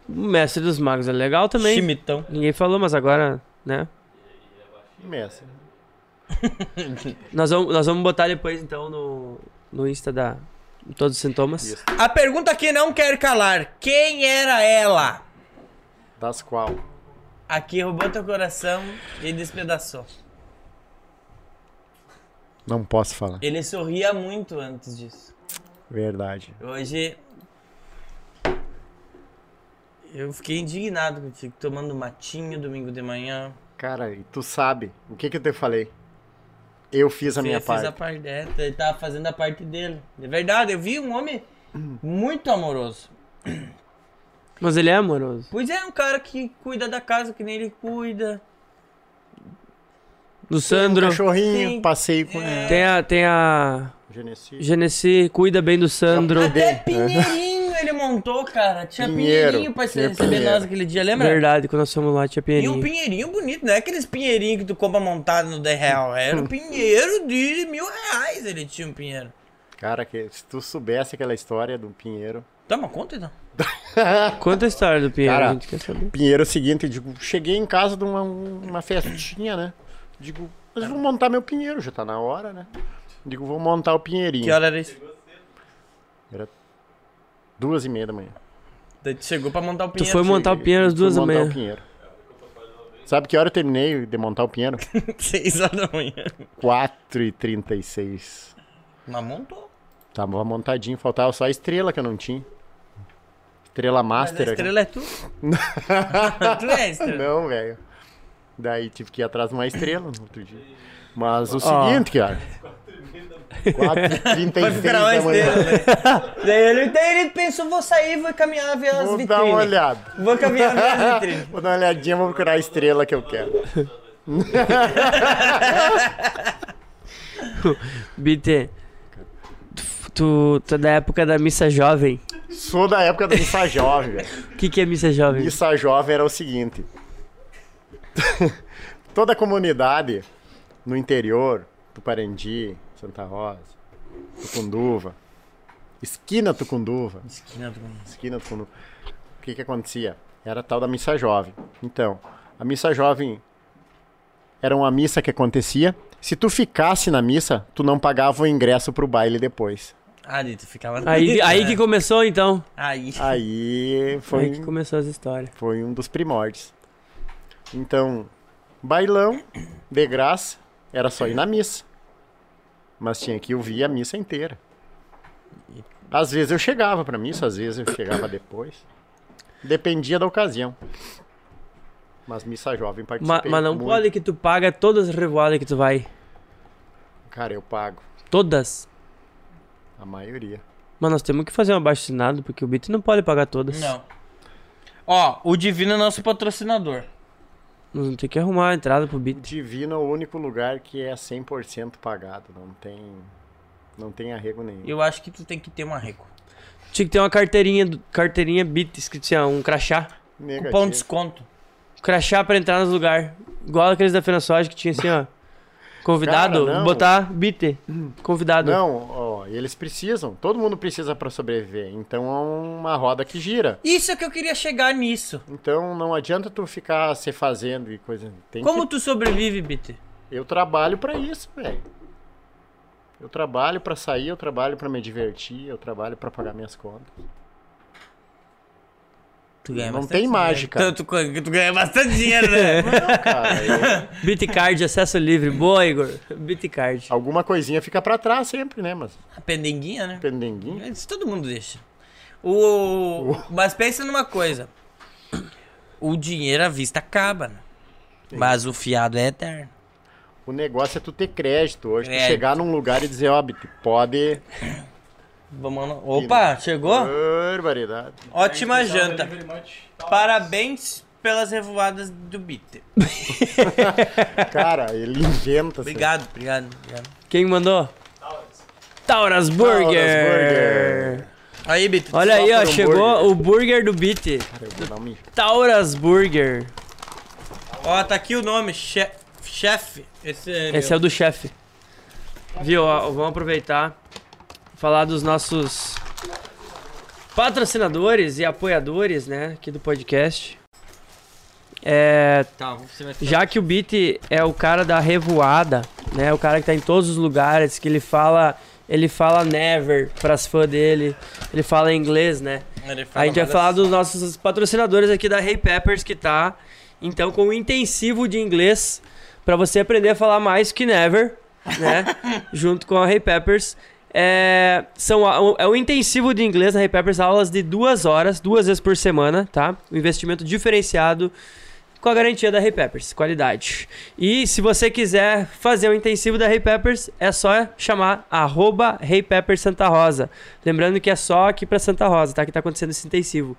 [SPEAKER 5] O Mestre dos Magos é legal também.
[SPEAKER 1] Chimitão.
[SPEAKER 5] Ninguém falou, mas agora, né?
[SPEAKER 4] Começa.
[SPEAKER 5] Nós vamos, nós vamos botar depois, então, no, no Insta da Todos os Sintomas.
[SPEAKER 4] Isso.
[SPEAKER 1] A pergunta que não quer calar. Quem era ela?
[SPEAKER 4] Das qual?
[SPEAKER 1] Aqui roubou teu coração e despedaçou.
[SPEAKER 4] Não posso falar.
[SPEAKER 1] Ele sorria muito antes disso.
[SPEAKER 4] Verdade.
[SPEAKER 1] Hoje. Eu fiquei indignado contigo, tomando matinho domingo de manhã.
[SPEAKER 4] Cara, e tu sabe o que que eu te falei? Eu fiz a
[SPEAKER 1] Fe-
[SPEAKER 4] minha
[SPEAKER 1] fiz
[SPEAKER 4] parte.
[SPEAKER 1] a parte dela, tá, ele tava fazendo a parte dele. De verdade, eu vi um homem muito amoroso.
[SPEAKER 5] Mas ele é amoroso.
[SPEAKER 1] Pois é, um cara que cuida da casa que nem ele cuida.
[SPEAKER 5] Do
[SPEAKER 4] Um
[SPEAKER 5] Sandro.
[SPEAKER 4] cachorrinho,
[SPEAKER 1] Sim. É.
[SPEAKER 4] passei com
[SPEAKER 5] Tem a, tem a
[SPEAKER 4] Genesi.
[SPEAKER 5] Genesi, cuida bem do Sandro.
[SPEAKER 1] Até Pinheirinho ele montou, cara? Tinha
[SPEAKER 4] né? Pinheiro.
[SPEAKER 1] pinheirinho pra se
[SPEAKER 4] Tinha
[SPEAKER 1] receber
[SPEAKER 4] pinheiro.
[SPEAKER 1] nós aquele dia,
[SPEAKER 4] né?
[SPEAKER 1] lembra?
[SPEAKER 5] Verdade, quando nós fomos lá, tinha
[SPEAKER 1] E um
[SPEAKER 5] Pinheirinho.
[SPEAKER 1] pinheirinho bonito, não é aqueles pinheirinhos que tu compra montado no 10 real. Era um pinheiro de mil reais ele tinha um pinheiro.
[SPEAKER 4] Cara, que, se tu soubesse aquela história do Pinheiro.
[SPEAKER 1] Tá, mas conta então.
[SPEAKER 5] Conta a história do Pinheiro,
[SPEAKER 4] Cara,
[SPEAKER 5] a gente quer saber.
[SPEAKER 4] Pinheiro é o seguinte, eu digo, cheguei em casa de uma, uma festinha, né? Digo, mas vou montar meu pinheiro, já tá na hora, né? Digo, vou montar o pinheirinho.
[SPEAKER 1] Que hora era isso?
[SPEAKER 4] Duas e meia da manhã.
[SPEAKER 1] Daí tu chegou pra montar o
[SPEAKER 5] Tu
[SPEAKER 1] pinheiro.
[SPEAKER 5] foi montar o Pinheiro às
[SPEAKER 4] Fui
[SPEAKER 5] duas da
[SPEAKER 4] é montar o
[SPEAKER 5] manhã.
[SPEAKER 4] pinheiro. Sabe que hora eu terminei de montar o pinheiro?
[SPEAKER 1] Seis horas da manhã.
[SPEAKER 4] 4h36.
[SPEAKER 1] Mas montou.
[SPEAKER 4] Tava Tá, montadinho, faltava só a estrela que eu não tinha. Estrela
[SPEAKER 1] Mas a
[SPEAKER 4] master. aqui.
[SPEAKER 1] estrela é tu. tu é a estrela.
[SPEAKER 4] Não, velho. Daí tive que ir atrás de uma estrela no outro dia. Mas o seguinte, cara. 4h36
[SPEAKER 1] Vai ficar uma
[SPEAKER 4] da
[SPEAKER 1] estrela,
[SPEAKER 4] manhã.
[SPEAKER 1] né? Daí ele, daí ele pensou, vou sair, vou caminhar ver as
[SPEAKER 4] Vou
[SPEAKER 1] vitrines.
[SPEAKER 4] dar uma olhada.
[SPEAKER 1] Vou caminhar ver as vitrines.
[SPEAKER 4] Vou dar uma olhadinha, vou procurar a estrela que eu quero.
[SPEAKER 5] BT, tu, tu, tu é da época da missa jovem.
[SPEAKER 4] Sou da época da missa jovem, velho.
[SPEAKER 5] O que, que é missa jovem?
[SPEAKER 4] Missa jovem era o seguinte. Toda a comunidade no interior, Tuparendi, Santa Rosa, Tucunduva, esquina Tucunduva,
[SPEAKER 1] Esquina do mundo.
[SPEAKER 4] esquina do fundo. O que que acontecia? Era a tal da missa jovem. Então, a missa jovem era uma missa que acontecia. Se tu ficasse na missa, tu não pagava o ingresso pro baile depois.
[SPEAKER 1] Ah, daí tu ficava na
[SPEAKER 5] Aí,
[SPEAKER 1] mesa,
[SPEAKER 5] aí
[SPEAKER 1] né?
[SPEAKER 5] que começou, então.
[SPEAKER 1] Aí.
[SPEAKER 4] Aí foi,
[SPEAKER 5] Aí que começou as histórias.
[SPEAKER 4] foi um dos primórdios. Então, bailão, de graça, era só ir na missa. Mas tinha que ouvir a missa inteira. Às vezes eu chegava pra missa, às vezes eu chegava depois. Dependia da ocasião. Mas missa jovem
[SPEAKER 5] Ma-
[SPEAKER 4] participei.
[SPEAKER 5] mas não
[SPEAKER 4] é muito.
[SPEAKER 5] pode que tu paga todas as revoadas que tu vai.
[SPEAKER 4] Cara, eu pago.
[SPEAKER 5] Todas.
[SPEAKER 4] A maioria.
[SPEAKER 5] Mas nós temos que fazer um abaixo-assinado, porque o BT não pode pagar todas.
[SPEAKER 1] Não. Ó, o Divino é nosso patrocinador.
[SPEAKER 5] Nós vamos ter que arrumar a entrada pro BT.
[SPEAKER 4] Divino é o único lugar que é 100% pagado. Não tem, não tem arrego nenhum.
[SPEAKER 1] Eu acho que tu tem que ter um arreco.
[SPEAKER 5] Tinha que ter uma carteirinha, do- carteirinha BT, escrito assim, ó, um crachá.
[SPEAKER 4] Negativo.
[SPEAKER 1] Cupom de desconto.
[SPEAKER 5] Crachá pra entrar nos lugares. Igual aqueles da Fenaçoja que tinha assim, ó. Convidado,
[SPEAKER 4] Cara, não.
[SPEAKER 5] botar BT. Convidado.
[SPEAKER 4] Não, ó, eles precisam. Todo mundo precisa para sobreviver. Então é uma roda que gira.
[SPEAKER 1] Isso é que eu queria chegar nisso.
[SPEAKER 4] Então não adianta tu ficar se fazendo e coisa. Tem
[SPEAKER 1] Como
[SPEAKER 4] que...
[SPEAKER 1] tu sobrevive, BT?
[SPEAKER 4] Eu trabalho para isso, velho. Eu trabalho para sair, eu trabalho para me divertir, eu trabalho para pagar minhas contas.
[SPEAKER 1] Tu ganha
[SPEAKER 4] Não
[SPEAKER 1] bastante
[SPEAKER 4] tem
[SPEAKER 1] dinheiro.
[SPEAKER 4] mágica.
[SPEAKER 1] Tanto que tu ganha bastante dinheiro, né?
[SPEAKER 4] Não, cara, é, eu-
[SPEAKER 5] BT Card, acesso livre. Boa, Igor. BT Card.
[SPEAKER 4] Alguma coisinha fica para trás sempre, né? Mas
[SPEAKER 1] A pendenguinha, né?
[SPEAKER 4] pendenguinho.
[SPEAKER 1] Isso todo mundo deixa. O... Mas pensa numa coisa. O dinheiro à vista acaba, né? Mas o fiado é eterno.
[SPEAKER 4] O negócio é tu ter crédito hoje, tu
[SPEAKER 1] Crédito.
[SPEAKER 4] chegar num lugar e dizer, ó, Bit, pode.
[SPEAKER 1] Vamos lá. Opa, chegou?
[SPEAKER 4] Barbaridade.
[SPEAKER 1] Ótima janta. Parabéns pelas revoadas do BT.
[SPEAKER 4] Cara, ele inventa. assim.
[SPEAKER 1] Obrigado, obrigado, obrigado.
[SPEAKER 5] Quem mandou? Tauras
[SPEAKER 4] Paulas
[SPEAKER 5] Burger.
[SPEAKER 4] Burger.
[SPEAKER 1] Aí, BT.
[SPEAKER 5] Olha aí, ó,
[SPEAKER 4] por um
[SPEAKER 5] chegou o burger do Beat.
[SPEAKER 4] Eu vou dar um-
[SPEAKER 5] Tauras Burger.
[SPEAKER 1] Ó, tá aqui o nome, che- chefe. Esse é,
[SPEAKER 5] Esse é o do chefe. Viu? ó, vamos aproveitar falar dos nossos patrocinadores e apoiadores, né, aqui do podcast. É,
[SPEAKER 1] Tá, você vai
[SPEAKER 5] já que o Beat é o cara da revoada, né? O cara que tá em todos os lugares, que ele fala, ele fala never pras fãs dele. Ele fala em inglês, né?
[SPEAKER 1] Ele
[SPEAKER 5] A
[SPEAKER 1] fala
[SPEAKER 5] gente vai
[SPEAKER 1] várias-
[SPEAKER 5] falar dos nossos patrocinadores aqui da Hey Peppers, que tá, então, com o intensivo de inglês para você aprender a falar mais que never, né? Junto com a Hey Peppers. É, são a- o- é o intensivo de inglês na Hey Peppers, aulas de duas horas, duas vezes por semana, tá? Um investimento diferenciado com a garantia da Hey Peppers, qualidade. E se você quiser fazer o intensivo da Hey Peppers, é só chamar arroba Hey Peppers Santa Rosa. Lembrando que é só aqui pra Santa Rosa, tá? Que tá acontecendo esse intensivo.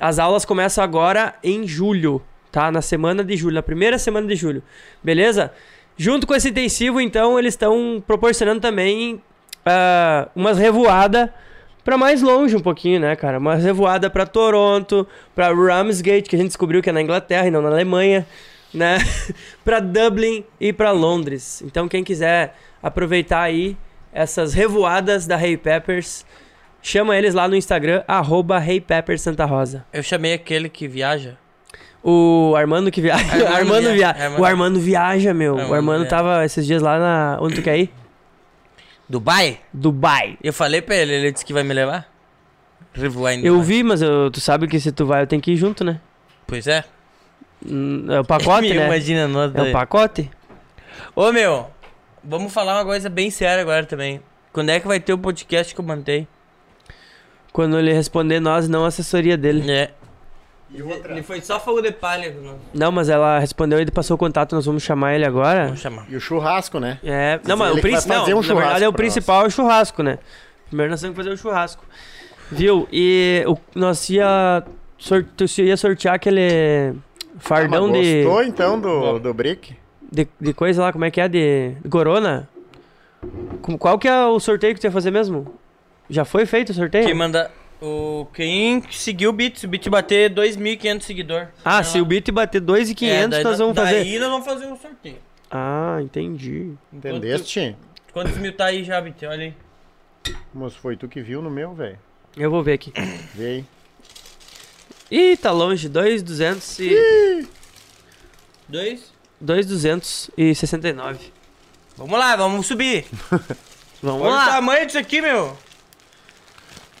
[SPEAKER 5] As aulas começam agora em julho, tá? Na semana de julho, na primeira semana de julho. Beleza? Junto com esse intensivo, então, eles estão proporcionando também ah, umas revoadas pra mais longe um pouquinho, né, cara? Uma revoada pra Toronto, pra Ramsgate, que a gente descobriu que é na Inglaterra e não na Alemanha, né? pra Dublin e pra Londres. Então, quem quiser aproveitar aí essas revoadas da Hey Peppers, chama eles lá no Instagram, arroba Hey Peppers Santa Rosa.
[SPEAKER 1] Eu chamei aquele que viaja.
[SPEAKER 5] O Armando que
[SPEAKER 1] Armando
[SPEAKER 5] viaja. Armando
[SPEAKER 1] via-
[SPEAKER 5] viaja.
[SPEAKER 1] Armando-
[SPEAKER 5] O Armando viaja, meu.
[SPEAKER 1] Armando
[SPEAKER 5] o Armando
[SPEAKER 1] viaja.
[SPEAKER 5] tava esses dias lá na. Onde tu quer ir?
[SPEAKER 1] Dubai?
[SPEAKER 5] Dubai.
[SPEAKER 1] Eu falei pra ele, ele disse que vai me levar. Rewind.
[SPEAKER 5] Eu vi, mas eu- tu sabe que se tu vai, eu tenho que ir junto, né?
[SPEAKER 1] Pois é.
[SPEAKER 5] Hum, É o pacote, né?
[SPEAKER 1] Imagina nós
[SPEAKER 5] É
[SPEAKER 1] dois.
[SPEAKER 5] o pacote?
[SPEAKER 1] Ô meu, vamos falar uma coisa bem séria agora também. Quando é que vai ter o podcast que eu mantei?
[SPEAKER 5] Quando ele responder nós, não a assessoria dele.
[SPEAKER 1] É. Ele foi só fogo de palha. Não.
[SPEAKER 5] Não, mas ela respondeu, ele passou o contato, nós vamos chamar ele agora.
[SPEAKER 1] Vamos chamar.
[SPEAKER 4] E o churrasco, né?
[SPEAKER 5] É, não, mas
[SPEAKER 4] Ele
[SPEAKER 5] o
[SPEAKER 4] que vai
[SPEAKER 5] principal,
[SPEAKER 4] fazer um
[SPEAKER 5] na verdade, é o
[SPEAKER 4] churrasco pra
[SPEAKER 5] principal é o churrasco, né? Primeiro nós temos que fazer o churrasco. Viu? E o, nós ia, sort, tu ia sortear aquele fardão
[SPEAKER 4] Ah, mas
[SPEAKER 5] de,
[SPEAKER 4] Gostou então do, do Brick?
[SPEAKER 5] de, de coisa lá, como é que é? De, de corona? Com- Qual que é o sorteio que tu ia fazer mesmo? Já foi feito o sorteio?
[SPEAKER 1] Quem manda. O, quem seguiu o Beat, se o Beat bater 2.500 seguidor.
[SPEAKER 5] Ah, se o Bit bater 2,500,
[SPEAKER 1] É, daí
[SPEAKER 5] nós vamos fazer.
[SPEAKER 1] Daí nós vamos fazer um sorteio.
[SPEAKER 5] Ah, entendi.
[SPEAKER 4] Entendeste?
[SPEAKER 1] Quantos mil tá aí já, Beat? Olha aí.
[SPEAKER 4] Mas foi tu que viu no meu, velho.
[SPEAKER 5] Eu vou ver aqui.
[SPEAKER 4] Vê aí.
[SPEAKER 5] Ih, tá longe, 2,200 e...
[SPEAKER 1] Dois.
[SPEAKER 5] 2,269.
[SPEAKER 1] Vamos lá, vamos subir.
[SPEAKER 5] Vamos
[SPEAKER 1] Olha o
[SPEAKER 5] lá.
[SPEAKER 1] tamanho disso aqui, meu.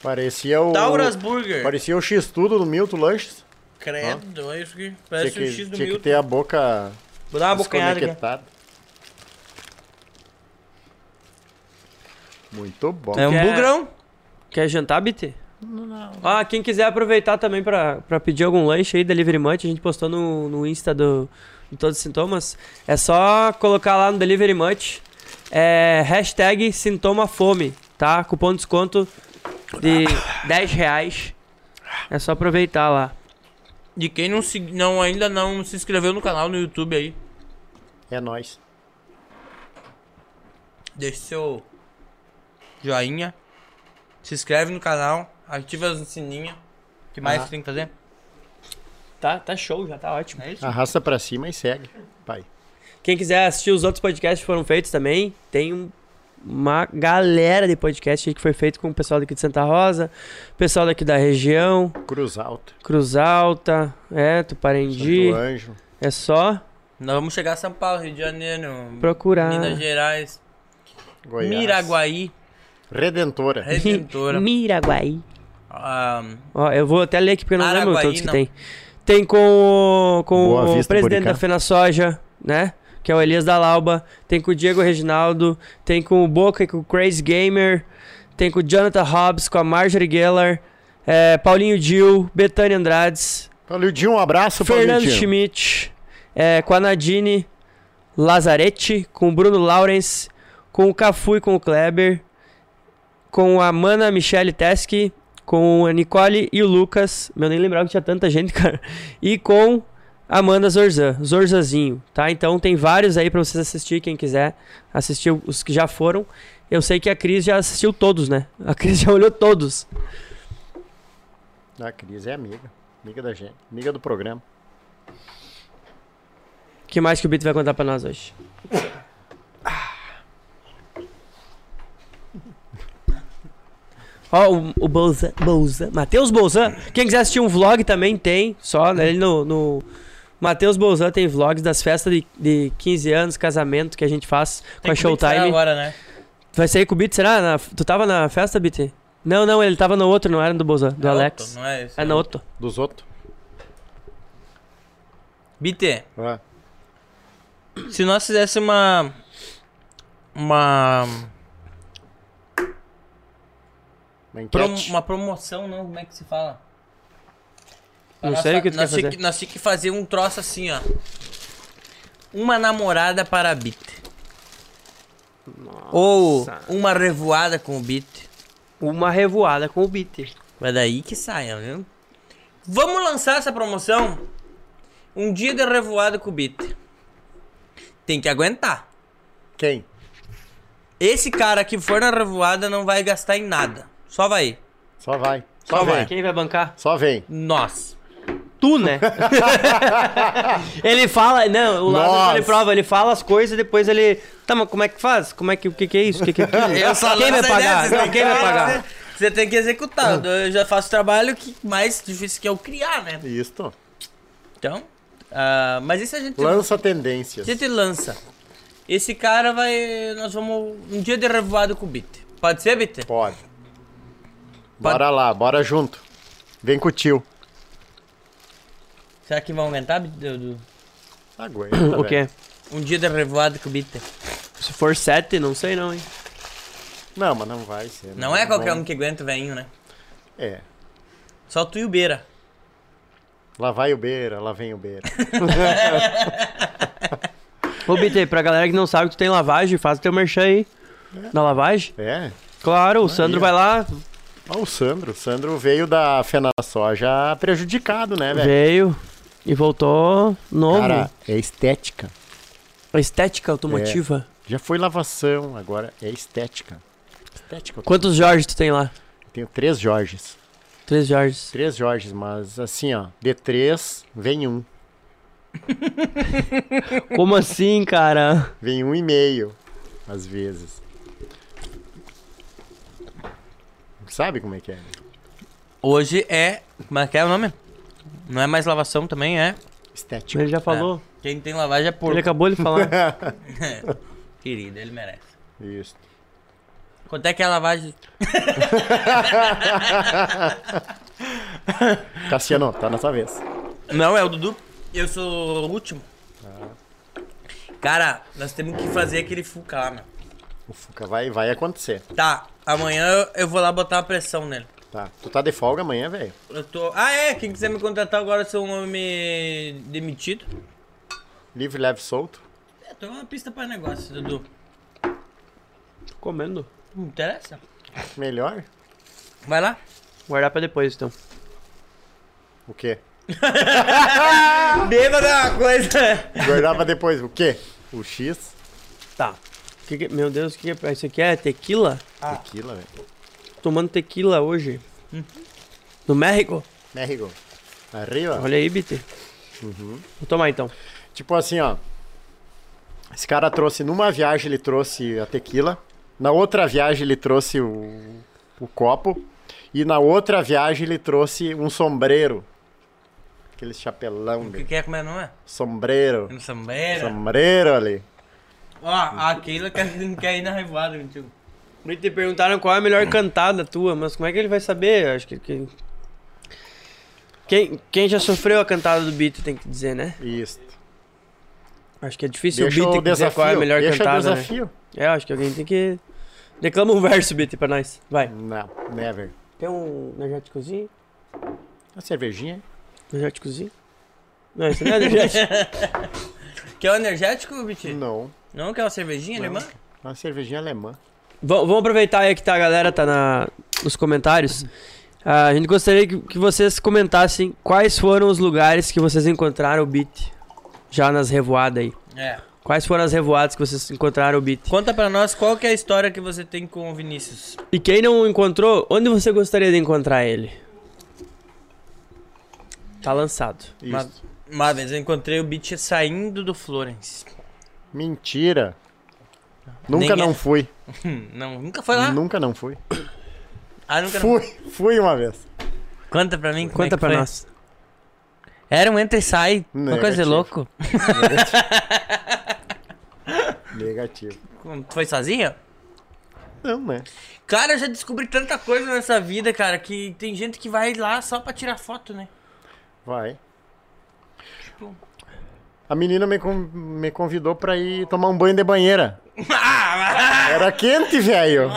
[SPEAKER 4] Parecia o.
[SPEAKER 1] Tauras Burger.
[SPEAKER 4] Parecia o X-Tudo do Milton Lanches.
[SPEAKER 1] Credo, é isso aqui.
[SPEAKER 4] Tinha
[SPEAKER 1] Parece
[SPEAKER 4] que,
[SPEAKER 1] o X do
[SPEAKER 4] tinha que
[SPEAKER 1] Milton.
[SPEAKER 4] ter a boca
[SPEAKER 1] Vou dar uma bocanhada aqui.
[SPEAKER 4] desconectada. Muito bom.
[SPEAKER 1] É um
[SPEAKER 5] Quer-
[SPEAKER 1] bugrão.
[SPEAKER 5] Quer jantar, BT? Não, não. Ah, quem quiser aproveitar também pra, pra pedir algum lanche aí, Delivery Munch, a gente postou no, no Insta do, do Todos os Sintomas. É só colocar lá no Delivery Munch, é, hashtag sintoma fome, tá? Cupom de desconto de 10 reais. É só aproveitar lá.
[SPEAKER 1] De quem não se, não, ainda não se inscreveu no canal no YouTube aí,
[SPEAKER 5] um-
[SPEAKER 4] É nóis.
[SPEAKER 1] deixa seu joinha, se inscreve no canal, ativa o sininho. O que mais tem que fazer?
[SPEAKER 5] Tá, tá show, já tá ótimo.
[SPEAKER 9] É
[SPEAKER 4] Arrasta pra cima e segue, pai.
[SPEAKER 5] Quem quiser assistir os outros podcasts que foram feitos também, tem um- uma galera de podcast aí que foi feito com o pessoal daqui de Santa Rosa, pessoal daqui da região,
[SPEAKER 4] Cruz alta.
[SPEAKER 5] Cruz Alta, é, Tuparendi.
[SPEAKER 4] Santo anjo.
[SPEAKER 5] É só
[SPEAKER 1] Nós vamos chegar a São Paulo, Rio de Janeiro,
[SPEAKER 5] procurar.
[SPEAKER 1] Minas Gerais,
[SPEAKER 4] Goiás.
[SPEAKER 1] Miraguaí,
[SPEAKER 4] Redentora.
[SPEAKER 1] é Redentora, Ah,
[SPEAKER 5] Miraguai.
[SPEAKER 1] ahm,
[SPEAKER 5] Ó, eu vou até ler aqui porque eu não lembro
[SPEAKER 1] Araguaí,
[SPEAKER 5] todos que
[SPEAKER 1] não.
[SPEAKER 5] tem. Tem com o, com
[SPEAKER 4] Boa
[SPEAKER 5] o
[SPEAKER 4] Vista,
[SPEAKER 5] presidente
[SPEAKER 4] Boricá.
[SPEAKER 5] da FenaSoja, né? Que é o Elias da Lauba. Tem com o Diego Reginaldo. Tem com o Boca e com o Crazy Gamer. Tem com o Jonathan Hobbs, com a Marjorie Geller. é, Paulinho Dil, Betânia Andrades.
[SPEAKER 4] Paulo Dinho, um abraço,
[SPEAKER 5] Fernando
[SPEAKER 4] Paulo Dinho.
[SPEAKER 5] Schmidt. é, com a Nadine Lazarete. Com o Bruno Lawrence. Com o Cafu e com o Kleber. Com a Mana Michele Teske, com a Nicole e o Lucas. Meu, nem lembrava que tinha tanta gente, cara. E com a Amanda Zorzan, Zorzazinho, tá? Então tem vários aí pra vocês assistir, quem quiser assistir os que já foram. Eu sei que a Cris já assistiu todos, né? A Cris já olhou todos.
[SPEAKER 4] A Cris é amiga. Amiga da gente. Amiga do programa.
[SPEAKER 5] O que mais que o Bito vai contar pra nós hoje? Ó, o, o Bolzan, Bolzan, Matheus Bolzan. Quem quiser assistir um vlog também tem, só né, ele no, no Matheus Bolzan tem vlogs das festas de, de 15 anos, casamento que a gente faz com
[SPEAKER 1] tem
[SPEAKER 5] a
[SPEAKER 1] que começar
[SPEAKER 5] Showtime.
[SPEAKER 1] agora, né?
[SPEAKER 5] Vai sair com o Bit, será? Na- tu tava na festa, Bit? Não, não, ele tava no outro, não era no do Bolzan, do
[SPEAKER 1] É
[SPEAKER 5] Alex.
[SPEAKER 1] outro, não é esse.
[SPEAKER 5] É no outro.
[SPEAKER 4] Dos outros.
[SPEAKER 1] BT,
[SPEAKER 4] Ah,
[SPEAKER 1] se nós fizesse uma uma
[SPEAKER 4] uma
[SPEAKER 1] Pro-
[SPEAKER 4] enquete.
[SPEAKER 1] um- uma promoção, não, como é que se fala?
[SPEAKER 5] Não
[SPEAKER 1] Nós
[SPEAKER 5] sei
[SPEAKER 1] fa-
[SPEAKER 5] o que tu
[SPEAKER 1] nós
[SPEAKER 5] quer
[SPEAKER 1] tinha
[SPEAKER 5] fazer.
[SPEAKER 1] que- nós tinha que fazer um troço assim, ó. Uma namorada para a Bit. Ou uma revoada com o Bit.
[SPEAKER 5] Uma revoada com o Bit.
[SPEAKER 1] Vai daí que saia, viu? Vamos lançar essa promoção? Um dia de revoada com o Bit. Tem que aguentar.
[SPEAKER 4] Quem?
[SPEAKER 1] Esse cara que for na revoada não vai gastar em nada. Só vai.
[SPEAKER 4] Só vai. Só vem.
[SPEAKER 5] Quem vai bancar?
[SPEAKER 4] Só vem.
[SPEAKER 5] Nós. Tu, né? ele fala, não, o
[SPEAKER 4] Nós.
[SPEAKER 5] Lázaro ele prova, ele fala as coisas e depois ele. Tá, mas como é que faz? Como é que, o que, que é isso? O que, que é aquilo? Quem vai pagar? Não, quem vai pagar?
[SPEAKER 1] né? Você tem que executar. Eu já faço trabalho que mais difícil que é o criar, né?
[SPEAKER 4] Isso.
[SPEAKER 1] Então, ah, mas isso a gente
[SPEAKER 4] Lança tendências.
[SPEAKER 1] a gente lança. Esse cara vai, nós vamos um dia de revoado com o Bit. Pode ser, Bit?
[SPEAKER 4] Pode. Bora lá, bora junto. Vem com o tio.
[SPEAKER 1] Será que vão aumentar Bit, do- do-
[SPEAKER 4] Aguenta,
[SPEAKER 5] O
[SPEAKER 4] velho.
[SPEAKER 5] quê?
[SPEAKER 1] um dia de revoado com o Bit?
[SPEAKER 5] Se for sete, não sei não, hein?
[SPEAKER 4] Não, mas não vai ser.
[SPEAKER 1] Não é qualquer um que aguenta o velhinho, né?
[SPEAKER 4] É.
[SPEAKER 1] Só tu e o Beira.
[SPEAKER 4] Lá vai o Beira, lá vem o Beira.
[SPEAKER 5] Ô, BT, pra galera que não sabe que tu tem lavagem, faz o teu merchan aí. Na lavagem?
[SPEAKER 4] É.
[SPEAKER 5] Claro, o Sandro vai lá,
[SPEAKER 4] Ó, o Sandro. O Sandro veio da Fena Soja prejudicado, né, velho?
[SPEAKER 5] veio e voltou novo.
[SPEAKER 4] Cara, é estética.
[SPEAKER 5] a estética automotiva.
[SPEAKER 4] Já foi lavação, agora é estética. Estética. Eu
[SPEAKER 5] Quantos Jorge tu tem lá?
[SPEAKER 4] tenho três Jorges.
[SPEAKER 5] Três Jorges.
[SPEAKER 4] Três Jorges, mas assim, ó. De três, vem um.
[SPEAKER 5] Como assim, cara?
[SPEAKER 4] Vem um e meio, às vezes. Sabe como é que é? né?
[SPEAKER 1] Hoje é. Como é que é o nome? Não é mais lavação também, é?
[SPEAKER 4] Estética.
[SPEAKER 5] Ele já falou.
[SPEAKER 1] Quem tem lavagem é
[SPEAKER 5] Ele
[SPEAKER 1] porco.
[SPEAKER 5] acabou de falar.
[SPEAKER 1] Querido, ele merece.
[SPEAKER 4] Isso.
[SPEAKER 1] Quanto é que é a lavagem?
[SPEAKER 4] Cassiano, tá na sua vez.
[SPEAKER 1] Não, é o Dudu. Eu sou o último. Cara, nós temos que fazer aquele Fuca lá, meu.
[SPEAKER 4] O Fuca vai, vai acontecer.
[SPEAKER 1] Tá, amanhã eu- eu vou lá botar uma pressão nele.
[SPEAKER 4] Tá. Tu tá de folga amanhã, velho?
[SPEAKER 1] Eu tô. Ah, é? Quem quiser me contratar agora, eu sou um homem demitido.
[SPEAKER 4] Livre, leve, solto.
[SPEAKER 1] É, tô uma pista pra negócio, Dudu.
[SPEAKER 5] Comendo.
[SPEAKER 1] Não interessa?
[SPEAKER 4] Melhor?
[SPEAKER 1] Vai lá.
[SPEAKER 5] Guardar pra depois, então.
[SPEAKER 4] O quê?
[SPEAKER 1] Bêbado é uma coisa.
[SPEAKER 4] Guardava depois. O quê? O X?
[SPEAKER 5] Tá. Que que- meu Deus, o que, que é? Isso aqui é tequila?
[SPEAKER 4] Tequila, velho.
[SPEAKER 5] Tomando tequila hoje. No México?
[SPEAKER 4] Mérigo. Arriba.
[SPEAKER 5] Olha aí, BT.
[SPEAKER 4] Uhum.
[SPEAKER 5] Vou tomar então.
[SPEAKER 4] Tipo assim, ó. Esse cara trouxe, numa viagem ele trouxe a tequila, na outra viagem ele trouxe o, o copo, e na outra viagem ele trouxe um sombreiro. Aquele chapelão,
[SPEAKER 1] O que
[SPEAKER 4] velho.
[SPEAKER 1] que é, como é, não é?
[SPEAKER 4] Sombreiro.
[SPEAKER 1] No
[SPEAKER 5] É.
[SPEAKER 1] sambeira.
[SPEAKER 4] Sombreiro ali.
[SPEAKER 1] Ó, a Keila quer, quer ir na revoada contigo.
[SPEAKER 5] Me te perguntaram qual é a
[SPEAKER 4] Hum.
[SPEAKER 5] melhor cantada tua, mas como é que ele vai saber? Acho que. que- Quem, quem já sofreu a cantada do Beat tem que dizer, né?
[SPEAKER 4] Isso.
[SPEAKER 5] Acho que é difícil
[SPEAKER 4] Deixa
[SPEAKER 5] o
[SPEAKER 4] o
[SPEAKER 5] Beat dizer
[SPEAKER 4] desafio.
[SPEAKER 5] qual é a melhor
[SPEAKER 4] Deixa o
[SPEAKER 5] cantada. né?
[SPEAKER 4] desafio.
[SPEAKER 5] É, acho que alguém tem que. Declama um verso, Beat, pra nós. Vai.
[SPEAKER 4] Não, never.
[SPEAKER 5] Tem um energéticozinho?
[SPEAKER 4] A cervejinha.
[SPEAKER 5] Energéticozinho? Não, isso não é energético.
[SPEAKER 1] Quer o energético, Biti?
[SPEAKER 4] Não.
[SPEAKER 1] Não quer uma cervejinha, alemã?
[SPEAKER 4] Uma cervejinha alemã.
[SPEAKER 5] Vam- Vamos aproveitar aí que tá, a galera tá na, nos comentários. Ah, a gente gostaria que, que vocês comentassem quais foram os lugares que vocês encontraram o Beat já nas revoadas aí.
[SPEAKER 1] É.
[SPEAKER 5] Quais foram as revoadas que vocês encontraram o Beat?
[SPEAKER 1] Conta pra nós qual que é a história que você tem com o Vinícius.
[SPEAKER 5] E quem não o encontrou, onde você gostaria de encontrar ele? Tá lançado.
[SPEAKER 4] Isso.
[SPEAKER 1] Uma, uma vez eu encontrei o Beat saindo do Florence.
[SPEAKER 4] Mentira. Nunca
[SPEAKER 1] Ninguém-
[SPEAKER 5] é-
[SPEAKER 4] não fui.
[SPEAKER 1] Hum, Não, nunca foi lá?
[SPEAKER 4] Nunca não fui.
[SPEAKER 1] Ah, nunca
[SPEAKER 4] Fui, fui uma vez.
[SPEAKER 1] Conta pra mim. como é
[SPEAKER 5] Conta
[SPEAKER 1] que
[SPEAKER 5] pra
[SPEAKER 1] foi.
[SPEAKER 5] nós.
[SPEAKER 1] Era um entra e sai. Uma
[SPEAKER 4] Negativo.
[SPEAKER 1] coisa de louco.
[SPEAKER 4] Negativo.
[SPEAKER 1] Tu foi sozinha?
[SPEAKER 4] Não, né?
[SPEAKER 1] Cara, eu já descobri tanta coisa nessa vida, cara, que tem gente que vai lá só pra tirar foto, né?
[SPEAKER 4] Vai.
[SPEAKER 1] Tipo?
[SPEAKER 4] A menina me, con- me convidou pra ir tomar um banho de banheira.
[SPEAKER 1] Ah!
[SPEAKER 4] Era quente, velho.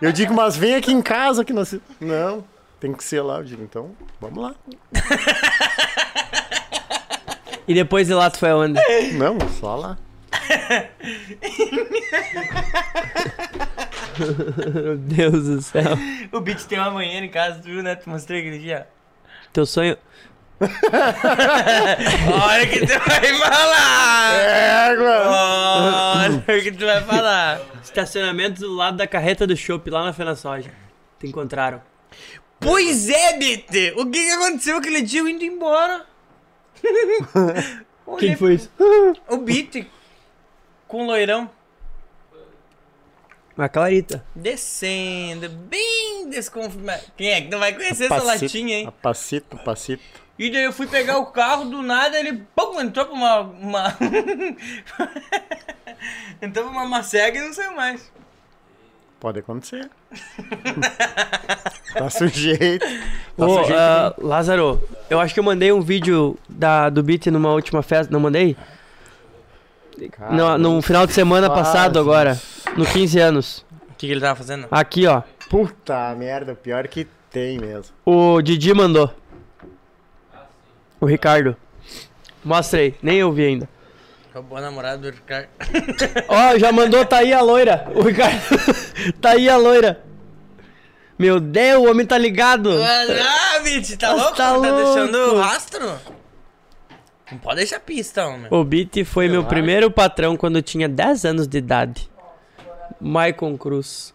[SPEAKER 4] Eu digo, mas vem aqui em casa que nós. Não, tem que ser lá. Eu digo, então, vamos lá.
[SPEAKER 5] E depois de lá tu foi onde?
[SPEAKER 1] É.
[SPEAKER 4] Não, só lá.
[SPEAKER 5] Meu Deus do céu.
[SPEAKER 1] O Beat tem uma banheira em casa, tu viu, né? Tu mostrei aquele dia.
[SPEAKER 5] Teu sonho.
[SPEAKER 1] Olha o que tu vai falar!
[SPEAKER 4] Égua!
[SPEAKER 1] Olha o que tu vai falar.
[SPEAKER 5] Estacionamento do lado da carreta do chopp, lá na Fena Soja. Te encontraram.
[SPEAKER 1] Pois é, BT! O que, que aconteceu aquele dia eu indo embora? Olhei
[SPEAKER 5] Quem foi isso?
[SPEAKER 1] pro- O BT com o loirão
[SPEAKER 5] Uma clarita.
[SPEAKER 1] descendo, bem desconfirmado. Quem é que não vai conhecer essa
[SPEAKER 4] Pacito,
[SPEAKER 1] latinha,
[SPEAKER 4] A
[SPEAKER 1] hein?
[SPEAKER 4] pacito, pacito.
[SPEAKER 1] E daí eu fui pegar o carro, do nada ele pum, entrou pra uma. uma... entrou pra uma macega e não saiu mais.
[SPEAKER 4] Pode acontecer. tá sujeito. Tá
[SPEAKER 5] Ô,
[SPEAKER 4] sujeito.
[SPEAKER 5] ah, Lázaro, eu acho que eu mandei um vídeo da, do Beat numa última festa, não mandei? No, no final de semana
[SPEAKER 4] faz
[SPEAKER 5] passado agora, no 15 anos.
[SPEAKER 1] O que, que ele tava fazendo?
[SPEAKER 5] Aqui, ó.
[SPEAKER 4] Puta merda, o pior que tem mesmo.
[SPEAKER 5] O Didi mandou. O Ricardo. Mostra aí, nem eu vi ainda.
[SPEAKER 1] Roubou a É namorada do Ricardo.
[SPEAKER 5] Ó, já mandou, tá aí a loira. O Ricardo. tá aí a loira. Meu Deus, o homem tá ligado.
[SPEAKER 1] Ah, Vit, tá
[SPEAKER 5] Mas
[SPEAKER 1] louco?
[SPEAKER 5] tá
[SPEAKER 1] Tá,
[SPEAKER 5] louco.
[SPEAKER 1] deixando rastro? Não pode deixar pista, homem.
[SPEAKER 5] O Beat foi meu primeiro patrão quando eu tinha 10 anos de idade. Maicon Cruz.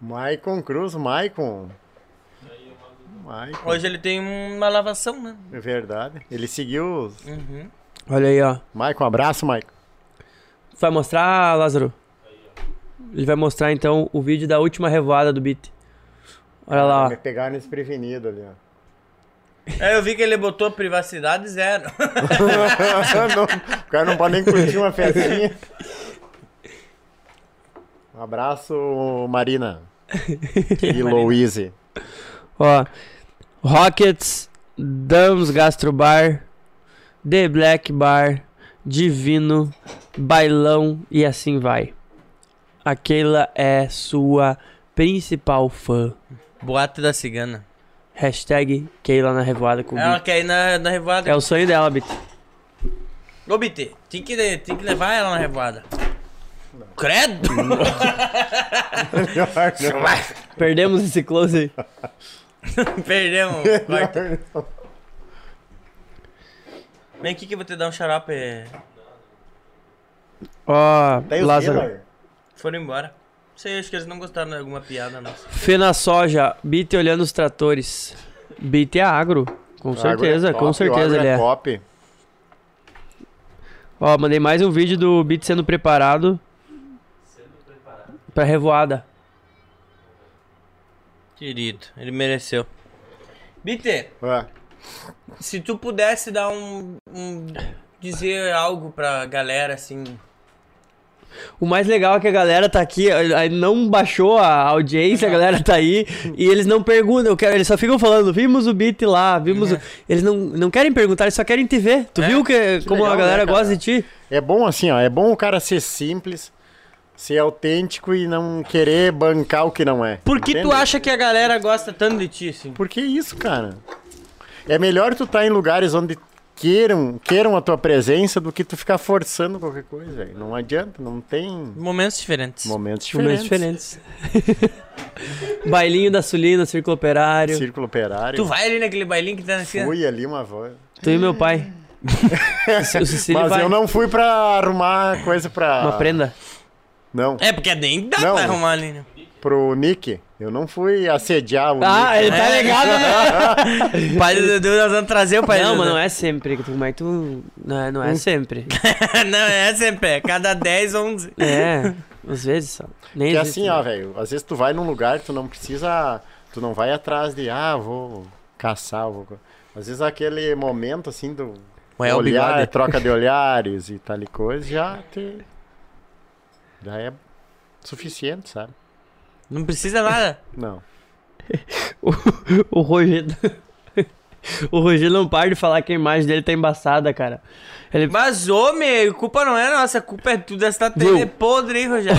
[SPEAKER 4] Maicon Cruz, Maicon. Maicon,
[SPEAKER 1] Hoje ele tem uma lavação, né?
[SPEAKER 4] é verdade. Ele seguiu os...
[SPEAKER 5] Olha aí, ó.
[SPEAKER 4] Maicon, abraço, Maicon.
[SPEAKER 5] Vai mostrar, Lázaro? Ele vai mostrar então o vídeo da última revoada do Beat. Olha lá,
[SPEAKER 4] Me
[SPEAKER 5] ó.
[SPEAKER 4] pegaram desprevenido ali, ó.
[SPEAKER 1] É, eu vi que ele botou privacidade zero.
[SPEAKER 4] Não, o cara não pode nem curtir uma festinha. Um abraço, Marina. E Louise.
[SPEAKER 5] ó. Rockets, Dams Gastro Bar, The Black Bar, Divino, Bailão e assim vai. Aquela é sua principal fã.
[SPEAKER 1] Boate da cigana.
[SPEAKER 5] Hashtag Keila na revoada com o
[SPEAKER 1] Ela
[SPEAKER 5] Beat.
[SPEAKER 1] quer ir na, na revoada.
[SPEAKER 5] É o sonho dela, Beat.
[SPEAKER 1] Ô, BT, tem que, le- tem que levar ela na revoada. Credo!
[SPEAKER 5] Perdemos esse close aí.
[SPEAKER 1] Perdemos. Corta. Vem aqui que eu vou te dar um xarope.
[SPEAKER 5] Ó,
[SPEAKER 4] Tem os
[SPEAKER 5] Lázaro.
[SPEAKER 4] Miller?
[SPEAKER 1] Foram embora. Não sei, acho que eles não gostaram de alguma piada nossa.
[SPEAKER 5] Fena Soja, Beat olhando os tratores. Beat é agro. Com certeza,
[SPEAKER 4] O agro é top,
[SPEAKER 5] com
[SPEAKER 4] o
[SPEAKER 5] certeza
[SPEAKER 4] agro
[SPEAKER 5] ele é.
[SPEAKER 4] top.
[SPEAKER 5] Ó, mandei mais um vídeo do Beat sendo preparado. Pra revoada.
[SPEAKER 1] Querido, ele mereceu. BT,
[SPEAKER 4] Ó,
[SPEAKER 1] se tu pudesse dar um, um- dizer algo pra galera assim,
[SPEAKER 5] O mais legal é que a galera tá aqui, aí não baixou a audiência, a galera tá aí, e eles não perguntam, eu quero- eles só ficam falando, vimos o beat lá, vimos
[SPEAKER 4] É.
[SPEAKER 5] o... Eles não, não querem perguntar, eles só querem te ver. Tu viu que, como
[SPEAKER 4] legal,
[SPEAKER 5] a galera
[SPEAKER 4] né, cara?
[SPEAKER 5] gosta de ti?
[SPEAKER 4] É bom assim, ó. É bom o cara ser simples, ser autêntico e não querer bancar o que não é.
[SPEAKER 1] por que tu
[SPEAKER 4] Entende?
[SPEAKER 1] acha que a galera gosta tanto de ti assim?
[SPEAKER 4] Por que isso, cara? É melhor tu estar em lugares onde queiram, queiram a tua presença do que tu ficar forçando qualquer coisa, velho. Não adianta, não tem
[SPEAKER 1] Momentos diferentes.
[SPEAKER 4] momentos
[SPEAKER 5] Momentos
[SPEAKER 4] diferentes.
[SPEAKER 5] diferentes. Bailinho da Sulina, Círculo Operário.
[SPEAKER 4] Círculo operário.
[SPEAKER 1] Tu vai ali naquele bailinho que tá na esquina?
[SPEAKER 4] Fui ali uma voz.
[SPEAKER 5] Tu e meu pai. o Cecílio
[SPEAKER 4] Mas
[SPEAKER 5] vai.
[SPEAKER 4] eu não fui pra arrumar coisa pra.
[SPEAKER 5] Uma prenda.
[SPEAKER 4] Não,
[SPEAKER 1] É, porque nem dá
[SPEAKER 4] Não.
[SPEAKER 1] pra arrumar ali, né?
[SPEAKER 4] pro Nick. Eu não fui assediar o
[SPEAKER 5] Ah,
[SPEAKER 4] Nick.
[SPEAKER 5] ele
[SPEAKER 1] É.
[SPEAKER 5] tá ligado, né?
[SPEAKER 1] Pai do Dudu, nós vamos trazer o pai
[SPEAKER 5] Não,
[SPEAKER 1] do
[SPEAKER 5] mas
[SPEAKER 1] Dudu.
[SPEAKER 5] não é sempre. que tu- Mas tu. Não é, não
[SPEAKER 4] Hum.
[SPEAKER 5] é sempre.
[SPEAKER 1] não é sempre, é cada 10, 11.
[SPEAKER 5] É, às vezes só. Nem
[SPEAKER 4] Porque
[SPEAKER 5] existe.
[SPEAKER 1] né?
[SPEAKER 5] né?
[SPEAKER 4] assim, ó, velho. Às vezes tu vai num lugar, tu não precisa. Tu não vai atrás de, ah, vou caçar, vou. co-". Às vezes aquele momento assim do.
[SPEAKER 1] Ué, É o
[SPEAKER 4] olhar,
[SPEAKER 1] bigode.
[SPEAKER 4] troca de olhares e tal e coisa, já te. Já é suficiente, sabe?
[SPEAKER 1] Não precisa nada.
[SPEAKER 4] Não.
[SPEAKER 5] O Rogério. O Rogério não para de falar que a imagem dele tá embaçada, cara. Ele.
[SPEAKER 1] Mas, ô, meu, culpa não é nossa, culpa é tudo dessa TV
[SPEAKER 5] Viu?
[SPEAKER 1] podre, hein, Rogério?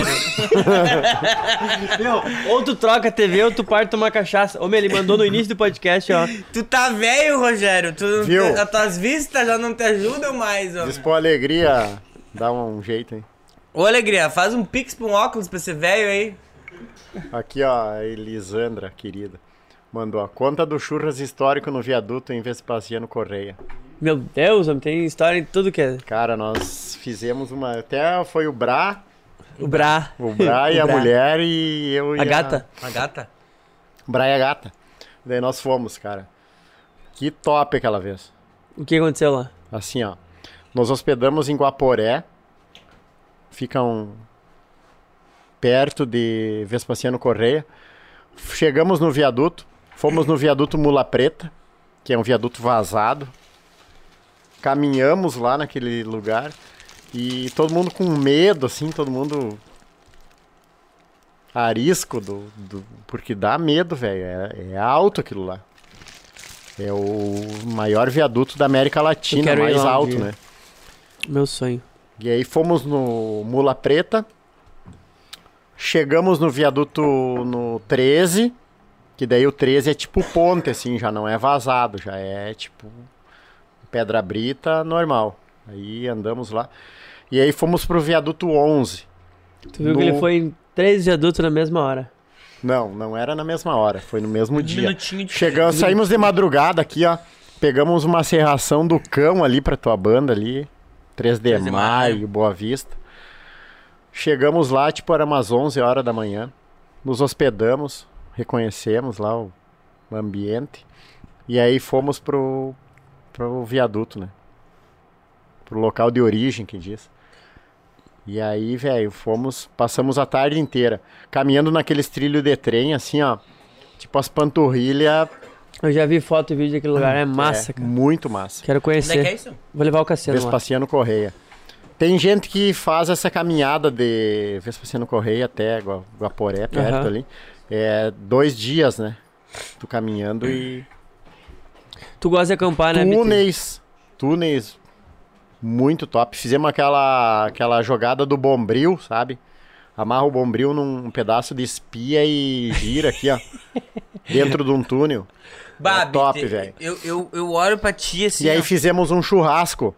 [SPEAKER 5] Ou tu troca a TV ou tu para de tomar cachaça. Homem, ele mandou no início do podcast, ó.
[SPEAKER 1] tu tá velho, Rogério. Tu, não
[SPEAKER 4] Viu?
[SPEAKER 1] te- as tuas vistas já não te ajudam mais, ó.
[SPEAKER 4] Diz pô, alegria, dá um jeito, hein?
[SPEAKER 1] Ô, Alegria, faz um pix pra um óculos pra ser velho aí.
[SPEAKER 4] Aqui, ó, a Elisandra, querida. Mandou a conta do churras histórico no viaduto em Vespasiano Correia.
[SPEAKER 5] Meu Deus, homem, tem história em tudo que é.
[SPEAKER 4] Cara, nós fizemos uma. Até foi o Bra,
[SPEAKER 5] O Bra.
[SPEAKER 4] o Bra e a
[SPEAKER 5] Bra.
[SPEAKER 4] mulher e eu e
[SPEAKER 5] A gata.
[SPEAKER 1] Uma gata?
[SPEAKER 4] Bra e a gata. Daí nós fomos, cara. Que top aquela vez.
[SPEAKER 5] O que aconteceu lá?
[SPEAKER 4] Assim, ó. Nos hospedamos em Guaporé. Fica um. perto de Vespasiano Correia. Chegamos no viaduto. Fomos no viaduto Mula Preta, que é um viaduto vazado. Caminhamos lá naquele lugar. E todo mundo com medo, assim, todo mundo. arisco do. do- porque dá medo, velho. É, é alto aquilo lá. É o maior viaduto da América Latina,
[SPEAKER 5] quero ir
[SPEAKER 4] mais
[SPEAKER 5] lá um
[SPEAKER 4] alto,
[SPEAKER 5] dia.
[SPEAKER 4] né?
[SPEAKER 5] Meu sonho.
[SPEAKER 4] E aí fomos no Mula Preta. Chegamos no viaduto no 13, que daí o 13 é tipo ponte, assim, já não é vazado, já é tipo pedra brita normal. Aí andamos lá. E aí fomos pro viaduto 11.
[SPEAKER 5] Tu viu
[SPEAKER 4] No-
[SPEAKER 5] que ele foi em três viadutos na mesma hora.
[SPEAKER 4] Não, não era na mesma hora, foi no mesmo dia.
[SPEAKER 1] minutinho de-
[SPEAKER 4] Chegamos, saímos de madrugada aqui, ó. Pegamos uma serração do cão ali pra tua banda ali. 3 de,
[SPEAKER 1] 3 de maio.
[SPEAKER 4] maio, Boa Vista. Chegamos lá, tipo, era umas 11 horas da manhã. Nos hospedamos, reconhecemos lá o ambiente. E aí fomos pro, pro viaduto, né? Pro local de origem, que diz. E aí, velho, fomos, passamos a tarde inteira caminhando naqueles trilhos de trem, assim, ó. Tipo as panturrilhas.
[SPEAKER 5] Eu já vi foto e vídeo daquele lugar, é massa,
[SPEAKER 4] é,
[SPEAKER 5] cara.
[SPEAKER 4] Muito massa.
[SPEAKER 5] Quero
[SPEAKER 1] Onde
[SPEAKER 5] conhecer.
[SPEAKER 1] é que é isso?
[SPEAKER 5] Vou levar o Cassiano lá.
[SPEAKER 4] Vespasiano Correia. Tem gente que faz essa caminhada de Vespasiano Correia até Gua- Guaporé, perto
[SPEAKER 5] Aham.
[SPEAKER 4] ali. É dois dias, né? Tu caminhando e.
[SPEAKER 5] Tu gosta de acampar, né, Bitu?
[SPEAKER 4] Túneis. Túneis. Muito top. Fizemos aquela, aquela jogada do bombril, sabe? Amarra o bombril num pedaço de espia e gira aqui, ó. dentro de um túnel.
[SPEAKER 1] Babi,
[SPEAKER 4] top,
[SPEAKER 1] te-
[SPEAKER 4] velho.
[SPEAKER 1] Eu, eu, eu olho pra ti assim.
[SPEAKER 4] E aí
[SPEAKER 1] ó.
[SPEAKER 4] fizemos um churrasco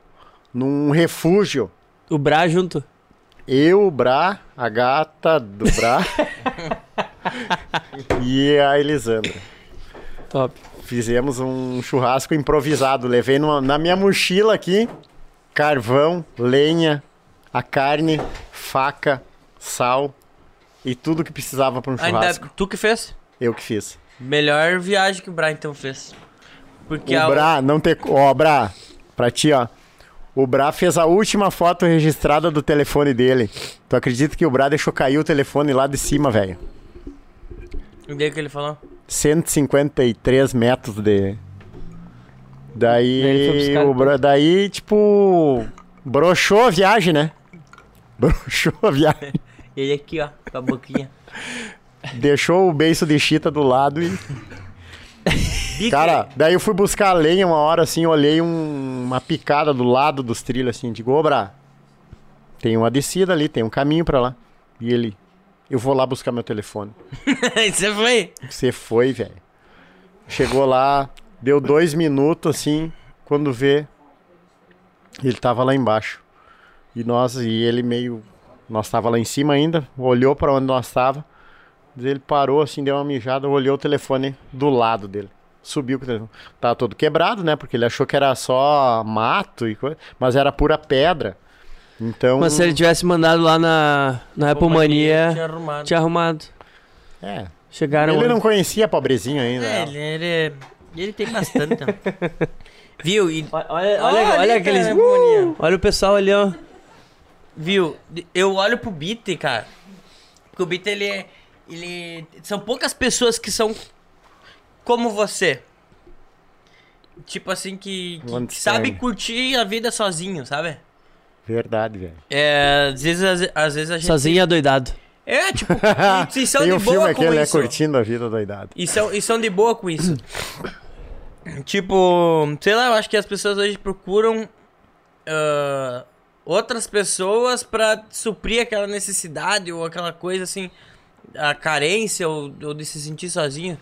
[SPEAKER 4] num refúgio.
[SPEAKER 5] O Bra junto.
[SPEAKER 4] Eu, o Bra, a gata do Bra e a Elisandra.
[SPEAKER 5] Top.
[SPEAKER 4] Fizemos um churrasco improvisado. Levei numa- na minha mochila aqui carvão, lenha, a carne, faca, sal e tudo que precisava para um
[SPEAKER 1] Ainda,
[SPEAKER 4] churrasco.
[SPEAKER 1] tu que fez?
[SPEAKER 4] Eu que fiz.
[SPEAKER 1] Melhor viagem que o Brian então fez. Porque a-
[SPEAKER 4] o Bra, não ter. Ó, Bra, pra ti, ó. O Bra fez a última foto registrada do telefone dele. Tu acredita que o Bra deixou cair o telefone lá de cima, velho?
[SPEAKER 1] o que que ele falou?
[SPEAKER 4] 153 metros de.
[SPEAKER 5] Daí ele foi
[SPEAKER 4] Daí.
[SPEAKER 5] buscar
[SPEAKER 4] o bro- Daí, tipo. Broxou a viagem, né? Broxou a viagem.
[SPEAKER 1] Ele aqui, ó, com a boquinha.
[SPEAKER 4] Deixou o beiço de chita do lado e.
[SPEAKER 1] Bica,
[SPEAKER 4] Cara, daí eu fui buscar a lenha uma hora assim, olhei um- uma picada do lado dos trilhos assim, digo, ô Bra, tem uma descida ali, tem um caminho pra lá. E ele, eu vou lá buscar meu telefone.
[SPEAKER 1] você foi?
[SPEAKER 4] Você foi, velho. Chegou lá, deu dois minutos assim, quando vê, ele tava lá embaixo. E nós, e ele meio, nós tava lá em cima ainda, olhou pra onde nós tava. Daí Ele parou assim, deu uma mijada, olhou o telefone do lado dele. Subiu com o telefone. Tava todo quebrado, né? Porque ele achou que era só mato e coisa, mas era pura pedra. Então,
[SPEAKER 5] Mas se ele tivesse mandado lá na, na Apple Mania,
[SPEAKER 1] Tinha arrumado.
[SPEAKER 5] tinha arrumado.
[SPEAKER 4] é,
[SPEAKER 5] Chegaram.
[SPEAKER 4] ele não conhecia pobrezinho ainda.
[SPEAKER 1] É, ele, ele, ele tem bastante. Viu? E,
[SPEAKER 5] Olha, olha, olha,
[SPEAKER 1] ali,
[SPEAKER 5] aqueles.
[SPEAKER 1] cara, harmonia.
[SPEAKER 5] Uh! Olha o pessoal ali, ó.
[SPEAKER 1] Viu? Eu olho pro Bit, cara. Porque o Bit, ele é. Ele. São poucas pessoas que são como você. Tipo assim, que, que
[SPEAKER 4] Understand.
[SPEAKER 1] sabe curtir a vida sozinho, sabe?
[SPEAKER 4] Verdade, velho.
[SPEAKER 1] É, às vezes, às, às vezes a gente.
[SPEAKER 5] Sozinho e adoidado.
[SPEAKER 1] É, tipo, vocês são
[SPEAKER 4] Tem
[SPEAKER 1] de
[SPEAKER 4] um filme
[SPEAKER 1] boa com
[SPEAKER 4] aquele, né?
[SPEAKER 1] isso.
[SPEAKER 4] Curtindo a vida doidado.
[SPEAKER 1] E são, e são de boa com isso. tipo, sei lá, eu acho que as pessoas hoje procuram ah, outras pessoas pra suprir aquela necessidade ou aquela coisa assim, a carência ou, ou de se sentir sozinho.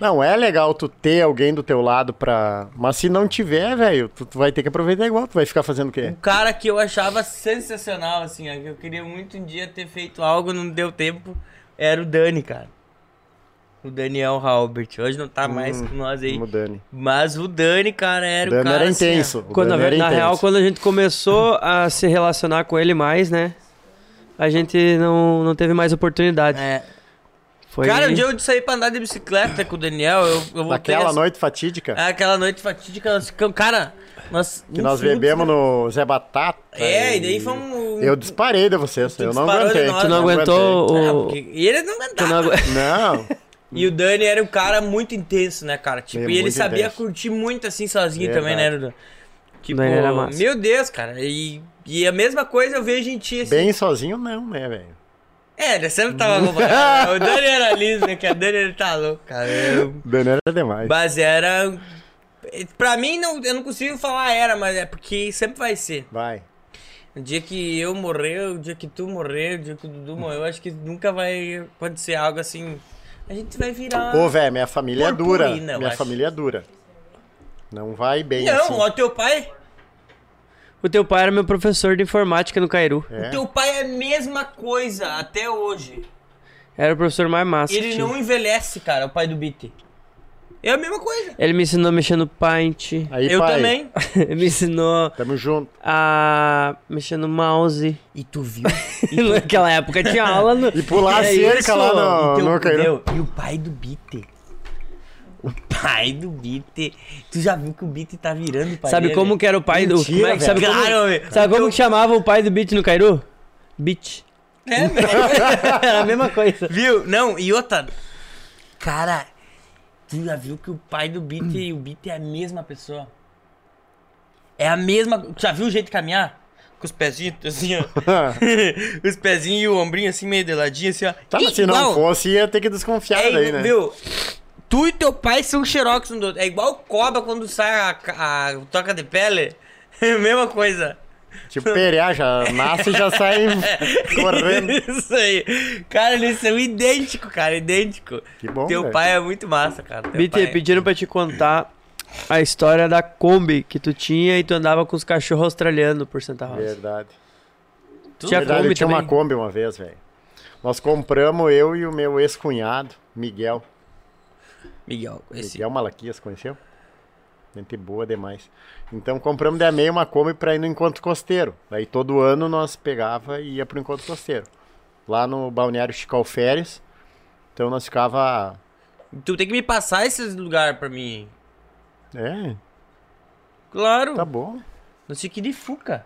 [SPEAKER 4] Não, é legal tu ter alguém do teu lado pra. Mas se não tiver, velho, tu, tu vai ter que aproveitar igual. Tu vai ficar fazendo o quê?
[SPEAKER 1] Um cara que eu achava sensacional, assim, ó, que eu queria muito um dia ter feito algo, não deu tempo, era o Dani, cara. O Daniel Halbert. Hoje não tá mais
[SPEAKER 4] Hum,
[SPEAKER 1] com nós aí.
[SPEAKER 4] Como o Dani.
[SPEAKER 1] Mas o Dani, cara, era
[SPEAKER 4] O
[SPEAKER 1] o
[SPEAKER 4] Dani
[SPEAKER 1] cara.
[SPEAKER 4] era
[SPEAKER 1] assim, ó.
[SPEAKER 4] intenso. o
[SPEAKER 5] Quando,
[SPEAKER 4] Dani
[SPEAKER 5] na
[SPEAKER 4] era intenso.
[SPEAKER 5] real, quando a gente começou a se relacionar com ele mais, né? A gente não, não teve mais oportunidade.
[SPEAKER 1] É.
[SPEAKER 2] Foi...
[SPEAKER 1] Cara, um dia eu saí pra andar de bicicleta com o Daniel, eu, eu voltei...
[SPEAKER 4] Naquela
[SPEAKER 1] a-
[SPEAKER 4] noite fatídica
[SPEAKER 1] Ah, Aquela noite fatídica, nós ficamos... Cara, nós... um
[SPEAKER 4] que nós bebemos no Zé Batata.
[SPEAKER 1] É, e daí foi um...
[SPEAKER 4] Eu disparei de vocês, eu não
[SPEAKER 1] disparou de
[SPEAKER 4] aguentei.
[SPEAKER 1] nós,
[SPEAKER 4] eu
[SPEAKER 1] tu
[SPEAKER 2] não aguentou
[SPEAKER 1] Ah,
[SPEAKER 2] o...
[SPEAKER 1] porque- E ele não
[SPEAKER 2] tu
[SPEAKER 1] aguentava.
[SPEAKER 2] não agu-
[SPEAKER 4] Não,
[SPEAKER 1] E o Dani era um cara muito intenso, né, cara? Tipo,
[SPEAKER 4] Ele é
[SPEAKER 1] e ele
[SPEAKER 4] muito
[SPEAKER 1] sabia
[SPEAKER 4] intenso.
[SPEAKER 1] curtir muito assim sozinho também, né,
[SPEAKER 4] Verdade.
[SPEAKER 1] Dudu? Tipo,
[SPEAKER 5] Dani era massa.
[SPEAKER 1] meu Deus, cara. E, e a mesma coisa eu vejo em ti, assim.
[SPEAKER 4] bem sozinho não, né, velho?
[SPEAKER 1] É, ele sempre tava acompanhado. o Dani era liso, né, que a Dani ele tá louco, cara. Eu-
[SPEAKER 4] Daniel era demais.
[SPEAKER 1] Mas era... Pra mim, não, eu não consigo falar era, mas é porque sempre vai ser.
[SPEAKER 4] Vai.
[SPEAKER 1] O dia que eu morrer, o dia que tu morrer, o dia que o Dudu morrer, eu acho que nunca vai acontecer algo assim. A gente vai virar...
[SPEAKER 4] Ô, velho, minha família é dura.
[SPEAKER 1] Purpurina, eu
[SPEAKER 4] minha
[SPEAKER 1] acho.
[SPEAKER 4] família é dura. Não vai bem
[SPEAKER 1] Não,
[SPEAKER 4] assim.
[SPEAKER 1] ó, teu pai...
[SPEAKER 5] O teu pai era meu professor de informática no Cairu.
[SPEAKER 4] É.
[SPEAKER 1] Teu pai é a mesma coisa até hoje.
[SPEAKER 5] Era o professor mais massa. que
[SPEAKER 1] Ele
[SPEAKER 5] tinha.
[SPEAKER 1] não envelhece, cara, o pai do Beat. É a mesma coisa.
[SPEAKER 5] Ele me ensinou a mexer no Paint.
[SPEAKER 4] Aí,
[SPEAKER 1] eu
[SPEAKER 4] pai,
[SPEAKER 1] também.
[SPEAKER 5] me ensinou
[SPEAKER 4] Tamo junto.
[SPEAKER 5] a mexer no mouse.
[SPEAKER 1] E tu viu?
[SPEAKER 5] Naquela época tinha aula no.
[SPEAKER 4] E pular a
[SPEAKER 5] É
[SPEAKER 4] cerca
[SPEAKER 5] isso.
[SPEAKER 4] lá
[SPEAKER 1] Teu-
[SPEAKER 4] no, no Cairo.
[SPEAKER 1] Então, meu, e o pai do Beat? O pai do Beat. Tu já viu que o Beat tá virando o pai
[SPEAKER 5] Sabe
[SPEAKER 1] dele?
[SPEAKER 5] como que era o pai do.
[SPEAKER 4] Mentira,
[SPEAKER 5] como é que- sabe
[SPEAKER 1] velho.
[SPEAKER 5] como,
[SPEAKER 1] Claro, velho.
[SPEAKER 5] sabe como
[SPEAKER 4] Então-
[SPEAKER 5] que chamava o pai do Beat no Cairu? Beat.
[SPEAKER 1] É, meu.
[SPEAKER 5] Era a mesma coisa.
[SPEAKER 1] viu? Não, e outra. Cara, tu já viu que o pai do Beat e o Beat é a mesma pessoa? É a mesma. Tu já viu o jeito de caminhar? Com os pezinhos assim, ó. Os pezinhos e o ombrinho assim, meio de ladinho, assim, ó.
[SPEAKER 4] Tá, mas se não
[SPEAKER 1] Igual.
[SPEAKER 4] fosse, ia ter que desconfiar
[SPEAKER 1] É,
[SPEAKER 4] daí, né?
[SPEAKER 1] Viu? Tu e teu pai são xerox um do outro. É igual cobra quando sai a, ca- a toca de pele. É Mesma coisa.
[SPEAKER 4] Tipo, perear, já nasce e já sai correndo.
[SPEAKER 1] Isso aí. Cara, eles são idênticos, cara. Idêntico.
[SPEAKER 4] Que bom, né?
[SPEAKER 1] Teu
[SPEAKER 4] velho.
[SPEAKER 1] pai é muito massa, cara. Teu
[SPEAKER 5] BT,
[SPEAKER 1] pai... é
[SPEAKER 5] pediram pra te contar a história da Kombi que tu tinha e tu andava com os cachorros australianos por Santa Rosa.
[SPEAKER 4] Verdade.
[SPEAKER 5] Tinha
[SPEAKER 4] verdade,
[SPEAKER 5] É. Kombi
[SPEAKER 4] eu tinha
[SPEAKER 5] também.
[SPEAKER 4] uma Kombi uma vez, velho. Nós compramos, eu e o meu ex-cunhado, Miguel.
[SPEAKER 1] Miguel, esse.
[SPEAKER 4] Miguel Malaquias, conheceu? Gente boa demais. Então compramos de meia uma Kombi pra ir no Encontro Costeiro. Daí todo ano nós pegava e ia pro Encontro Costeiro. Lá no Balneário Chico Alferes. Então nós ficava...
[SPEAKER 1] Tu tem que me passar esses lugares pra mim.
[SPEAKER 4] É,
[SPEAKER 1] Claro.
[SPEAKER 4] tá bom.
[SPEAKER 1] Não sei que de fuca.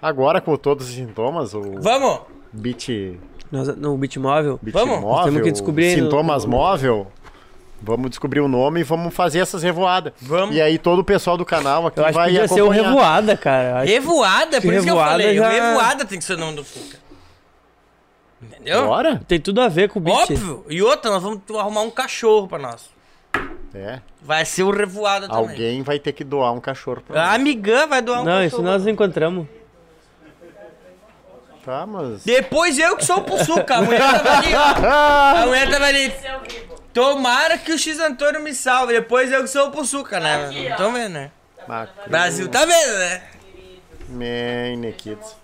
[SPEAKER 4] Agora com todos os sintomas, o
[SPEAKER 1] Vamos!
[SPEAKER 4] Beat
[SPEAKER 5] Nós- no Bitmóvel.
[SPEAKER 1] Vamos,
[SPEAKER 4] Vamos,
[SPEAKER 5] nós temos que descobrir
[SPEAKER 4] sintomas móvel. Vamos descobrir o nome e vamos fazer essas revoadas.
[SPEAKER 1] Vamos.
[SPEAKER 4] E aí todo o pessoal do canal aqui
[SPEAKER 5] Eu acho que
[SPEAKER 4] vai
[SPEAKER 5] podia ser um o
[SPEAKER 4] acompanhar.
[SPEAKER 5] Revoada, cara. Eu acho-
[SPEAKER 1] Revoada, por isso que eu
[SPEAKER 5] Revoada
[SPEAKER 1] falei.
[SPEAKER 5] já-
[SPEAKER 1] Revoada tem que ser o nome do Fuca. Entendeu?
[SPEAKER 4] Bora?
[SPEAKER 5] Tem tudo a ver com o Beat.
[SPEAKER 1] Óbvio. E outra, nós vamos tu- arrumar um cachorro pra nós.
[SPEAKER 4] É.
[SPEAKER 1] Vai ser o Revoada também.
[SPEAKER 4] Alguém vai ter que doar um cachorro pra
[SPEAKER 1] A amigã vai doar um
[SPEAKER 5] Não, isso
[SPEAKER 1] cachorro.
[SPEAKER 5] nós encontramos. Ah.
[SPEAKER 4] nós. Tá, mas.
[SPEAKER 1] Depois eu que sou o Pussuca. A mulher tava ali. ó. A mulher tava ali. Tomara que o X Antônio me salve. Depois eu que sou o Pussuca, né? Não tão vendo, né?
[SPEAKER 4] Macro-
[SPEAKER 1] Brasil tá vendo, né?
[SPEAKER 4] Mene, kids.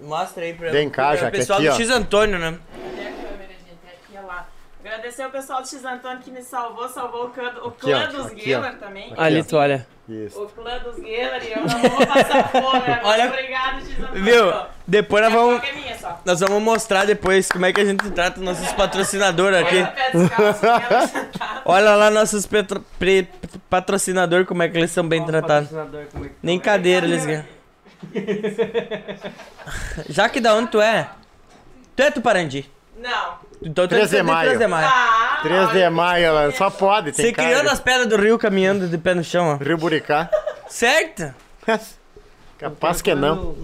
[SPEAKER 1] Mostra aí pra
[SPEAKER 4] Vem cá,
[SPEAKER 1] pra
[SPEAKER 4] já
[SPEAKER 1] O
[SPEAKER 4] que
[SPEAKER 1] pessoal
[SPEAKER 4] aqui,
[SPEAKER 1] do
[SPEAKER 4] ó.
[SPEAKER 1] X Antônio, né?
[SPEAKER 9] Cadê a câmera, gente? É aqui, ó lá. Agradecer o pessoal do X Antônio que me salvou, salvou o clã, o clã
[SPEAKER 4] ó,
[SPEAKER 9] dos
[SPEAKER 4] aqui,
[SPEAKER 9] Gamer
[SPEAKER 4] ó.
[SPEAKER 9] também.
[SPEAKER 5] Ali
[SPEAKER 4] ó.
[SPEAKER 5] tu olha.
[SPEAKER 4] Isso.
[SPEAKER 9] O clã dos Gamer e eu não vou passar fome. agora.
[SPEAKER 1] Olha-
[SPEAKER 9] Obrigado, X Antônio.
[SPEAKER 1] Viu? Tá
[SPEAKER 9] Ó,
[SPEAKER 1] Depois nós
[SPEAKER 9] minha
[SPEAKER 1] vamos.
[SPEAKER 9] coca é minha só.
[SPEAKER 1] Nós vamos mostrar depois como é que a gente trata nossos patrocinadores aqui.
[SPEAKER 9] Pé descalço, quero sentar.
[SPEAKER 1] Olha lá nossos petro- pre- patrocinadores, como é que eles são bem tratados. Nem cadeira eles ganham. Já que da onde tu é? Tu é Tuparandi.
[SPEAKER 9] Não.
[SPEAKER 1] Então tu é
[SPEAKER 4] 3 de
[SPEAKER 1] de
[SPEAKER 4] maio.
[SPEAKER 1] 3 de maio.
[SPEAKER 9] Ah,
[SPEAKER 4] 3 de maio, ela só pode, tem
[SPEAKER 1] Você
[SPEAKER 4] cara.
[SPEAKER 1] criou nas pedras do rio caminhando de pé no chão, ó.
[SPEAKER 4] Rio Buricá.
[SPEAKER 1] Certo?
[SPEAKER 4] Capaz que não.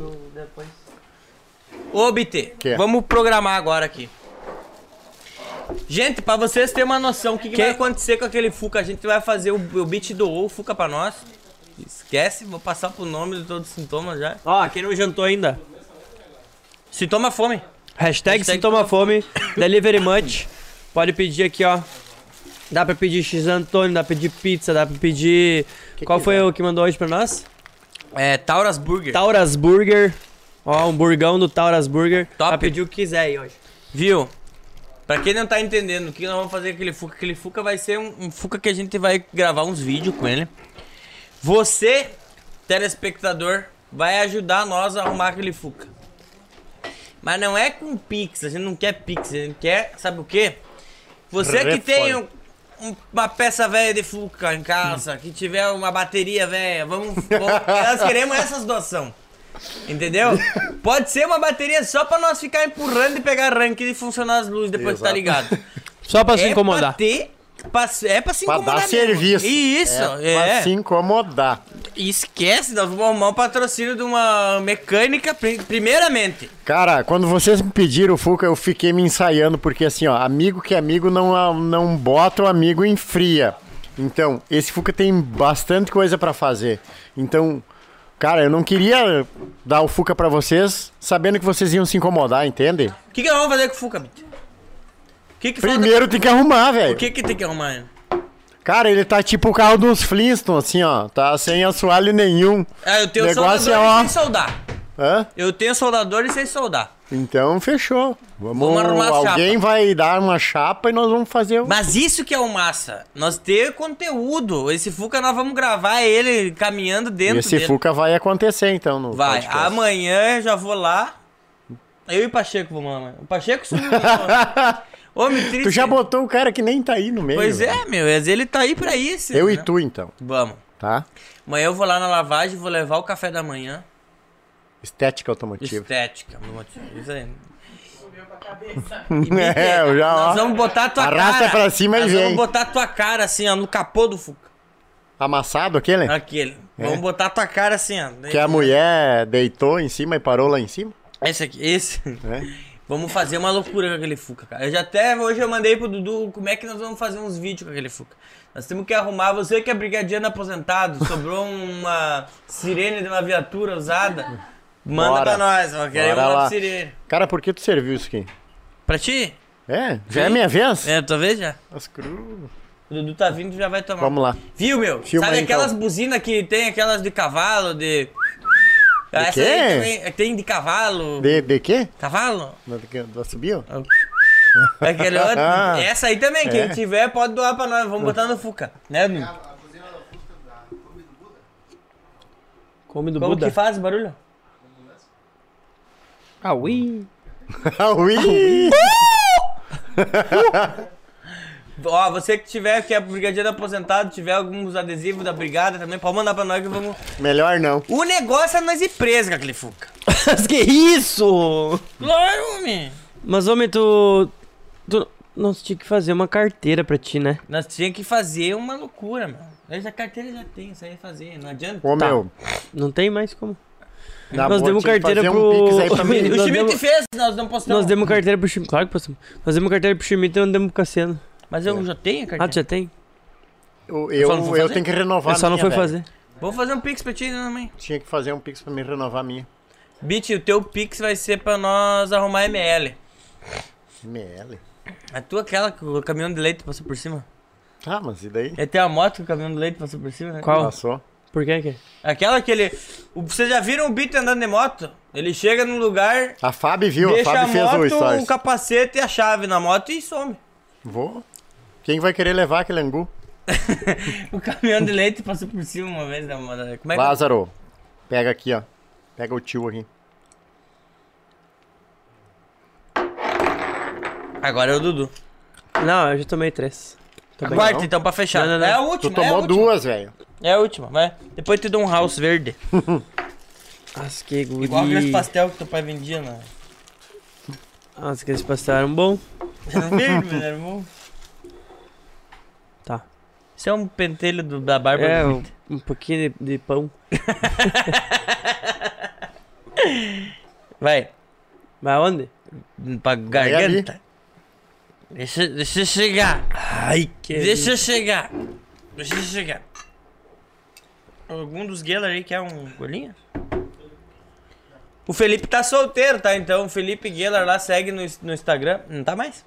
[SPEAKER 1] Ô, BT,
[SPEAKER 4] Que? é?
[SPEAKER 1] vamos programar agora aqui. Gente, pra vocês terem uma noção, o que, que vai acontecer com aquele Fuca? A gente vai fazer o, o beat doou o Fuca pra nós. Esquece, vou passar pro nome de todos os sintomas já.
[SPEAKER 5] Ó, quem não jantou ainda?
[SPEAKER 1] Sintoma é fome.
[SPEAKER 5] Hashtag,
[SPEAKER 1] Hashtag
[SPEAKER 5] sintoma fome, delivery much. Pode pedir aqui, ó. Dá pra pedir X Antônio, dá pra pedir pizza, dá pra pedir. Qual foi o que mandou hoje pra nós?
[SPEAKER 1] É, Tauras Burger.
[SPEAKER 5] Tauras Burger. Ó, um burgão do Tauras Burger.
[SPEAKER 1] Top.
[SPEAKER 5] Pra pedir o que quiser aí hoje.
[SPEAKER 1] Viu? Pra quem não tá entendendo o que nós vamos fazer com aquele Fuca, aquele Fuca vai ser um, um Fuca que a gente vai gravar uns vídeos com ele. Você, telespectador, vai ajudar nós a arrumar aquele Fuca. Mas não é com Pix, a gente não quer Pix, a gente quer, sabe o quê? Você que tem um- um- uma peça velha de Fuca em casa, que tiver uma bateria velha, vamos, vamos- Nós queremos essas doação. Entendeu? Pode ser uma bateria só pra nós ficar empurrando e pegar ranking e funcionar as luzes depois que tá
[SPEAKER 4] Exato.
[SPEAKER 1] ligado.
[SPEAKER 5] Só pra se
[SPEAKER 1] é
[SPEAKER 5] incomodar.
[SPEAKER 1] Pra ter, pra- é pra se
[SPEAKER 4] Pra
[SPEAKER 1] incomodar.
[SPEAKER 4] dar
[SPEAKER 1] mesmo.
[SPEAKER 4] serviço.
[SPEAKER 1] Isso, é.
[SPEAKER 4] Pra se incomodar.
[SPEAKER 1] Esquece, nós vamos arrumar um patrocínio de uma mecânica, pri- primeiramente.
[SPEAKER 4] Cara, quando vocês me pediram o Fuca, eu fiquei me ensaiando, porque assim, ó, amigo que é amigo não, não bota o amigo em fria. Então, esse Fuca tem bastante coisa pra fazer. Então, cara, eu não queria dar o Fuca pra vocês, sabendo que vocês iam se incomodar, entende?
[SPEAKER 1] O que, que nós vamos fazer com o Fuca, bicho? O que, que falta-
[SPEAKER 4] Primeiro tem que arrumar,
[SPEAKER 1] O
[SPEAKER 4] velho.
[SPEAKER 1] que, que tem que arrumar? né?
[SPEAKER 4] Cara, ele tá tipo o carro dos Flintstones, assim, ó. Tá sem assoalho nenhum.
[SPEAKER 1] Ah, eu tenho
[SPEAKER 4] Negócio
[SPEAKER 1] soldador
[SPEAKER 4] é, ó.
[SPEAKER 1] e sem soldar.
[SPEAKER 4] Hã?
[SPEAKER 1] Eu tenho soldador e sem soldar.
[SPEAKER 4] Então, fechou. Vamos,
[SPEAKER 1] Vamos arrumar a
[SPEAKER 4] Alguém
[SPEAKER 1] chapa.
[SPEAKER 4] vai dar uma chapa e nós vamos fazer o...
[SPEAKER 1] Mas isso que é o massa. Nós ter conteúdo. Esse Fuca nós vamos gravar ele caminhando dentro
[SPEAKER 4] Esse
[SPEAKER 1] dele.
[SPEAKER 4] Fuca vai acontecer, então, no
[SPEAKER 1] Vai, Ah,
[SPEAKER 4] podcast.
[SPEAKER 1] amanhã eu já vou lá. Eu e o Pacheco vamos lá, mano. O Pacheco sumiu. mano. Homem triste.
[SPEAKER 4] Tu já botou o cara que nem tá aí no meio.
[SPEAKER 1] Pois
[SPEAKER 4] velho.
[SPEAKER 1] é, meu. mas Ele tá aí pra isso.
[SPEAKER 4] Eu
[SPEAKER 1] né?
[SPEAKER 4] e tu, então,
[SPEAKER 1] Vamos.
[SPEAKER 4] tá?
[SPEAKER 1] Amanhã eu vou lá na lavagem, vou levar o café da manhã.
[SPEAKER 4] Estética automotiva.
[SPEAKER 1] Estética, meu motivo. Isso aí.
[SPEAKER 4] é, eu já, ó,
[SPEAKER 1] Nós vamos botar a tua
[SPEAKER 4] Arrasta
[SPEAKER 1] cara.
[SPEAKER 4] pra cima e
[SPEAKER 1] Nós
[SPEAKER 4] vem.
[SPEAKER 1] vamos botar a tua cara assim, ó, no capô do Fuca.
[SPEAKER 4] amassado aquele,
[SPEAKER 1] Aquele.
[SPEAKER 4] É.
[SPEAKER 1] Vamos botar a tua cara assim, ó.
[SPEAKER 4] que a mulher deitou em cima e parou lá em cima,
[SPEAKER 1] Esse aqui, esse.
[SPEAKER 4] né?
[SPEAKER 1] Vamos fazer uma loucura com aquele Fuca, cara. Eu já até hoje eu mandei pro Dudu como é que nós vamos fazer uns vídeos com aquele Fuca. Nós temos que arrumar. Você que é brigadiano aposentado, sobrou uma sirene de uma viatura usada. Manda
[SPEAKER 4] Bora.
[SPEAKER 1] pra nós, ó. Queremos
[SPEAKER 4] Bora
[SPEAKER 1] uma
[SPEAKER 4] lá.
[SPEAKER 1] sirene.
[SPEAKER 4] Cara, por que tu serviu isso aqui?
[SPEAKER 1] Pra ti?
[SPEAKER 4] É? Já é minha vez?
[SPEAKER 1] É, talvez já.
[SPEAKER 4] As cru...
[SPEAKER 1] O Dudu tá vindo já vai tomar.
[SPEAKER 4] Vamos lá.
[SPEAKER 1] Viu, meu?
[SPEAKER 4] Filma
[SPEAKER 1] Sabe
[SPEAKER 4] aí,
[SPEAKER 1] aquelas
[SPEAKER 4] então.
[SPEAKER 1] buzinas que tem, aquelas de cavalo, de. Essa
[SPEAKER 4] quê?
[SPEAKER 1] aí também é, tem de cavalo.
[SPEAKER 4] De, de quê?
[SPEAKER 1] Cavalo? É
[SPEAKER 4] Do assobio?
[SPEAKER 1] Aquele outro. Essa aí também, quem
[SPEAKER 4] É.
[SPEAKER 1] tiver pode doar pra nós. Vamos botar no Fuca. Né, Nuno?
[SPEAKER 5] Come do
[SPEAKER 1] Como
[SPEAKER 5] Buda.
[SPEAKER 1] que faz o barulho?
[SPEAKER 5] Ah, ui.
[SPEAKER 4] Ah, ui!
[SPEAKER 1] Ó, você que tiver, que é brigadeiro aposentado, tiver alguns adesivos da brigada também, pode mandar pra nós que vamos.
[SPEAKER 4] Melhor não.
[SPEAKER 1] O negócio é nós ir preso com aquele Fuca.
[SPEAKER 5] que isso?
[SPEAKER 1] Claro, homem.
[SPEAKER 5] Mas, homem, tu. Tu. Não, tu tinha que fazer uma carteira pra ti, né?
[SPEAKER 1] Nós tinha que fazer uma loucura, mano. Mas a carteira já tem, isso aí é fazer, não adianta.
[SPEAKER 4] Ô, meu...
[SPEAKER 5] Não tem mais como.
[SPEAKER 4] na
[SPEAKER 5] Nós
[SPEAKER 4] boa,
[SPEAKER 5] demos
[SPEAKER 4] tinha que
[SPEAKER 5] carteira
[SPEAKER 4] fazer
[SPEAKER 5] pro-
[SPEAKER 4] Um pix aí pra mim.
[SPEAKER 1] O
[SPEAKER 5] Nós
[SPEAKER 1] Schmidt
[SPEAKER 5] demos-
[SPEAKER 1] fez, nós não postamos.
[SPEAKER 5] Nós demos carteira pro Schmidt. Claro que passamos. Nós demos carteira pro Schmidt e não demos pro Cassiano.
[SPEAKER 1] Mas eu já tenho a
[SPEAKER 5] Ah, tu
[SPEAKER 1] carteira.
[SPEAKER 5] já tem?
[SPEAKER 4] Eu,
[SPEAKER 1] Só não
[SPEAKER 4] eu,
[SPEAKER 1] vou
[SPEAKER 4] eu
[SPEAKER 1] fazer?
[SPEAKER 4] tenho que renovar
[SPEAKER 5] Eu só
[SPEAKER 4] a
[SPEAKER 5] não
[SPEAKER 4] minha,
[SPEAKER 5] foi
[SPEAKER 4] velho.
[SPEAKER 5] fazer.
[SPEAKER 1] Vou fazer um pix pra ti né, mãe.
[SPEAKER 4] Tinha que fazer um pix pra me renovar a minha.
[SPEAKER 1] Bitch, o teu pix vai ser pra nós arrumar ML.
[SPEAKER 4] ML.
[SPEAKER 1] A tua aquela que o caminhão de leite passou por cima?
[SPEAKER 4] Tá, mas e daí?
[SPEAKER 1] É até a moto que o caminhão de leite passou por cima, né?
[SPEAKER 5] Qual?
[SPEAKER 4] Passou.
[SPEAKER 5] Por que que é?
[SPEAKER 1] Aquela que ele... o- Vocês já viram o Bito andando de moto? Ele chega num lugar,
[SPEAKER 4] A Fábio viu,
[SPEAKER 1] deixa
[SPEAKER 4] a
[SPEAKER 1] a
[SPEAKER 4] Fábio fez o
[SPEAKER 1] moto, um
[SPEAKER 4] stories.
[SPEAKER 1] o capacete e a chave na moto e some.
[SPEAKER 4] Vou. Quem vai querer levar aquele angu?
[SPEAKER 1] O caminhão de leite passou por cima uma vez da moto. Como é que...
[SPEAKER 4] Lázaro, pega aqui, ó. Pega o tio aqui.
[SPEAKER 1] Agora é o Dudu.
[SPEAKER 5] Não, eu já tomei três. Tá bem.
[SPEAKER 1] Quarta,
[SPEAKER 4] não.
[SPEAKER 1] então, pra fechar.
[SPEAKER 5] Não, não, não.
[SPEAKER 1] É a
[SPEAKER 4] Tu
[SPEAKER 1] última, é a
[SPEAKER 4] tomou
[SPEAKER 1] última.
[SPEAKER 4] duas, velho.
[SPEAKER 1] É a última, vai. Depois te dou um house verde.
[SPEAKER 5] Nossa, que guri.
[SPEAKER 1] Igual aqueles pastel que teu pai vendia, né?
[SPEAKER 5] Nossa, que eles passaram bom.
[SPEAKER 1] Era É verde, mas era bom.
[SPEAKER 5] Tá.
[SPEAKER 1] Isso é um pentelho do- da barba.
[SPEAKER 5] É,
[SPEAKER 1] do
[SPEAKER 5] um,
[SPEAKER 1] Vitor.
[SPEAKER 5] um pouquinho de, de pão.
[SPEAKER 1] Vai,
[SPEAKER 5] Vai onde?
[SPEAKER 1] pra garganta.
[SPEAKER 4] ali.
[SPEAKER 1] Deixa, deixa eu chegar.
[SPEAKER 5] Ai, que...
[SPEAKER 1] Deixa eu chegar. Deixa eu chegar. Algum dos Geller aí quer um golinho? O Felipe tá solteiro, tá? Então o Felipe Geller lá segue no, no Instagram. Não tá mais?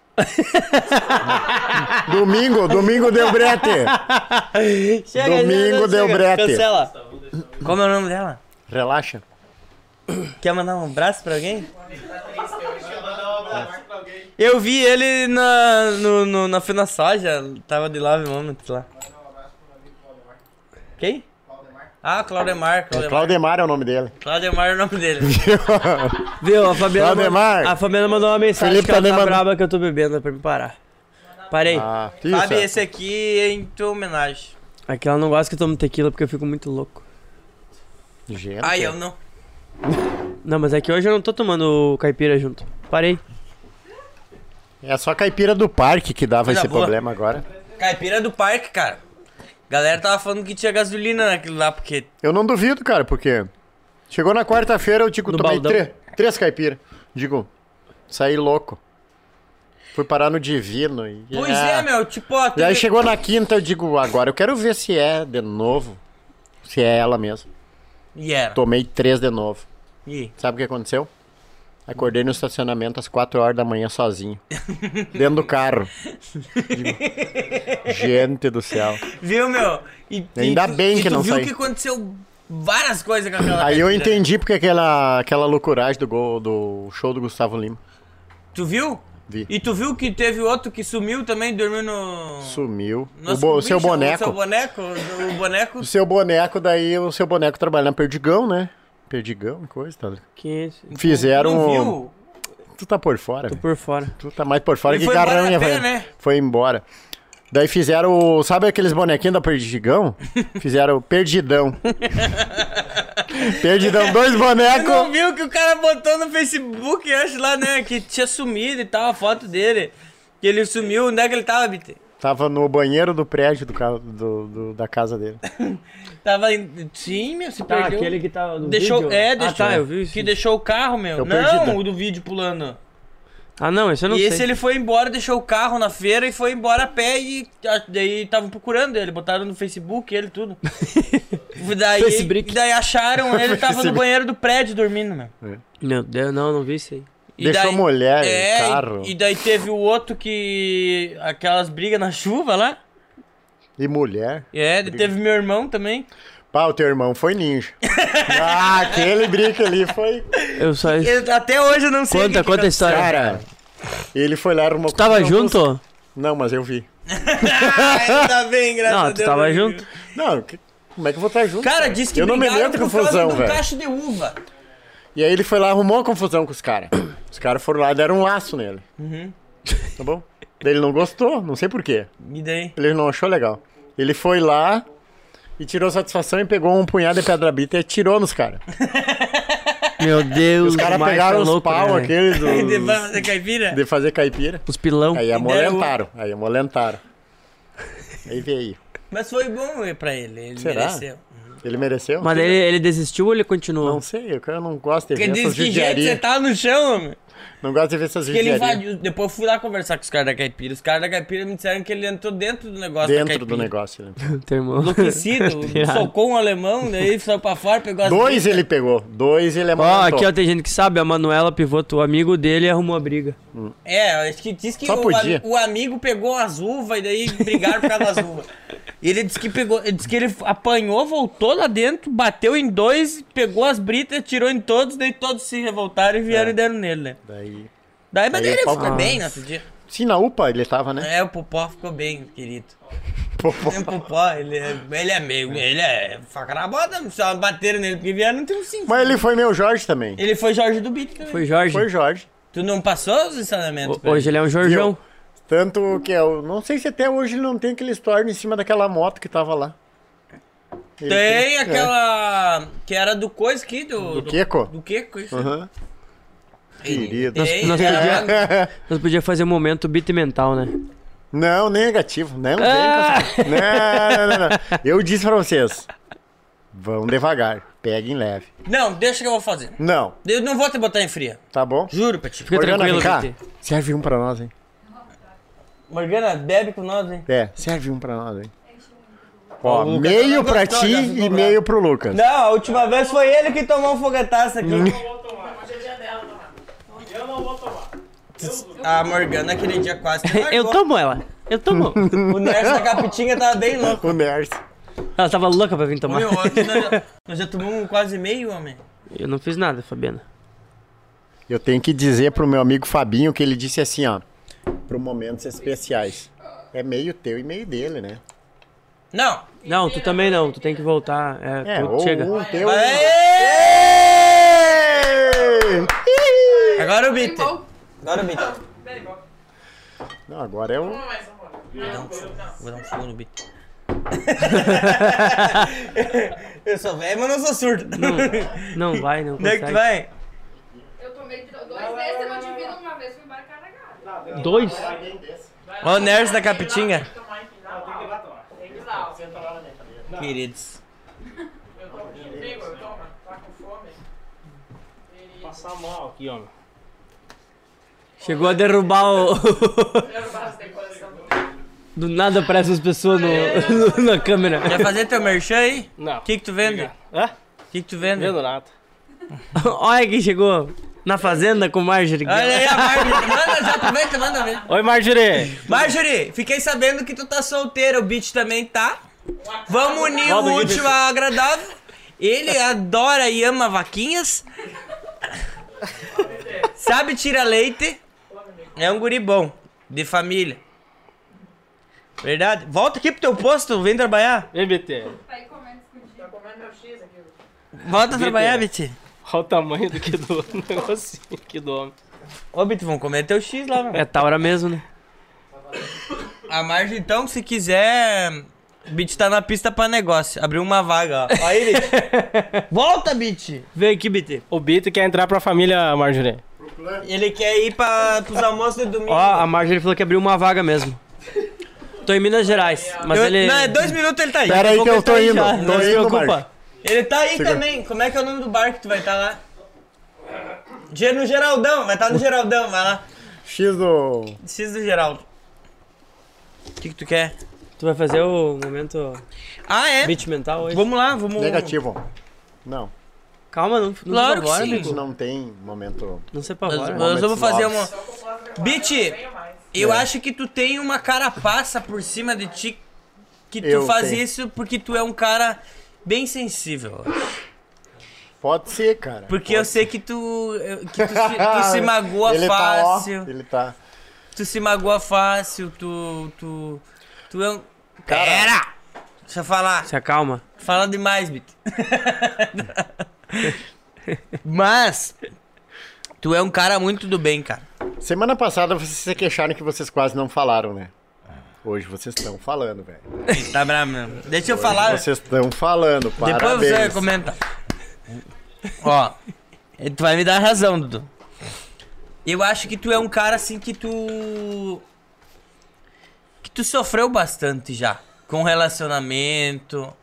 [SPEAKER 4] Domingo, domingo deu brete.
[SPEAKER 1] Chega,
[SPEAKER 4] Domingo deu brete.
[SPEAKER 1] Cancela. Como é o nome dela?
[SPEAKER 4] Relaxa.
[SPEAKER 1] Quer mandar um abraço pra alguém? Eu vi ele na, no, no- na Fina Soja, tava de Love Moment lá. Quem? Ah, Claudemar. Claudemar.
[SPEAKER 4] Claudemar é o nome dele.
[SPEAKER 1] Claudemar é o nome dele.
[SPEAKER 5] Viu, a Fabiana.
[SPEAKER 4] Valdemar.
[SPEAKER 5] A Fabiana mandou uma mensagem
[SPEAKER 4] Felipe
[SPEAKER 5] que ela
[SPEAKER 4] também
[SPEAKER 5] tá
[SPEAKER 4] mandou.
[SPEAKER 5] braba que eu tô bebendo pra me parar. Parei.
[SPEAKER 4] Ah, isso.
[SPEAKER 1] Sabe,
[SPEAKER 4] é.
[SPEAKER 1] esse aqui é em tua homenagem.
[SPEAKER 5] É que ela não gosta que eu tomo tequila porque eu fico muito louco.
[SPEAKER 4] Gente.
[SPEAKER 1] Ai, eu não.
[SPEAKER 5] Não, mas é que hoje eu não tô tomando caipira junto. Parei.
[SPEAKER 4] É só a caipira do parque que dava
[SPEAKER 1] Coisa
[SPEAKER 4] esse
[SPEAKER 1] boa.
[SPEAKER 4] problema agora.
[SPEAKER 1] Caipira do parque, cara. Galera tava falando que tinha gasolina naquilo lá, porque.
[SPEAKER 4] Eu não duvido, cara, porque chegou na quarta-feira, eu digo,
[SPEAKER 5] No
[SPEAKER 4] tomei
[SPEAKER 5] baldão.
[SPEAKER 4] tre- três caipiras. Digo, saí louco. Fui parar no divino. E...
[SPEAKER 1] Pois é, meu, tipo, ó,
[SPEAKER 4] E aí
[SPEAKER 1] teve-
[SPEAKER 4] chegou na quinta, eu digo, agora eu quero ver se é de novo. Se é ela mesmo.
[SPEAKER 1] E era.
[SPEAKER 4] Tomei três de novo.
[SPEAKER 1] E
[SPEAKER 4] Sabe o que aconteceu? Acordei no estacionamento às 4 horas da manhã sozinho. dentro do carro. Digo, Gente do céu.
[SPEAKER 1] Viu, meu? E,
[SPEAKER 4] Ainda
[SPEAKER 1] e tu-
[SPEAKER 4] bem
[SPEAKER 1] e
[SPEAKER 4] que
[SPEAKER 1] tu
[SPEAKER 4] não
[SPEAKER 1] viu
[SPEAKER 4] saí.
[SPEAKER 1] que aconteceu várias coisas com aquela
[SPEAKER 4] Aí eu
[SPEAKER 1] caipira.
[SPEAKER 4] entendi porque aquela, aquela loucuragem do, gol, do show do Gustavo Lima.
[SPEAKER 1] Tu viu?
[SPEAKER 4] Vi.
[SPEAKER 1] E tu viu que teve outro que sumiu também, dormiu no...
[SPEAKER 4] Sumiu.
[SPEAKER 1] Nossa,
[SPEAKER 4] o, bo-
[SPEAKER 1] como
[SPEAKER 4] o seu
[SPEAKER 1] que chama? O
[SPEAKER 4] boneco.
[SPEAKER 1] seu boneco, o o boneco...
[SPEAKER 4] O seu boneco, daí o seu boneco trabalha na Perdigão, né? Perdigão, coisa. Tá?
[SPEAKER 5] Que isso?
[SPEAKER 4] Fizeram.
[SPEAKER 1] Não
[SPEAKER 4] um-
[SPEAKER 1] viu?
[SPEAKER 4] Tu tá por fora,
[SPEAKER 5] Tô
[SPEAKER 4] velho.
[SPEAKER 5] por fora.
[SPEAKER 4] Tu tá mais por fora
[SPEAKER 1] Ele
[SPEAKER 4] que
[SPEAKER 1] foi embora
[SPEAKER 4] garranha,
[SPEAKER 1] a pé,
[SPEAKER 4] velho.
[SPEAKER 1] né?
[SPEAKER 4] Foi embora. Daí fizeram. o- Sabe aqueles bonequinhos da Perdigão? Fizeram o Perdidão. Perdidão, dois
[SPEAKER 1] Tu não
[SPEAKER 4] bonecos.
[SPEAKER 1] viu que o cara botou no Facebook, eu acho lá, né, que tinha sumido e tal, a foto dele. Que ele sumiu, onde é que ele tava, BT?
[SPEAKER 4] Tava no banheiro do prédio do, ca- do- do- da casa dele.
[SPEAKER 1] Tava em... Sim, meu, se perdeu.
[SPEAKER 5] que tá no
[SPEAKER 1] Deixou, é, deixou.
[SPEAKER 5] Ah, tá, eu vi isso.
[SPEAKER 1] Que deixou o carro, meu.
[SPEAKER 4] Eu perdi,
[SPEAKER 1] não,
[SPEAKER 4] né?
[SPEAKER 1] o do vídeo pulando.
[SPEAKER 5] Ah, não, esse eu não
[SPEAKER 1] e
[SPEAKER 5] sei.
[SPEAKER 1] esse ele foi embora, deixou o carro na feira e foi embora a pé e a- daí estavam procurando ele, botaram no Facebook ele tudo. daí,
[SPEAKER 5] Facebook.
[SPEAKER 1] daí acharam ele tava no
[SPEAKER 4] Facebook.
[SPEAKER 1] banheiro do prédio dormindo, meu.
[SPEAKER 5] Meu Deus, não, não vi isso aí.
[SPEAKER 1] E
[SPEAKER 4] Deixou
[SPEAKER 1] daí-
[SPEAKER 4] mulher,
[SPEAKER 1] é, e-
[SPEAKER 4] carro.
[SPEAKER 1] E, daí teve o outro que aquelas brigas na chuva lá.
[SPEAKER 4] E mulher.
[SPEAKER 1] É, daí teve meu irmão também.
[SPEAKER 4] Pá, o teu irmão foi ninja. ah, aquele brinco ali foi.
[SPEAKER 5] Eu só.
[SPEAKER 1] Eu- até hoje eu não sei. o
[SPEAKER 5] Conta,
[SPEAKER 1] que que
[SPEAKER 5] conta a
[SPEAKER 1] aconteceu.
[SPEAKER 5] história.
[SPEAKER 4] Cara, ele foi lá arrumou.
[SPEAKER 5] Tava
[SPEAKER 4] não,
[SPEAKER 5] junto?
[SPEAKER 4] Não, mas eu vi.
[SPEAKER 1] Ainda bem, graças
[SPEAKER 5] Não,
[SPEAKER 1] a
[SPEAKER 5] tu
[SPEAKER 1] Deus,
[SPEAKER 5] tava
[SPEAKER 1] eu-
[SPEAKER 5] junto.
[SPEAKER 4] Não, que- como é que eu vou estar junto?
[SPEAKER 1] Cara, disse que
[SPEAKER 4] Eu não me
[SPEAKER 1] brigaram
[SPEAKER 4] lembro
[SPEAKER 1] por
[SPEAKER 4] confusão,
[SPEAKER 1] causa de um
[SPEAKER 4] velho.
[SPEAKER 1] cacho de uva.
[SPEAKER 4] E aí ele foi lá, arrumou a confusão com os caras. Os caras foram lá e deram um laço nele.
[SPEAKER 1] Uhum.
[SPEAKER 4] Tá bom? Daí Ele não gostou, não sei porquê.
[SPEAKER 1] E daí?
[SPEAKER 4] Ele não achou legal. Ele foi lá e tirou satisfação e pegou um punhado de pedra bita e atirou nos caras.
[SPEAKER 5] Meu Deus,
[SPEAKER 4] Os caras
[SPEAKER 5] Marcos é
[SPEAKER 4] pegaram os
[SPEAKER 5] louco,
[SPEAKER 4] pau
[SPEAKER 5] né, velho?
[SPEAKER 4] aqueles
[SPEAKER 1] De
[SPEAKER 4] do-
[SPEAKER 1] fazer caipira?
[SPEAKER 4] de fazer caipira.
[SPEAKER 5] Os pilão.
[SPEAKER 4] Aí amolentaram, aí amolentaram. Aí veio.
[SPEAKER 1] Mas foi bom pra ele, ele
[SPEAKER 4] Será?
[SPEAKER 1] mereceu.
[SPEAKER 4] Ele mereceu?
[SPEAKER 5] Mas ele, ele desistiu ou ele continuou?
[SPEAKER 4] Não sei, eu eu não gosto de
[SPEAKER 1] Porque
[SPEAKER 4] ver
[SPEAKER 1] diz
[SPEAKER 4] essas
[SPEAKER 1] que jeito você
[SPEAKER 4] judiarias.
[SPEAKER 1] tá no chão, homem.
[SPEAKER 4] Não gosto de ver essas
[SPEAKER 1] Que ele
[SPEAKER 4] judiarias.
[SPEAKER 1] invadiu. Depois eu fui lá conversar com os caras da caipira. Os caras da caipira me disseram que ele entrou dentro do negócio da
[SPEAKER 4] Dentro
[SPEAKER 1] caipira.
[SPEAKER 4] do negócio. né? Ele.
[SPEAKER 5] Teu irmão.
[SPEAKER 1] Enlouquecido, socou um alemão, daí saiu pra fora, pegou as
[SPEAKER 4] Dois ele pegou, dois ele é
[SPEAKER 5] Ó,
[SPEAKER 4] amolentou.
[SPEAKER 5] aqui é- ó, tem gente que sabe, a Manuela Pivoto, o amigo dele arrumou a briga.
[SPEAKER 1] É, acho que diz que
[SPEAKER 4] Só
[SPEAKER 1] o,
[SPEAKER 4] podia.
[SPEAKER 1] ami- o amigo pegou as uvas e daí brigaram por causa das uvas. E ele disse que pegou, ele disse que ele apanhou, voltou lá dentro, bateu em dois, pegou as britas, tirou em todos, daí todos se revoltaram e vieram e deram nele, né?
[SPEAKER 4] Daí...
[SPEAKER 1] Daí, mas
[SPEAKER 4] É. Aí
[SPEAKER 1] ele
[SPEAKER 4] o pau-
[SPEAKER 1] ficou bem no outro dia.
[SPEAKER 4] Sim, na UPA ele tava, né?
[SPEAKER 1] É, o Popó ficou bem, querido.
[SPEAKER 4] Popó.
[SPEAKER 1] O Popó, ele é, ele é meio, ele é faca na bota, só bateram nele porque vieram, não tem um cinco.
[SPEAKER 4] Mas ele foi meu Jorge também.
[SPEAKER 1] Ele foi Jorge do Beat também.
[SPEAKER 5] Foi Jorge.
[SPEAKER 4] Foi Jorge.
[SPEAKER 1] Tu não passou os ensinamentos?
[SPEAKER 5] O- Hoje ele é um Jorjão.
[SPEAKER 4] Tanto que eu não sei se até hoje ele não tem aquele story em cima daquela moto que tava lá. Ele
[SPEAKER 1] Tem
[SPEAKER 4] é.
[SPEAKER 1] aquela. Que era do coisa aqui, do.
[SPEAKER 4] Do Keko?
[SPEAKER 1] Do Keko, isso.
[SPEAKER 4] Aham. Querido.
[SPEAKER 1] Tem,
[SPEAKER 5] Nós
[SPEAKER 1] é.
[SPEAKER 5] podíamos nós podia fazer um momento beat mental, né?
[SPEAKER 4] Não, negativo. Não, não, vem com
[SPEAKER 5] Ah!
[SPEAKER 4] essa- não, não, não, não. Eu disse pra vocês. Vão devagar. Peguem leve.
[SPEAKER 1] Não, deixa que eu vou fazer.
[SPEAKER 4] Não,
[SPEAKER 1] Eu não vou te botar em fria.
[SPEAKER 4] tá bom?
[SPEAKER 1] Juro pra ti.
[SPEAKER 5] Fica tranquilo,
[SPEAKER 4] vem
[SPEAKER 5] BT.
[SPEAKER 4] cá. Serve um pra nós, hein?
[SPEAKER 1] Morgana, bebe com nós, hein?
[SPEAKER 4] É, serve um pra nós, hein? Ó,
[SPEAKER 1] O Lucas
[SPEAKER 4] meio
[SPEAKER 1] não
[SPEAKER 4] pra
[SPEAKER 1] gostou,
[SPEAKER 4] ti
[SPEAKER 1] já ficou
[SPEAKER 4] e
[SPEAKER 1] bravo.
[SPEAKER 4] meio pro Lucas.
[SPEAKER 1] Não, a última vez foi ele que tomou um foguetaço aqui.
[SPEAKER 3] é tá? Eu não vou tomar.
[SPEAKER 1] A Morgana aquele dia quase que largou.
[SPEAKER 5] Eu tomo ela. Eu tomo.
[SPEAKER 1] O Nerds da Capitinha tava bem louco.
[SPEAKER 4] O Ners.
[SPEAKER 5] Ela tava louca pra vir tomar.
[SPEAKER 1] Meu, aqui nós já, nós já tomamos um quase meio, homem.
[SPEAKER 5] Eu não fiz nada, Fabiana.
[SPEAKER 4] Eu tenho que dizer pro meu amigo Fabinho que ele disse assim, ó. Pro momentos especiais. É meio teu e meio dele, né?
[SPEAKER 1] Não,
[SPEAKER 5] Não, tu também não, tu tem que voltar. É,
[SPEAKER 4] É,
[SPEAKER 5] tu
[SPEAKER 4] ou
[SPEAKER 5] chega.
[SPEAKER 4] um teu.
[SPEAKER 1] Aê! Agora o beat. Agora o beat.
[SPEAKER 4] Não, agora é o.
[SPEAKER 1] Vou dar um fogo no beat. eu sou velho, mas não sou surdo.
[SPEAKER 5] Não, não vai, não
[SPEAKER 1] Onde é que tu
[SPEAKER 5] consegue.
[SPEAKER 1] vai?
[SPEAKER 7] Eu tomei dois desses, eu divido uma vez, fui embora carregado.
[SPEAKER 5] Dois?
[SPEAKER 1] Ó, o Ners da Capitinha. Queridos.
[SPEAKER 6] Passar mal aqui, ó.
[SPEAKER 5] Chegou a derrubar o. Do nada aparecem as pessoas no, na câmera.
[SPEAKER 1] Quer fazer teu merchan aí?
[SPEAKER 6] Não.
[SPEAKER 1] O que que tu vende?
[SPEAKER 6] Hã?
[SPEAKER 1] O que que tu vende?
[SPEAKER 6] Vendo nada.
[SPEAKER 5] Olha quem chegou na fazenda com Marjorie.
[SPEAKER 1] Olha aí a Marjorie. Manda, já aproveita, manda ver.
[SPEAKER 6] Oi, Marjorie.
[SPEAKER 1] Marjorie, fiquei sabendo que tu tá solteira, o Beat também tá. Vamos unir
[SPEAKER 6] Volta
[SPEAKER 1] o
[SPEAKER 6] aqui,
[SPEAKER 1] útil
[SPEAKER 6] Beat.
[SPEAKER 1] ao agradável. Ele adora e ama vaquinhas. Sabe tirar leite. É um guri bom, de família. Verdade. Volta aqui pro teu posto, vem trabalhar.
[SPEAKER 6] Vem, BT.
[SPEAKER 1] Volta a trabalhar, Beat.
[SPEAKER 6] Olha o tamanho do que do negocinho aqui do homem.
[SPEAKER 1] Ô, Beat, vão comer teu X lá, velho.
[SPEAKER 5] É Taura mesmo, né?
[SPEAKER 1] A margem, então, se quiser. O Beat tá na pista pra negócio. Abriu uma vaga, ó. Aí, Beat. Volta, Beat.
[SPEAKER 5] Vem aqui, BT.
[SPEAKER 6] O Bito quer entrar pra família, Marjorie.
[SPEAKER 1] Ele quer ir pra, pros almoços do domingo.
[SPEAKER 5] Ó, a Marjorie falou que abriu uma vaga mesmo. Tô em Minas Gerais, mas
[SPEAKER 1] Eu-
[SPEAKER 5] ele.
[SPEAKER 1] Não, é dois minutos ele tá aí.
[SPEAKER 4] Pera aí
[SPEAKER 1] Daqui
[SPEAKER 4] que
[SPEAKER 1] a
[SPEAKER 4] eu
[SPEAKER 1] pouco
[SPEAKER 4] tô
[SPEAKER 1] ele
[SPEAKER 4] indo.
[SPEAKER 1] tá aí já.
[SPEAKER 4] Tô
[SPEAKER 5] se
[SPEAKER 4] indo,
[SPEAKER 5] preocupa.
[SPEAKER 4] Marjorie.
[SPEAKER 1] Ele tá aí
[SPEAKER 4] Segura.
[SPEAKER 1] também. Como é que é o nome do bar que tu vai estar lá? Gê no Geraldão, vai estar no Geraldão, vai lá.
[SPEAKER 4] X do.
[SPEAKER 1] X do Geraldo. O que, que tu quer?
[SPEAKER 5] Tu vai fazer o momento
[SPEAKER 1] Ah, é?
[SPEAKER 5] beat mental hoje?
[SPEAKER 1] Vamos lá, vamos.
[SPEAKER 4] Negativo. Não,
[SPEAKER 5] Calma, não, não
[SPEAKER 1] Claro
[SPEAKER 5] se apavora,
[SPEAKER 1] que sim.
[SPEAKER 5] amigo.
[SPEAKER 4] isso não tem momento.
[SPEAKER 5] Não se
[SPEAKER 1] Nós,
[SPEAKER 5] apavora. né?
[SPEAKER 1] nós vamos
[SPEAKER 4] Momentos
[SPEAKER 1] fazer uma.
[SPEAKER 4] novos.
[SPEAKER 1] Beat, eu
[SPEAKER 4] É.
[SPEAKER 1] acho que tu tem uma carapaça por cima de ti que tu
[SPEAKER 4] Eu
[SPEAKER 1] faz
[SPEAKER 4] tenho.
[SPEAKER 1] isso porque tu é um cara bem sensível.
[SPEAKER 4] Pode ser, cara.
[SPEAKER 1] Porque eu sei que tu. que tu se, tu
[SPEAKER 4] Ah,
[SPEAKER 1] se magoa
[SPEAKER 4] ele
[SPEAKER 1] fácil.
[SPEAKER 4] Tá, ó, ele tá.
[SPEAKER 1] Tu se magoa fácil, tu. Tu. Tu é um. Pera! Deixa eu falar.
[SPEAKER 5] Se acalma.
[SPEAKER 1] Fala demais, Bito. Mas. Tu é um cara muito do bem, cara.
[SPEAKER 4] Semana passada vocês se queixaram que vocês quase não falaram, né? Hoje vocês estão falando, velho.
[SPEAKER 1] Tá bravo mesmo. Deixa eu falar.
[SPEAKER 4] Hoje Vocês estão falando,
[SPEAKER 1] Depois é, você
[SPEAKER 4] parabéns.
[SPEAKER 1] comenta. Ó, eh, tu vai me dar razão, Dudu. Eu acho que tu é um cara assim que tu. que tu sofreu bastante já. Com relacionamento,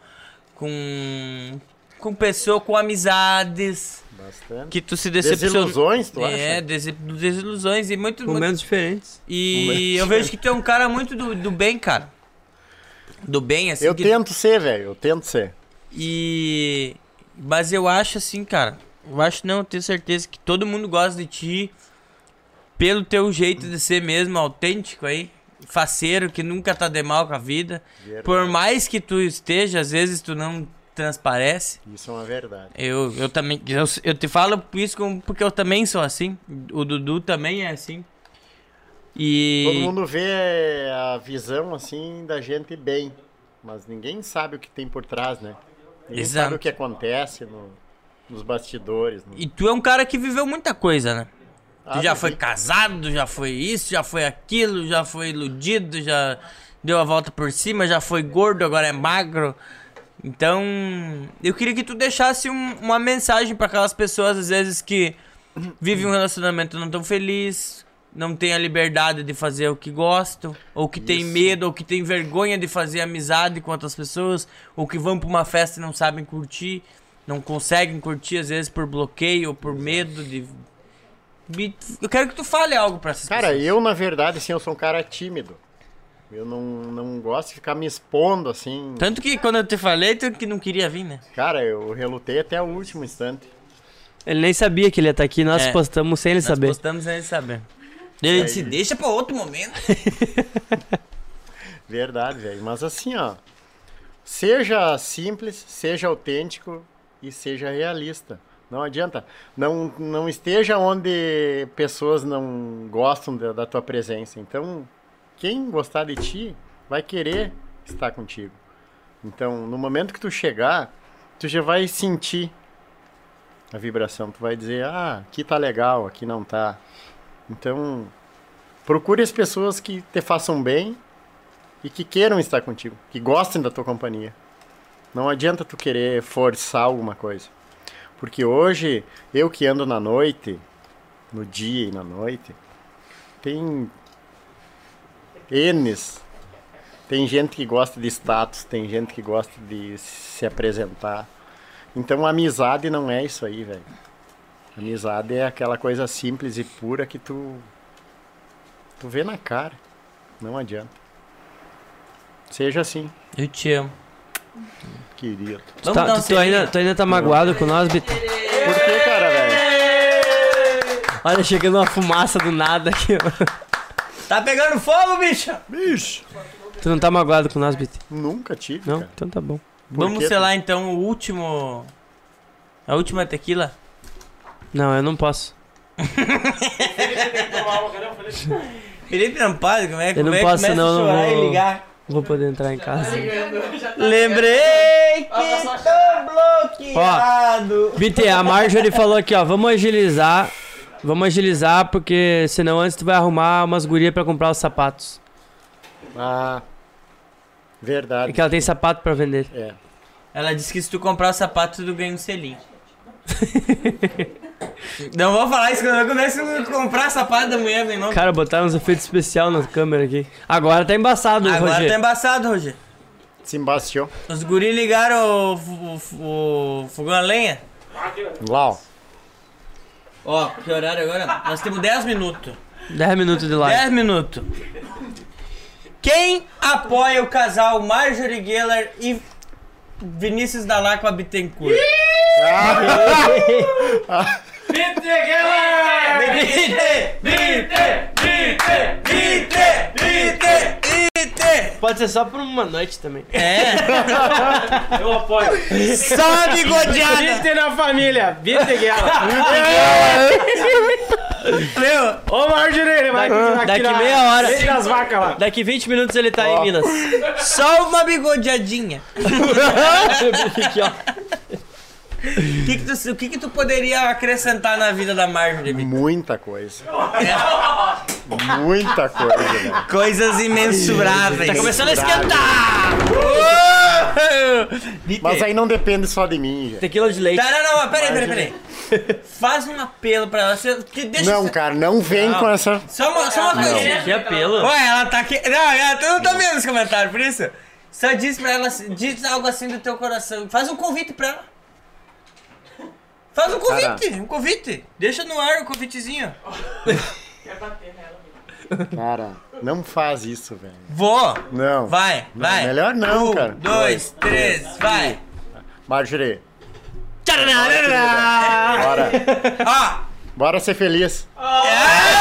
[SPEAKER 1] com. com pessoa, com amizades.
[SPEAKER 4] Bastante.
[SPEAKER 1] Que tu se decepcionou.
[SPEAKER 4] Desilusões, tu acha?
[SPEAKER 1] É, desi- desilusões e muito. muito-
[SPEAKER 5] Momentos diferentes.
[SPEAKER 1] E eu vejo que tu é um cara muito do, do bem, cara. Do bem, assim.
[SPEAKER 4] Eu
[SPEAKER 1] que-
[SPEAKER 4] tento ser, velho. Eu tento ser.
[SPEAKER 1] e. Mas eu acho assim, cara. Eu acho não, eu tenho certeza que todo mundo gosta de ti. Pelo teu jeito de ser mesmo, autêntico aí. Faceiro, que nunca tá de mal com a vida. Por mais que tu esteja, às vezes tu não transparece.
[SPEAKER 4] Isso é uma verdade.
[SPEAKER 1] Eu, eu também. Eu, eu te falo isso como- porque eu também sou assim. O Dudu também é assim. E.
[SPEAKER 4] Todo mundo vê a visão, assim, da gente bem. Mas ninguém sabe o que tem por trás, né? Ninguém
[SPEAKER 1] Exato.
[SPEAKER 4] sabe o que acontece no- nos bastidores. né? no-
[SPEAKER 1] E tu é um cara que viveu muita coisa, né?
[SPEAKER 4] Ah,
[SPEAKER 1] Tu já
[SPEAKER 4] mas
[SPEAKER 1] foi
[SPEAKER 4] e-
[SPEAKER 1] casado, já foi isso, já foi aquilo, já foi iludido, já deu a volta por cima, já foi gordo, agora é magro. Então, eu queria que tu deixasse um- uma mensagem pra aquelas pessoas, às vezes, que vivem um relacionamento não tão feliz, não tem a liberdade de fazer o que gostam, ou que tem
[SPEAKER 4] Isso.
[SPEAKER 1] medo, ou que tem vergonha de fazer amizade com outras pessoas, ou que vão pra uma festa e não sabem curtir, não conseguem curtir, às vezes, por bloqueio ou por medo de. Me- Eu quero que tu fale algo pra essas
[SPEAKER 4] Cara,
[SPEAKER 1] pessoas.
[SPEAKER 4] eu, na verdade, assim, eu sou um cara tímido. Eu não, não gosto de ficar me expondo, assim.
[SPEAKER 1] Tanto que quando eu te falei, tu que não queria vir, né?
[SPEAKER 4] Cara, eu relutei até o último instante.
[SPEAKER 5] Ele nem sabia que ele ia estar aqui, nós
[SPEAKER 1] É.
[SPEAKER 5] postamos sem ele
[SPEAKER 1] Nós
[SPEAKER 5] saber.
[SPEAKER 1] postamos sem ele saber. Ele disse, deixa pra outro momento.
[SPEAKER 4] Verdade, velho. Mas assim, ó. Seja simples, seja autêntico e seja realista. Não adianta. Não, não esteja onde pessoas não gostam da, da tua presença. Então, quem gostar de ti vai querer estar contigo. Então, no momento que tu chegar, tu já vai sentir a vibração. Tu vai dizer, ah, aqui tá legal, aqui não tá. Então, procure as pessoas que te façam bem e que queiram estar contigo, que gostem da tua companhia. Não adianta tu querer forçar alguma coisa. Porque hoje, eu que ando na noite, no dia e na noite, tem N's. Tem gente que gosta de status, tem gente que gosta de se apresentar. Então, amizade não é isso aí, velho. Amizade é aquela coisa simples e pura que tu tu vê na cara. Não adianta. Seja assim,
[SPEAKER 5] Eu te amo.
[SPEAKER 4] querido.
[SPEAKER 5] Tu,
[SPEAKER 1] Vamos
[SPEAKER 5] tá-
[SPEAKER 1] dar um
[SPEAKER 5] tu- tu ainda, tu ainda tá magoado com nós, Bito?
[SPEAKER 4] Por que, cara, velho?
[SPEAKER 5] Olha, chegando uma fumaça do nada aqui. ó.
[SPEAKER 1] Tá pegando fogo, bicho!
[SPEAKER 4] Bicho,
[SPEAKER 5] Tu não tá magoado com nós, Bito?
[SPEAKER 4] nunca tive,
[SPEAKER 5] Não?
[SPEAKER 4] cara.
[SPEAKER 5] Então tá bom.
[SPEAKER 4] Por
[SPEAKER 1] Vamos
[SPEAKER 4] quê?
[SPEAKER 1] selar então o último. A última tequila?
[SPEAKER 5] Não, eu não posso.
[SPEAKER 1] Felipe não pode, como é que
[SPEAKER 5] Eu não
[SPEAKER 1] como é que
[SPEAKER 5] posso,
[SPEAKER 1] começa a
[SPEAKER 5] não, não
[SPEAKER 1] chorar
[SPEAKER 5] vou-
[SPEAKER 1] e ligar?
[SPEAKER 5] Vou poder entrar em casa.
[SPEAKER 1] Lembrei que tô bloqueado!
[SPEAKER 5] Bite, a Marjorie falou aqui, ó, vamos agilizar. Vamos agilizar, porque senão antes tu vai arrumar umas gurias pra comprar os sapatos.
[SPEAKER 4] Ah,
[SPEAKER 5] É
[SPEAKER 4] verdade.
[SPEAKER 5] que ela tem sapato pra vender.
[SPEAKER 4] É.
[SPEAKER 1] Ela disse que se tu comprar o sapato, tu ganha um selinho. não vou falar isso, quando eu começo a comprar sapato da mulher, vem não.
[SPEAKER 5] Cara, botaram uns efeitos especial na câmera aqui. Agora tá embaçado,
[SPEAKER 1] Agora
[SPEAKER 5] Roger.
[SPEAKER 1] tá embaçado, Roger.
[SPEAKER 4] Se embastiou.
[SPEAKER 1] Os guri ligaram o, fu- o, o fogão a lenha.
[SPEAKER 4] Lá, ó.
[SPEAKER 1] Ó, que horário agora? Nós temos 10 minutos.
[SPEAKER 5] 10 minutos de live.
[SPEAKER 1] 10 minutos. Quem apoia o casal Marjorie Geller e Vinícius Dalacqua Bittencourt? Bittencourt!
[SPEAKER 5] Pode ser só por uma noite também.
[SPEAKER 1] É,
[SPEAKER 6] Eu apoio.
[SPEAKER 1] só a bigodeada!
[SPEAKER 6] Vite na família. Vite guerra.
[SPEAKER 1] Meu,
[SPEAKER 6] Ô, Marjorie, ele vai
[SPEAKER 5] daqui meia hora.
[SPEAKER 6] Vem das vacas lá.
[SPEAKER 5] Daqui 20 minutos ele tá em Minas.
[SPEAKER 1] só uma bigodeadinha.
[SPEAKER 5] Aqui, ó.
[SPEAKER 1] O que que tu, o que que tu poderia acrescentar na vida da Marjorie? Bittencourt?
[SPEAKER 4] Muita coisa. Muita coisa, velho.
[SPEAKER 1] Coisas imensuráveis. Tá começando a esquentar!
[SPEAKER 4] Mas aí não depende só de mim, gente.
[SPEAKER 5] Tequila de leite.
[SPEAKER 1] Tá, não, não, mas peraí, peraí, peraí. Faz um apelo pra ela. Você, que deixa
[SPEAKER 4] Não, cara, não vem com essa.
[SPEAKER 1] Só uma, só uma coisinha.
[SPEAKER 5] Que apelo.
[SPEAKER 1] Ué, ela tá aqui. Não, ela, tu não tá vendo os comentários, por isso? Só diz pra ela, diz algo assim do teu coração. Faz um convite pra ela. Faz um convite, um convite. Deixa no ar o convitezinho.
[SPEAKER 4] Cara, não faz isso, velho.
[SPEAKER 1] Vou.
[SPEAKER 4] Não.
[SPEAKER 1] Vai, vai.
[SPEAKER 4] melhor não,
[SPEAKER 1] um,
[SPEAKER 4] cara.
[SPEAKER 1] dois, três, vai.
[SPEAKER 4] Marjorie,
[SPEAKER 1] Tcharam!
[SPEAKER 4] bora.
[SPEAKER 1] Ó,
[SPEAKER 4] Bora ser feliz.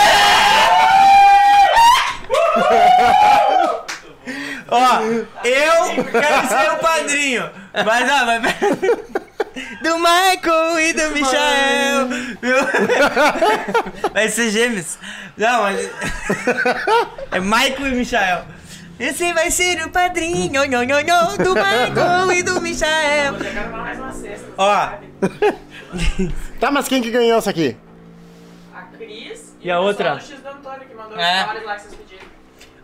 [SPEAKER 1] Ó, eu quero ser o padrinho. Mas, ó, mas... Do Michael e do Michael. Viu? Vai ser gêmeos. Não, mas... É Michael e Michael. Esse vai ser o padrinho nho, nho, nho, do Michael e do Michael. Ó,
[SPEAKER 4] Tá, mas quem que ganhou isso aqui?
[SPEAKER 9] A Cris
[SPEAKER 5] E a
[SPEAKER 9] o pessoal
[SPEAKER 5] outra?
[SPEAKER 9] do X do Antônio que mandou
[SPEAKER 1] É.
[SPEAKER 9] as stories lá que vocês pediram.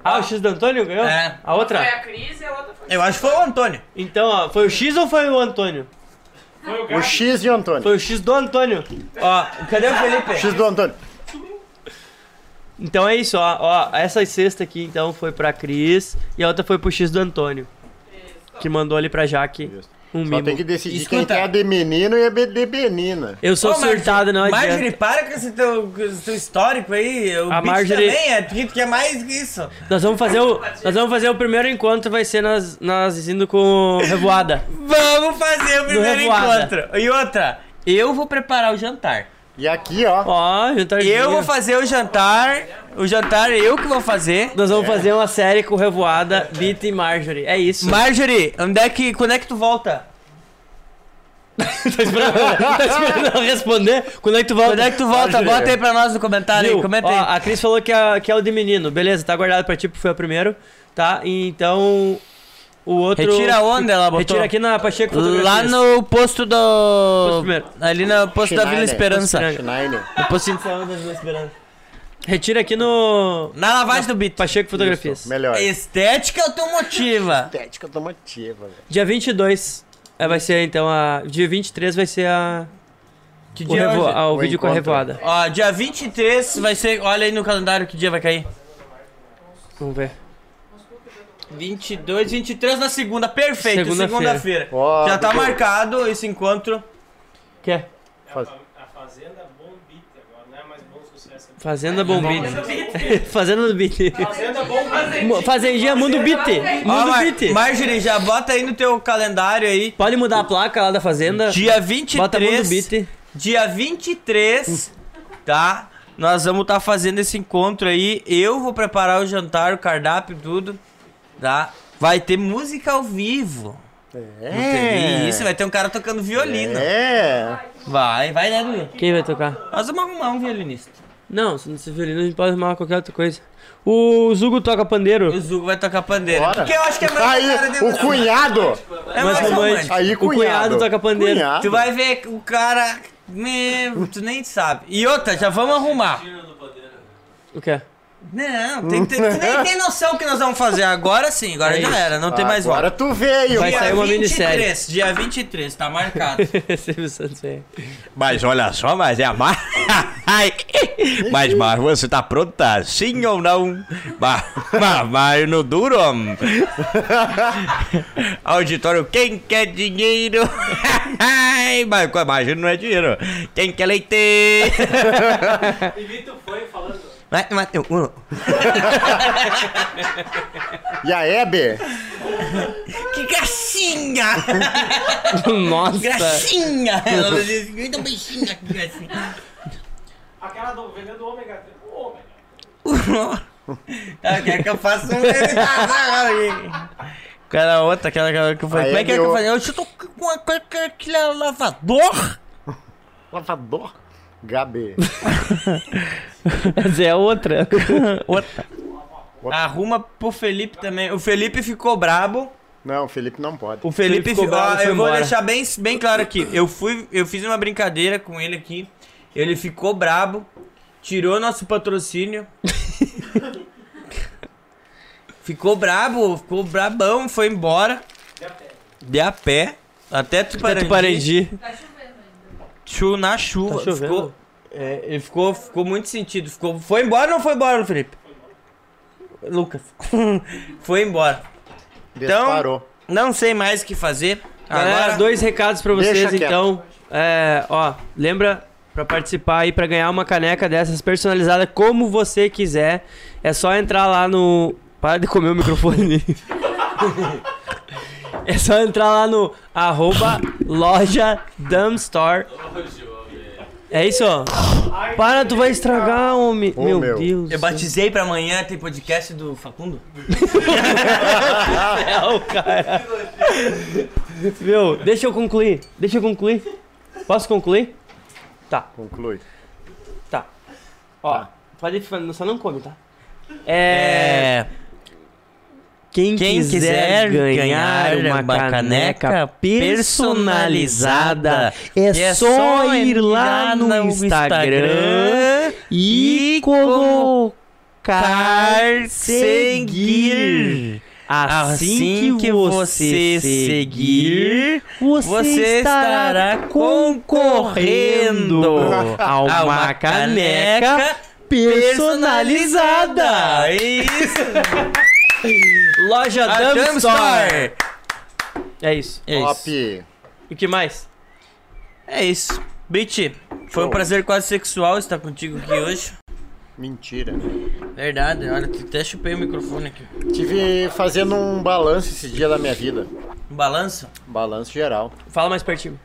[SPEAKER 5] Ah, o X do Antônio ganhou?
[SPEAKER 1] É.
[SPEAKER 5] A outra?
[SPEAKER 9] Foi a Cris e a outra foi
[SPEAKER 1] eu acho que foi o Antônio.
[SPEAKER 5] Então, ó, foi o X ou foi o Antônio?
[SPEAKER 4] O X de Antônio.
[SPEAKER 5] Foi o X do Antônio.
[SPEAKER 1] Ó, cadê o Felipe?
[SPEAKER 4] X do Antônio.
[SPEAKER 5] Então é isso, ó. ó essa sexta aqui, então, foi pra Cris e a outra foi pro X do Antônio. Que mandou ali pra Jaque
[SPEAKER 4] Isso.
[SPEAKER 5] um
[SPEAKER 4] Só
[SPEAKER 5] mimo.
[SPEAKER 4] tem que decidir
[SPEAKER 1] Escuta.
[SPEAKER 4] quem é de menino e é de menina.
[SPEAKER 5] Eu sou
[SPEAKER 1] Ô, Marjorie,
[SPEAKER 5] surtado, não adianta.
[SPEAKER 1] Marjorie, para com esse teu, com esse teu histórico aí. O
[SPEAKER 5] A
[SPEAKER 1] Beat
[SPEAKER 5] Marjorie-
[SPEAKER 1] também é, porque tu quer mais que isso.
[SPEAKER 5] Nós vamos fazer o, nós vamos fazer o primeiro encontro, vai ser nós, nós indo com Revoada.
[SPEAKER 1] Vamos fazer o primeiro
[SPEAKER 5] Revoada.
[SPEAKER 1] encontro. E outra, eu vou preparar o jantar.
[SPEAKER 4] E aqui, ó.
[SPEAKER 5] Ó, jantarzinho.
[SPEAKER 1] Eu vou fazer o jantar. O jantar eu que vou fazer.
[SPEAKER 5] Nós vamos fazer uma série com Revoada, Beat e Marjorie. É isso.
[SPEAKER 1] Marjorie, onde é que, quando é que tu volta?
[SPEAKER 5] tá esperando, tá esperando ela responder? Quando é que tu volta?
[SPEAKER 1] Quando é que tu volta?
[SPEAKER 4] Marjorie.
[SPEAKER 1] Bota aí pra nós no comentário aí,
[SPEAKER 5] Viu?
[SPEAKER 1] comenta
[SPEAKER 5] Ó,
[SPEAKER 1] aí.
[SPEAKER 5] a Cris falou que é, que é o de menino. Beleza, tá guardado pra ti, porque foi o primeiro. Tá? Então. o outro.
[SPEAKER 1] Retira onde ela botou?
[SPEAKER 5] Retira aqui na Pacheco
[SPEAKER 1] Lá
[SPEAKER 5] Fotografias.
[SPEAKER 1] no posto do.
[SPEAKER 5] primeiro.
[SPEAKER 1] ali no posto da Vila tá Esperança.
[SPEAKER 4] Schneider.
[SPEAKER 1] No posto de-
[SPEAKER 5] Retira aqui no.
[SPEAKER 1] Na lavagem do Bito.
[SPEAKER 5] Pacheco Fotografias.
[SPEAKER 4] Melhor.
[SPEAKER 1] Estética automotiva.
[SPEAKER 4] Estética automotiva, velho.
[SPEAKER 5] Dia 22 é, vai ser então a. Dia 23 vai ser a.
[SPEAKER 1] Que
[SPEAKER 5] O,
[SPEAKER 1] dia é
[SPEAKER 5] revo...
[SPEAKER 1] hoje?
[SPEAKER 5] ah, o
[SPEAKER 4] O
[SPEAKER 5] vídeo com a
[SPEAKER 4] encontro.
[SPEAKER 5] revoada.
[SPEAKER 1] Ó, dia 23 vai ser. Olha aí no calendário que dia vai cair.
[SPEAKER 5] Vamos ver.
[SPEAKER 1] 22, 23 na segunda. Perfeito,
[SPEAKER 5] Segunda-feira.
[SPEAKER 1] segunda-feira.
[SPEAKER 4] Ó,
[SPEAKER 1] Já tá
[SPEAKER 4] porque-
[SPEAKER 1] marcado esse encontro.
[SPEAKER 5] Quer?
[SPEAKER 4] Faz-
[SPEAKER 3] A Fazenda Bombita agora, não é mais bom sucesso. é
[SPEAKER 5] Fazenda Bombita. Fazenda do Bit.
[SPEAKER 3] Fazenda Bombita.
[SPEAKER 5] Fazendinha Mundo Bit.
[SPEAKER 1] Ó,
[SPEAKER 5] Mundo
[SPEAKER 1] Mar-
[SPEAKER 5] Bit.
[SPEAKER 1] Marjorie, já bota aí no teu calendário aí.
[SPEAKER 5] Pode mudar a placa lá da fazenda.
[SPEAKER 1] Dia
[SPEAKER 5] Bota Mundo
[SPEAKER 1] 23.
[SPEAKER 5] Bit.
[SPEAKER 1] Dia 23, tá? Nós vamos estar fazendo esse encontro aí. Eu vou preparar o jantar, o cardápio, tudo, tá? Vai ter música ao vivo.
[SPEAKER 4] É.
[SPEAKER 1] Isso, vai ter um cara tocando violino.
[SPEAKER 4] É.
[SPEAKER 1] Vai, vai, né, Dudu?
[SPEAKER 5] Quem vai tocar?
[SPEAKER 1] Nós vamos arrumar um violinista.
[SPEAKER 5] Não, se não se violino, a gente pode arrumar qualquer outra coisa. O Zugo toca
[SPEAKER 1] O
[SPEAKER 5] pandeiro.
[SPEAKER 1] Zugo vai tocar pandeira.
[SPEAKER 4] Bora. Tá
[SPEAKER 1] Porque eu acho que é mais
[SPEAKER 4] Aí,
[SPEAKER 1] cara de-
[SPEAKER 4] o cunhado. Tá
[SPEAKER 1] É mais
[SPEAKER 5] mais
[SPEAKER 1] romântico.
[SPEAKER 4] Aí,
[SPEAKER 5] O cunhado toca pandeiro.
[SPEAKER 4] Cunhado.
[SPEAKER 1] Tu vai ver o cara... Meu, tu nem sabe. E outra, já vamos arrumar.
[SPEAKER 5] O quê?
[SPEAKER 1] Não, tem, tem, tu nem tem noção o que nós vamos fazer. Agora sim, agora
[SPEAKER 5] É
[SPEAKER 1] já
[SPEAKER 5] isso.
[SPEAKER 1] era, não tem mais
[SPEAKER 4] Agora
[SPEAKER 1] volta.
[SPEAKER 4] tu veio.
[SPEAKER 5] Vai
[SPEAKER 1] Dia
[SPEAKER 5] sair uma
[SPEAKER 1] 23,
[SPEAKER 5] minissérie.
[SPEAKER 1] Dia 23, tá marcado.
[SPEAKER 5] Silvio Santos aí.
[SPEAKER 10] Mas olha só, mas é a Mar... Ai, mas, mas você tá pronta? Sim ou não? Mas, mas, mas no duro. hum. Auditório, quem quer dinheiro? Ai, mas com a imagem não é dinheiro. Quem quer leite?
[SPEAKER 3] Imita o fã falando.
[SPEAKER 10] Mas, mas, um,
[SPEAKER 4] E a Hebe?
[SPEAKER 1] que gracinha!
[SPEAKER 5] Nossa.
[SPEAKER 1] Gracinha! Ela diz, me dá um beijinho aqui, gracinha.
[SPEAKER 3] Aquela do vendendo ômega 3. Ô, ômega.
[SPEAKER 1] Ah, Quer que eu faça um
[SPEAKER 10] é
[SPEAKER 1] Aquela outra, aquela que eu falei.
[SPEAKER 4] Aí
[SPEAKER 1] Como é que é que
[SPEAKER 4] deu-
[SPEAKER 1] eu falei? Eu chuto com a- com aquele lavador.
[SPEAKER 4] Lavador. Gabi.
[SPEAKER 5] Mas é outra.
[SPEAKER 1] Arruma pro Felipe também. O Felipe ficou brabo.
[SPEAKER 4] Não, o Felipe não pode.
[SPEAKER 1] O Felipe,
[SPEAKER 5] Felipe ficou
[SPEAKER 1] fi-
[SPEAKER 5] bravo e
[SPEAKER 1] ah,
[SPEAKER 5] foi
[SPEAKER 1] eu vou
[SPEAKER 5] embora.
[SPEAKER 1] deixar bem, bem claro aqui. Eu fui, eu fiz uma brincadeira com ele aqui. Ele ficou brabo, tirou nosso patrocínio. ficou brabo, ficou brabão, foi embora. De a pé. Até Tuparandi.
[SPEAKER 5] Parandi.
[SPEAKER 1] Chu- na chuva.
[SPEAKER 5] Tá chovendo?
[SPEAKER 1] ficou, é, ele ficou, ficou muito sentido. Ficou, foi embora ou não foi embora, Felipe? Lucas. foi embora. Então-
[SPEAKER 4] Disparou.
[SPEAKER 1] Não sei mais o que fazer.
[SPEAKER 5] Galera,
[SPEAKER 1] Agora,
[SPEAKER 5] dois recados pra
[SPEAKER 4] Deixa
[SPEAKER 5] vocês,
[SPEAKER 4] quieto.
[SPEAKER 5] então. É, ó, lembra pra participar aí, pra ganhar uma caneca dessas personalizada como você quiser. É só entrar lá no. Para de comer o microfone. é só entrar lá no arroba loja dumbstore. É isso, ó. Para, tu vai estragar, homem.
[SPEAKER 4] Ô,
[SPEAKER 5] meu,
[SPEAKER 4] meu.
[SPEAKER 5] Deus.
[SPEAKER 1] Eu batizei pra amanhã, tem podcast do Facundo?
[SPEAKER 5] Não, cara. Meu, deixa eu concluir. Deixa eu concluir. Posso concluir?
[SPEAKER 4] Conclui.
[SPEAKER 5] Tá. Ó, pode ficar- só não come, tá? É.
[SPEAKER 1] É.
[SPEAKER 5] Quem,
[SPEAKER 1] Quem quiser
[SPEAKER 5] quiser,
[SPEAKER 1] ganhar
[SPEAKER 5] ganhar, uma,
[SPEAKER 1] uma
[SPEAKER 5] caneca,
[SPEAKER 1] caneca
[SPEAKER 5] personalizada,
[SPEAKER 1] personalizada,
[SPEAKER 5] é,
[SPEAKER 1] é
[SPEAKER 5] só
[SPEAKER 1] só
[SPEAKER 5] ir lá
[SPEAKER 1] ir
[SPEAKER 5] no,
[SPEAKER 1] lá no
[SPEAKER 5] Instagram
[SPEAKER 1] Instagram
[SPEAKER 5] e
[SPEAKER 1] e
[SPEAKER 5] colocar
[SPEAKER 1] colocar
[SPEAKER 5] seguir.
[SPEAKER 1] seguir.
[SPEAKER 5] Assim, que você seguir, você,
[SPEAKER 1] você
[SPEAKER 5] estará,
[SPEAKER 1] estará
[SPEAKER 5] concorrendo
[SPEAKER 1] concorrendo
[SPEAKER 5] a uma, caneca, personalizada.
[SPEAKER 1] Isso!
[SPEAKER 5] Loja
[SPEAKER 1] É A
[SPEAKER 5] Dumpstore.
[SPEAKER 1] Dumpstore.
[SPEAKER 5] É isso.
[SPEAKER 1] É
[SPEAKER 4] Top.
[SPEAKER 1] isso.
[SPEAKER 5] E o que mais?
[SPEAKER 1] É isso. Brit, foi um prazer quase sexual estar contigo aqui hoje.
[SPEAKER 4] Mentira.
[SPEAKER 1] Verdade, olha, tu até chupei o microfone aqui.
[SPEAKER 4] Tive fazendo um balanço esse dia da minha vida.
[SPEAKER 1] Um balanço?
[SPEAKER 4] Balanço geral.
[SPEAKER 5] Fala mais pertinho.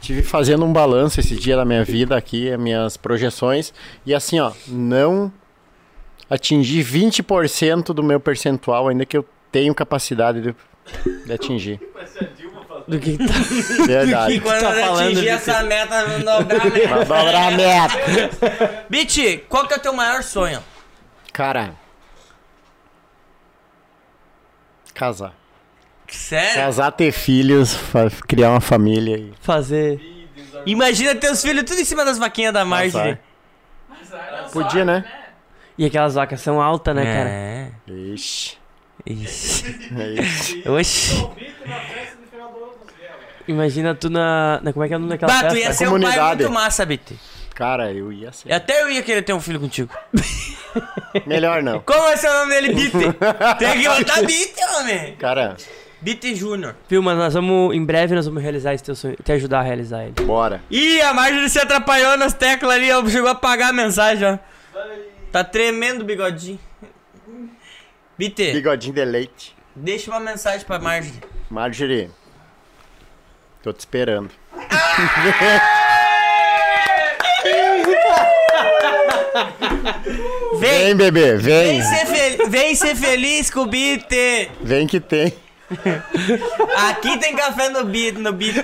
[SPEAKER 4] Tive fazendo um balanço esse dia da minha vida aqui, as minhas projeções. E assim, ó, não atingi 20% do meu percentual, ainda que eu tenho capacidade de, de atingir.
[SPEAKER 5] Do que tá
[SPEAKER 4] Verdade.
[SPEAKER 1] Quando
[SPEAKER 5] tá
[SPEAKER 1] eu
[SPEAKER 5] falando,
[SPEAKER 1] atingir
[SPEAKER 5] Brit?
[SPEAKER 1] essa meta, não dobrar né? a meta.
[SPEAKER 4] Dobrar a meta.
[SPEAKER 1] Bit, qual que é o teu maior sonho?
[SPEAKER 4] Cara. Casar.
[SPEAKER 1] Sério?
[SPEAKER 4] Casar, ter filhos, fa- criar uma família. E...
[SPEAKER 5] Fazer.
[SPEAKER 1] Imagina teus filhos tudo em cima das vaquinhas da Marjorie.
[SPEAKER 4] Podia, né?
[SPEAKER 5] E aquelas vacas são altas, né, cara?
[SPEAKER 1] É.
[SPEAKER 4] Ixi.
[SPEAKER 1] Ixi.
[SPEAKER 4] É isso.
[SPEAKER 1] Oxi.
[SPEAKER 5] Imagina tu na, na- Como é que é o nome daquela
[SPEAKER 1] Bah, tu ia
[SPEAKER 5] festa?
[SPEAKER 1] ser um pai
[SPEAKER 4] comunidade.
[SPEAKER 1] muito massa, BT.
[SPEAKER 4] Cara, eu ia ser.
[SPEAKER 1] Até eu ia querer ter um filho contigo.
[SPEAKER 4] Melhor não.
[SPEAKER 1] Como é seu nome dele, BT? Tem que botar BT, homem.
[SPEAKER 4] Cara,
[SPEAKER 1] BT Júnior.
[SPEAKER 5] Viu, mas nós vamos. Em breve nós vamos realizar esse teu sonho. Te ajudar a realizar ele.
[SPEAKER 4] bora.
[SPEAKER 1] Ih, a Marjorie se atrapalhou nas teclas ali, ó, chegou a apagar a mensagem, ó. Tá tremendo o bigodinho. BT,
[SPEAKER 4] Bigodinho de leite.
[SPEAKER 1] deixa uma mensagem pra Marjorie.
[SPEAKER 4] Marjorie, tô te esperando.
[SPEAKER 1] Vem,
[SPEAKER 4] Vem, bebê, vem.
[SPEAKER 1] vem, ser, fel- vem ser feliz com o BT.
[SPEAKER 4] Vem que tem.
[SPEAKER 1] Aqui tem café no BT. No BT.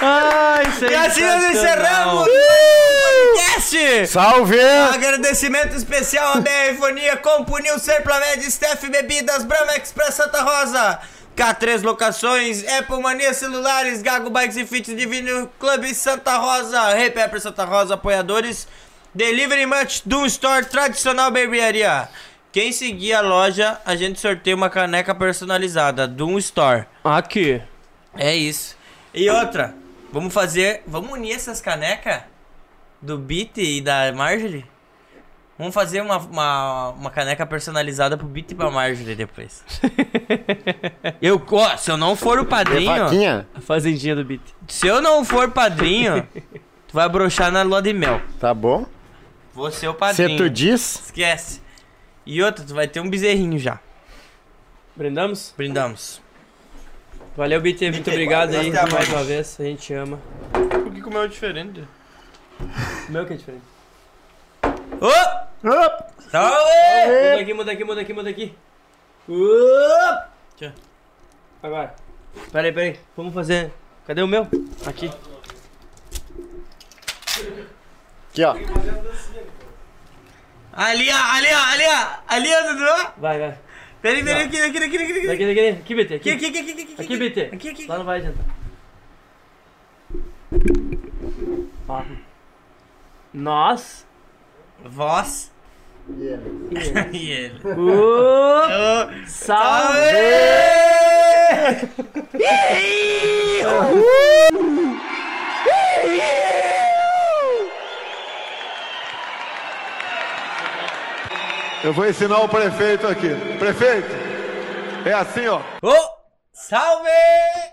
[SPEAKER 5] Ai, isso
[SPEAKER 1] E assim nós encerramos o podcast.
[SPEAKER 4] Salve!
[SPEAKER 1] Um agradecimento especial à Berfonia, Compunil, Serplamed, Steph Bebidas, Brahma Express Santa Rosa, K3 Locações, Apple Mania Celulares, Gago Bikes e Fits Divino Club Santa Rosa, Hey Pepper Santa Rosa, apoiadores, Delivery Much, Doom Store, Tradicional Barbearia. Quem seguir a loja, a gente sorteia uma caneca personalizada, Doom Store.
[SPEAKER 5] Aqui.
[SPEAKER 1] É isso. E outra, vamos fazer. Vamos unir essas canecas do Beat e da Marjorie? Vamos fazer uma, uma, uma caneca personalizada pro Beat e pra Marjorie depois. eu, ó, se eu não for o padrinho.
[SPEAKER 4] Vaquinha?
[SPEAKER 5] A fazendinha do beat.
[SPEAKER 1] Se eu não for padrinho, tu vai broxar na lua de mel.
[SPEAKER 4] Tá bom?
[SPEAKER 1] Vou ser o
[SPEAKER 4] Se
[SPEAKER 1] padrinho.
[SPEAKER 4] tu diz,
[SPEAKER 1] Esquece. E outra, tu vai ter um bezerrinho já.
[SPEAKER 5] Brindamos?
[SPEAKER 1] Brindamos.
[SPEAKER 5] Valeu, BT. Muito obrigado aí
[SPEAKER 1] até
[SPEAKER 5] mais
[SPEAKER 1] mais.
[SPEAKER 5] uma vez. A gente ama.
[SPEAKER 6] Por que que o meu é diferente?
[SPEAKER 5] O meu que é diferente.
[SPEAKER 1] Ô! Salve!
[SPEAKER 5] Muda aqui, muda aqui, muda aqui, muda aqui. Up! Tchau. Agora. Peraí, peraí. Vamos fazer. Cadê o meu? Aqui.
[SPEAKER 4] aqui ó.
[SPEAKER 1] Ali, ó, ali, ó, ali, ó. Ali, ó, Dudu.
[SPEAKER 5] Vai, vai.
[SPEAKER 1] Peraí, peraí, aqui, aqui, aqui, aqui, aqui.
[SPEAKER 5] Daqui, daqui, daqui. Aqui, BT. Aqui,
[SPEAKER 1] Aqui, aqui, aqui, aqui, aqui.
[SPEAKER 5] Aqui, BT.
[SPEAKER 1] Aqui, aqui.
[SPEAKER 5] Lá não vai adiantar. Ó. Nós.
[SPEAKER 1] Voz. E ele.
[SPEAKER 5] Up!
[SPEAKER 1] Ô,
[SPEAKER 5] Salve!
[SPEAKER 1] Aê!
[SPEAKER 11] Eu vou ensinar o prefeito aqui. Prefeito, é assim, ó.
[SPEAKER 1] Ô, salve!